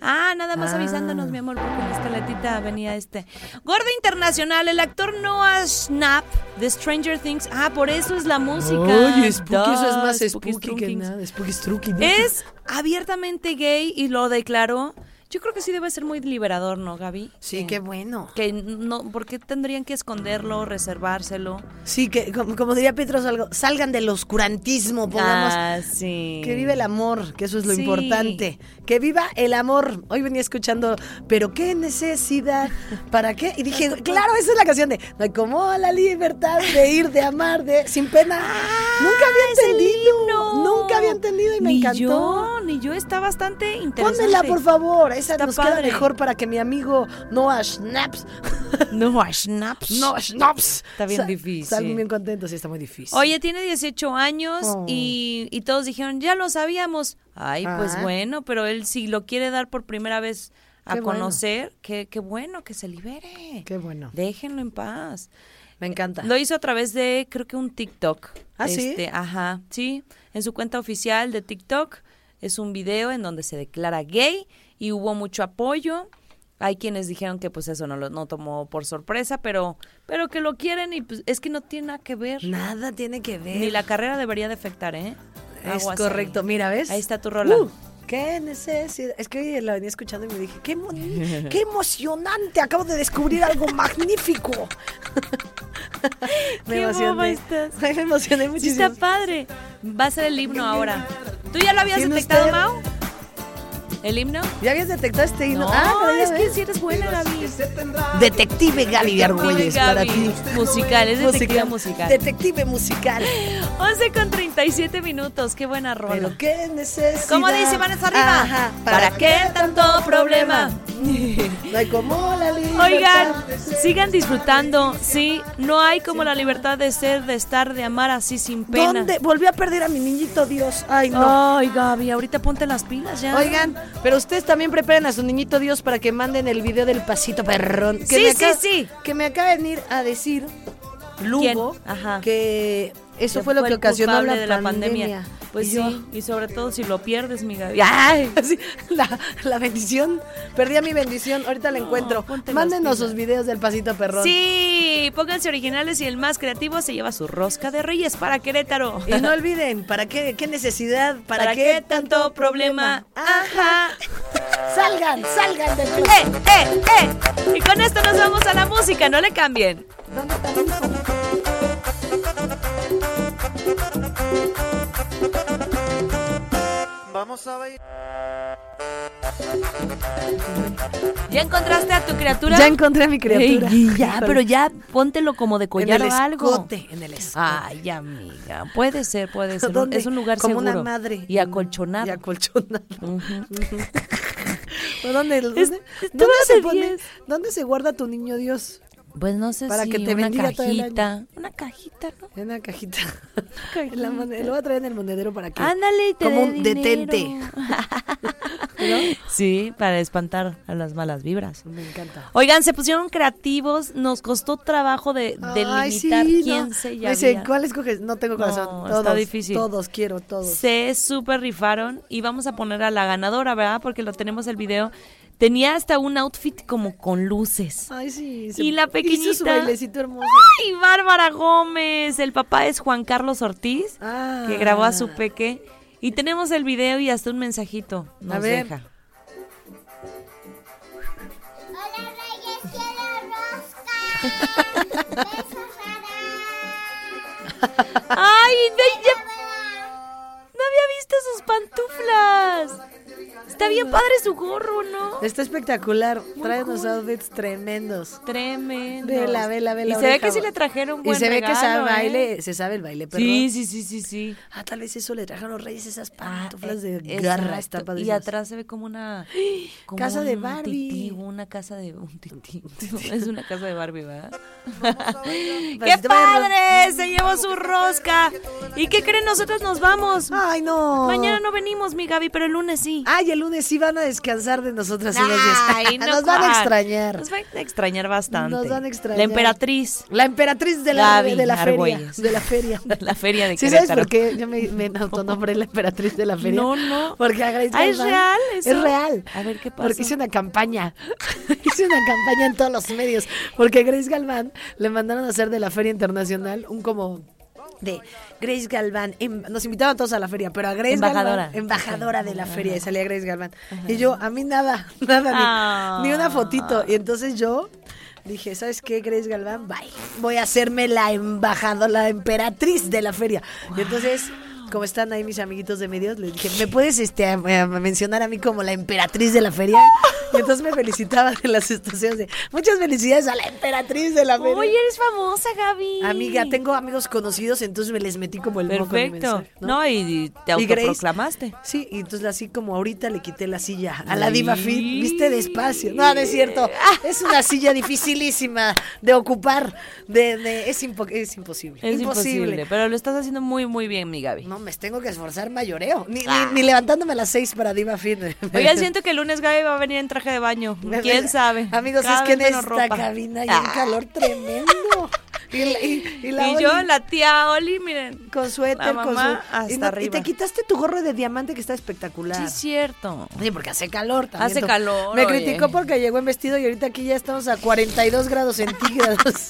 Speaker 3: Ah, nada más avisándonos, mi amor, porque en la escaletita venía este. Gordo Internacional, el actor Noah Schnapp de Stranger Things. Ah, por eso es la música.
Speaker 4: Oye, spooky, eso es
Speaker 3: Da,
Speaker 4: más spooky, que
Speaker 3: Strunking.
Speaker 4: nada. Spooky, spooky.
Speaker 3: Es abiertamente gay y lo declaró. Yo creo que sí debe ser muy liberador, ¿no, Gaby?
Speaker 4: Sí, qué bueno.
Speaker 3: Que no, ¿por qué tendrían que esconderlo, reservárselo?
Speaker 4: Sí, que como, como diría Petro Salgo, salgan del oscurantismo, pongamos.
Speaker 3: Ah, sí.
Speaker 4: Que viva el amor, que eso es lo
Speaker 3: Sí.
Speaker 4: importante. Que viva el amor. Hoy venía escuchando, pero qué necesidad, ¿para qué? Y dije, claro, esa es la canción de No hay como la libertad de ir, de amar, de sin pena. nunca
Speaker 3: Ah, es
Speaker 4: había
Speaker 3: el
Speaker 4: entendido.
Speaker 3: himno.
Speaker 4: Nunca había entendido y me
Speaker 3: ni
Speaker 4: encantó.
Speaker 3: Yo, ni yo, está bastante interesante.
Speaker 4: Pónmela, por favor. Esa
Speaker 3: Está
Speaker 4: nos queda
Speaker 3: padre.
Speaker 4: mejor para que mi amigo Noah Schnaps.
Speaker 3: No, a Schnaps.
Speaker 4: Noah Schnaps.
Speaker 3: Está bien
Speaker 4: Sa-
Speaker 3: difícil.
Speaker 4: Salgo bien contento, sí, está muy difícil.
Speaker 3: Oye, tiene 18 años
Speaker 4: Oh.
Speaker 3: y, y todos dijeron, ya lo sabíamos. Ay, pues
Speaker 4: Ah.
Speaker 3: bueno, pero él si lo quiere dar por primera vez a
Speaker 4: Qué bueno.
Speaker 3: conocer, qué, qué bueno que se libere.
Speaker 4: Qué bueno.
Speaker 3: Déjenlo en paz.
Speaker 4: Me encanta.
Speaker 3: Lo hizo a través de, creo que un TikTok. Este,
Speaker 4: ¿Ah, sí?
Speaker 3: Ajá, sí. En su cuenta oficial de TikTok es un video en donde se declara gay y hubo mucho apoyo. Hay quienes dijeron que pues eso no lo no tomó por sorpresa, pero pero que lo quieren y pues, es que no tiene nada que ver.
Speaker 4: Nada tiene que ver.
Speaker 3: Ni la carrera debería de afectar, ¿eh?
Speaker 4: Eh. Es
Speaker 3: Aguas ahí.
Speaker 4: correcto. Mira, ¿ves?
Speaker 3: Ahí está tu rola.
Speaker 4: Uh, qué necesidad. Es que hoy la venía escuchando y me dije, qué, mo- qué emocionante. Acabo de descubrir algo magnífico. me
Speaker 3: Qué
Speaker 4: emocioné.
Speaker 3: boba estás.
Speaker 4: Ay, me emocioné
Speaker 3: Sí
Speaker 4: muchísimo.
Speaker 3: está padre. Va a ser el himno ahora. ¿Tú ya lo habías
Speaker 4: ¿Tiene
Speaker 3: detectado,
Speaker 4: usted?
Speaker 3: Mau? ¿El himno?
Speaker 4: ¿Ya habías detectado este himno?
Speaker 3: No,
Speaker 4: ah, pero ya
Speaker 3: es que
Speaker 4: ves.
Speaker 3: si eres buena, Gaby.
Speaker 4: Detective Gaby de Argüelles para
Speaker 3: Gaby.
Speaker 4: ti.
Speaker 3: Musical, es detective
Speaker 4: Musical.
Speaker 3: musical.
Speaker 4: Detective musical.
Speaker 3: 11 con 37 minutos, qué buena rola.
Speaker 4: Pero qué necesidad.
Speaker 3: ¿Cómo dice Vanessa Arriba?
Speaker 4: Ajá.
Speaker 3: ¿Para qué tanto problema?
Speaker 4: No hay como la libertad.
Speaker 3: Oigan, sigan disfrutando, sí, no hay como la libertad de ser, de estar, de amar así sin pena.
Speaker 4: ¿Dónde? Volví a perder a mi niñito Dios. Ay, no.
Speaker 3: Ay, Gaby, ahorita ponte las pilas ya.
Speaker 4: Oh. Oigan, pero ustedes también preparen a su niñito Dios para que manden el video del pasito perrón. Que
Speaker 3: Sí,
Speaker 4: me
Speaker 3: sí, sí.
Speaker 4: Que me acaba de venir a decir Lugo
Speaker 3: ¿Quién? Ajá.
Speaker 4: que eso
Speaker 3: Que
Speaker 4: fue lo que
Speaker 3: el
Speaker 4: ocasionó
Speaker 3: culpable
Speaker 4: la,
Speaker 3: de
Speaker 4: pandemia.
Speaker 3: Pues
Speaker 4: Y
Speaker 3: sí,
Speaker 4: yo,
Speaker 3: y sobre todo si lo pierdes, mi Gaby. ¡Ay!
Speaker 4: así, la, la bendición. Perdí a mi bendición. Ahorita la encuentro.
Speaker 3: ponte las
Speaker 4: Mándenos
Speaker 3: pilas.
Speaker 4: sus videos del pasito perrón.
Speaker 3: Sí, pónganse originales y el más creativo se lleva su rosca de reyes para Querétaro.
Speaker 4: Y no olviden, ¿para qué, qué necesidad? ¿Para,
Speaker 3: ¿Para qué tanto problema? Ajá.
Speaker 4: Salgan, salgan del club.
Speaker 3: ¡Eh, eh, eh! Y con esto nos vamos a la música, no le cambien. ¿Ya encontraste a tu criatura?
Speaker 4: Ya encontré a mi criatura.
Speaker 3: Ey, ya, pero ya póntelo como de
Speaker 4: en
Speaker 3: collar
Speaker 4: el
Speaker 3: o algo.
Speaker 4: escote, en el escote.
Speaker 3: Ay, amiga, puede ser, puede ser.
Speaker 4: ¿Dónde?
Speaker 3: Es un lugar
Speaker 4: Como
Speaker 3: seguro.
Speaker 4: una madre.
Speaker 3: Y acolchonado.
Speaker 4: Y acolchonado. Ujú. ¿Dónde, dónde,
Speaker 3: Es-
Speaker 4: dónde
Speaker 3: estuvo
Speaker 4: se
Speaker 3: de
Speaker 4: pone?
Speaker 3: 10.
Speaker 4: ¿Dónde se guarda tu niño Dios?
Speaker 3: Pues no sé
Speaker 4: Para
Speaker 3: si
Speaker 4: que te
Speaker 3: una
Speaker 4: bendiga todo el año.
Speaker 3: cajita. Una cajita, ¿no?
Speaker 4: En una cajita.
Speaker 3: cajita.
Speaker 4: En la moned- lo voy a traer en el monedero para que.
Speaker 3: Ándale, y te
Speaker 4: Como
Speaker 3: dé
Speaker 4: un
Speaker 3: dinero.
Speaker 4: detente.
Speaker 3: Sí, para espantar a las malas vibras.
Speaker 4: Me encanta.
Speaker 3: Oigan, se pusieron creativos, nos costó trabajo de
Speaker 4: Ay, sí,
Speaker 3: delimitar quién
Speaker 4: no.
Speaker 3: se
Speaker 4: Me
Speaker 3: ya
Speaker 4: dice,
Speaker 3: había.
Speaker 4: ¿cuál escoges? No
Speaker 3: No,
Speaker 4: tengo corazón.
Speaker 3: está
Speaker 4: todos,
Speaker 3: difícil.
Speaker 4: Todos, quiero todos.
Speaker 3: Se super rifaron y vamos a poner a la ganadora, ¿verdad? Porque lo tenemos el video. Tenía hasta un outfit como con luces.
Speaker 4: Ay, sí.
Speaker 3: Y la
Speaker 4: Hizo su
Speaker 3: pequeñita-
Speaker 4: bailecito hermoso.
Speaker 3: ¡Ay, Bárbara Gómez! El papá es Juan Carlos Ortiz,
Speaker 4: Ah.
Speaker 3: que grabó a su peque. Y tenemos el video y hasta un mensajito nos
Speaker 4: ver.
Speaker 3: deja.
Speaker 6: Hola Reyes, quiero rosca. Besos Sara.
Speaker 3: ¡Ay, ve- ya- no había visto sus pantuflas! Está bien padre su gorro, ¿no?
Speaker 4: Está espectacular. Trae unos outfits tremendos.
Speaker 3: Tremendo.
Speaker 4: Vela, vela, vela.
Speaker 3: Y se ve
Speaker 4: oreja.
Speaker 3: que sí le trajeron buen
Speaker 4: Y se ve que sabe
Speaker 3: regalo, ¿eh?
Speaker 4: baile, se sabe el baile, pero.
Speaker 3: Sí, sí, sí, sí, sí.
Speaker 4: Ah, tal vez eso le trajeron los reyes esas
Speaker 3: Ah,
Speaker 4: pantuflas
Speaker 3: eh,
Speaker 4: de garra.
Speaker 3: exacto.
Speaker 4: Está
Speaker 3: y
Speaker 4: padrísimo.
Speaker 3: atrás se ve como una como
Speaker 4: Casa de
Speaker 3: un
Speaker 4: Barbie.
Speaker 3: tití, una casa de un tití. Es una casa de Barbie, ¿verdad? ¡Qué
Speaker 4: Vasito, vaya,
Speaker 3: padre! Se llevó su rosca. ¿Y qué creen? Nosotros nos vamos.
Speaker 4: Ay, no.
Speaker 3: Mañana no venimos, mi Gaby, pero el lunes sí.
Speaker 4: Ay, el lunes sí van a descansar de nosotras unos días.
Speaker 3: Ay, no,
Speaker 4: Nos van a
Speaker 3: Juan.
Speaker 4: extrañar.
Speaker 3: Nos van a extrañar bastante.
Speaker 4: Nos van a extrañar.
Speaker 3: La emperatriz.
Speaker 4: La emperatriz de la,
Speaker 3: Gaby
Speaker 4: de la feria.
Speaker 3: Argüelles.
Speaker 4: De la feria.
Speaker 3: De la feria de
Speaker 4: ¿Sí sabes
Speaker 3: Querétaro.
Speaker 4: por qué yo me, me autonombré la emperatriz de la feria?
Speaker 3: No, no.
Speaker 4: Porque a Grace
Speaker 3: Ah, ¿es
Speaker 4: Galván-
Speaker 3: real eso?
Speaker 4: Es real.
Speaker 3: A ver, ¿qué pasó?
Speaker 4: Porque hice una campaña. hice una campaña en todos los medios. Porque Grace Galván le mandaron a hacer de la feria internacional un como de Grace Galván, em- nos invitaban todos a la feria, pero a Grace
Speaker 3: Embajadora.
Speaker 4: Galván, embajadora de la feria, y salía Grace Galván. Y yo, a mí nada, nada, ni-
Speaker 3: Ah.
Speaker 4: ni, una fotito. Y entonces yo dije, ¿sabes qué, Grace Galván? Bye. Voy a hacerme la embajadora, la emperatriz de la feria. Y entonces, como están ahí mis amiguitos de medios, les dije, ¿me puedes este, a- a- mencionar a mí como la emperatriz de la feria? Y entonces me felicitaban en las estaciones de, muchas felicidades a la emperatriz de la feria.
Speaker 3: Oye, eres famosa, Gaby.
Speaker 4: Amiga, tengo amigos conocidos, entonces me les metí como el moco en el
Speaker 3: Perfecto.
Speaker 4: mensaje,
Speaker 3: No, y, y te
Speaker 4: Y Grace-
Speaker 3: autoproclamaste.
Speaker 4: Sí, y entonces así como ahorita le quité la silla a la diva
Speaker 3: Sí.
Speaker 4: fit, viste despacio. No, no es cierto. Es una silla dificilísima de ocupar. De, de- es, impo- es imposible.
Speaker 3: Es imposible. Pero lo estás haciendo muy, muy bien, mi Gaby.
Speaker 4: No, me tengo que esforzar mayoreo. Ni, ni- ni levantándome a las seis para diva fit.
Speaker 3: Oigan, Ah. siento que el lunes Gaby va a venir en traje de baño. ¿Quién sabe?
Speaker 4: Amigos,
Speaker 3: Cada
Speaker 4: es que en
Speaker 3: vez menos
Speaker 4: esta
Speaker 3: ropa.
Speaker 4: cabina hay un
Speaker 3: Ah.
Speaker 4: calor tremendo. Y, la- y- y la
Speaker 3: y yo,
Speaker 4: Oli-
Speaker 3: la tía Oli, miren.
Speaker 4: Con suéter,
Speaker 3: la
Speaker 4: con
Speaker 3: mamá
Speaker 4: su-
Speaker 3: hasta
Speaker 4: y, no- y
Speaker 3: arriba.
Speaker 4: te quitaste tu gorro de diamante que está espectacular.
Speaker 3: Sí, es cierto.
Speaker 4: Sí, porque hace calor también.
Speaker 3: Hace
Speaker 4: tú.
Speaker 3: calor,
Speaker 4: Me
Speaker 3: oye.
Speaker 4: criticó porque llegó en vestido y ahorita aquí ya estamos a 42 grados centígrados.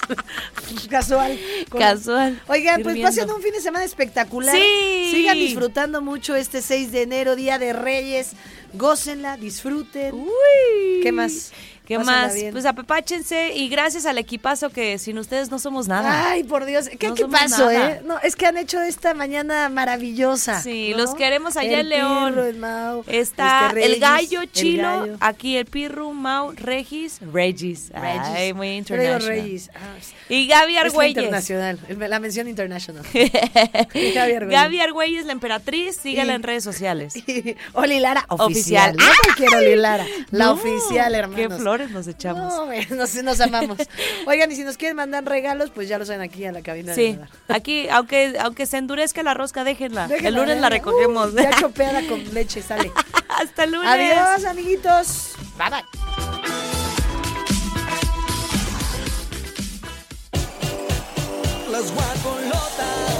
Speaker 4: Casual. Con-
Speaker 3: Casual.
Speaker 4: Oigan, pues
Speaker 3: Hirviendo.
Speaker 4: pasen un fin de semana espectacular.
Speaker 3: Sí.
Speaker 4: Sigan disfrutando mucho este 6 de enero, Día de Reyes. Gócenla, disfruten.
Speaker 3: Uh, Uy.
Speaker 4: ¿Qué más?
Speaker 3: ¿Qué
Speaker 4: Pásenla
Speaker 3: más?
Speaker 4: bien.
Speaker 3: Pues apapáchense y gracias al equipazo que sin ustedes no somos nada.
Speaker 4: Ay, por Dios. ¿Qué,
Speaker 3: No
Speaker 4: qué
Speaker 3: somos
Speaker 4: pasó,
Speaker 3: nada.
Speaker 4: eh? No, es que han hecho esta mañana maravillosa.
Speaker 3: Sí,
Speaker 4: ¿no?
Speaker 3: los queremos allá en
Speaker 4: El
Speaker 3: León.
Speaker 4: Pirro, el Mau,
Speaker 3: Está
Speaker 4: Mr.
Speaker 3: el
Speaker 4: Reyes,
Speaker 3: gallo chilo,
Speaker 4: gallo.
Speaker 3: aquí el pirru, Mau, Regis, Regis.
Speaker 4: Regis.
Speaker 3: Ay, muy
Speaker 4: Yo le digo
Speaker 3: internacional.
Speaker 4: Reyes. Ah, es-
Speaker 3: Y Gaby
Speaker 4: es la
Speaker 3: Argüelles.
Speaker 4: internacional. el- La mención internacional. Gaby Argüelles.
Speaker 3: Gaby Argüelles, la emperatriz, sígala
Speaker 4: Y-
Speaker 3: en redes sociales.
Speaker 4: Oli Lara, oficial.
Speaker 3: Oficial.
Speaker 4: No cualquier Oli Lara. La
Speaker 3: No,
Speaker 4: oficial, hermanos.
Speaker 3: Qué flores nos echamos.
Speaker 4: No, hombre, nos, nos amamos. Oigan, y si nos quieren mandar regalos, pues ya lo saben aquí a la cabina de
Speaker 3: Sí,
Speaker 4: radar.
Speaker 3: aquí, aunque, aunque se endurezca la rosca, déjenla. el
Speaker 4: Déjenla,
Speaker 3: lunes la
Speaker 4: déjenla.
Speaker 3: recogemos.
Speaker 4: Uy, Uh, ya chopeada con leche sale.
Speaker 3: Hasta el lunes.
Speaker 4: Adiós, amiguitos. Bye bye.
Speaker 1: las guajolotas.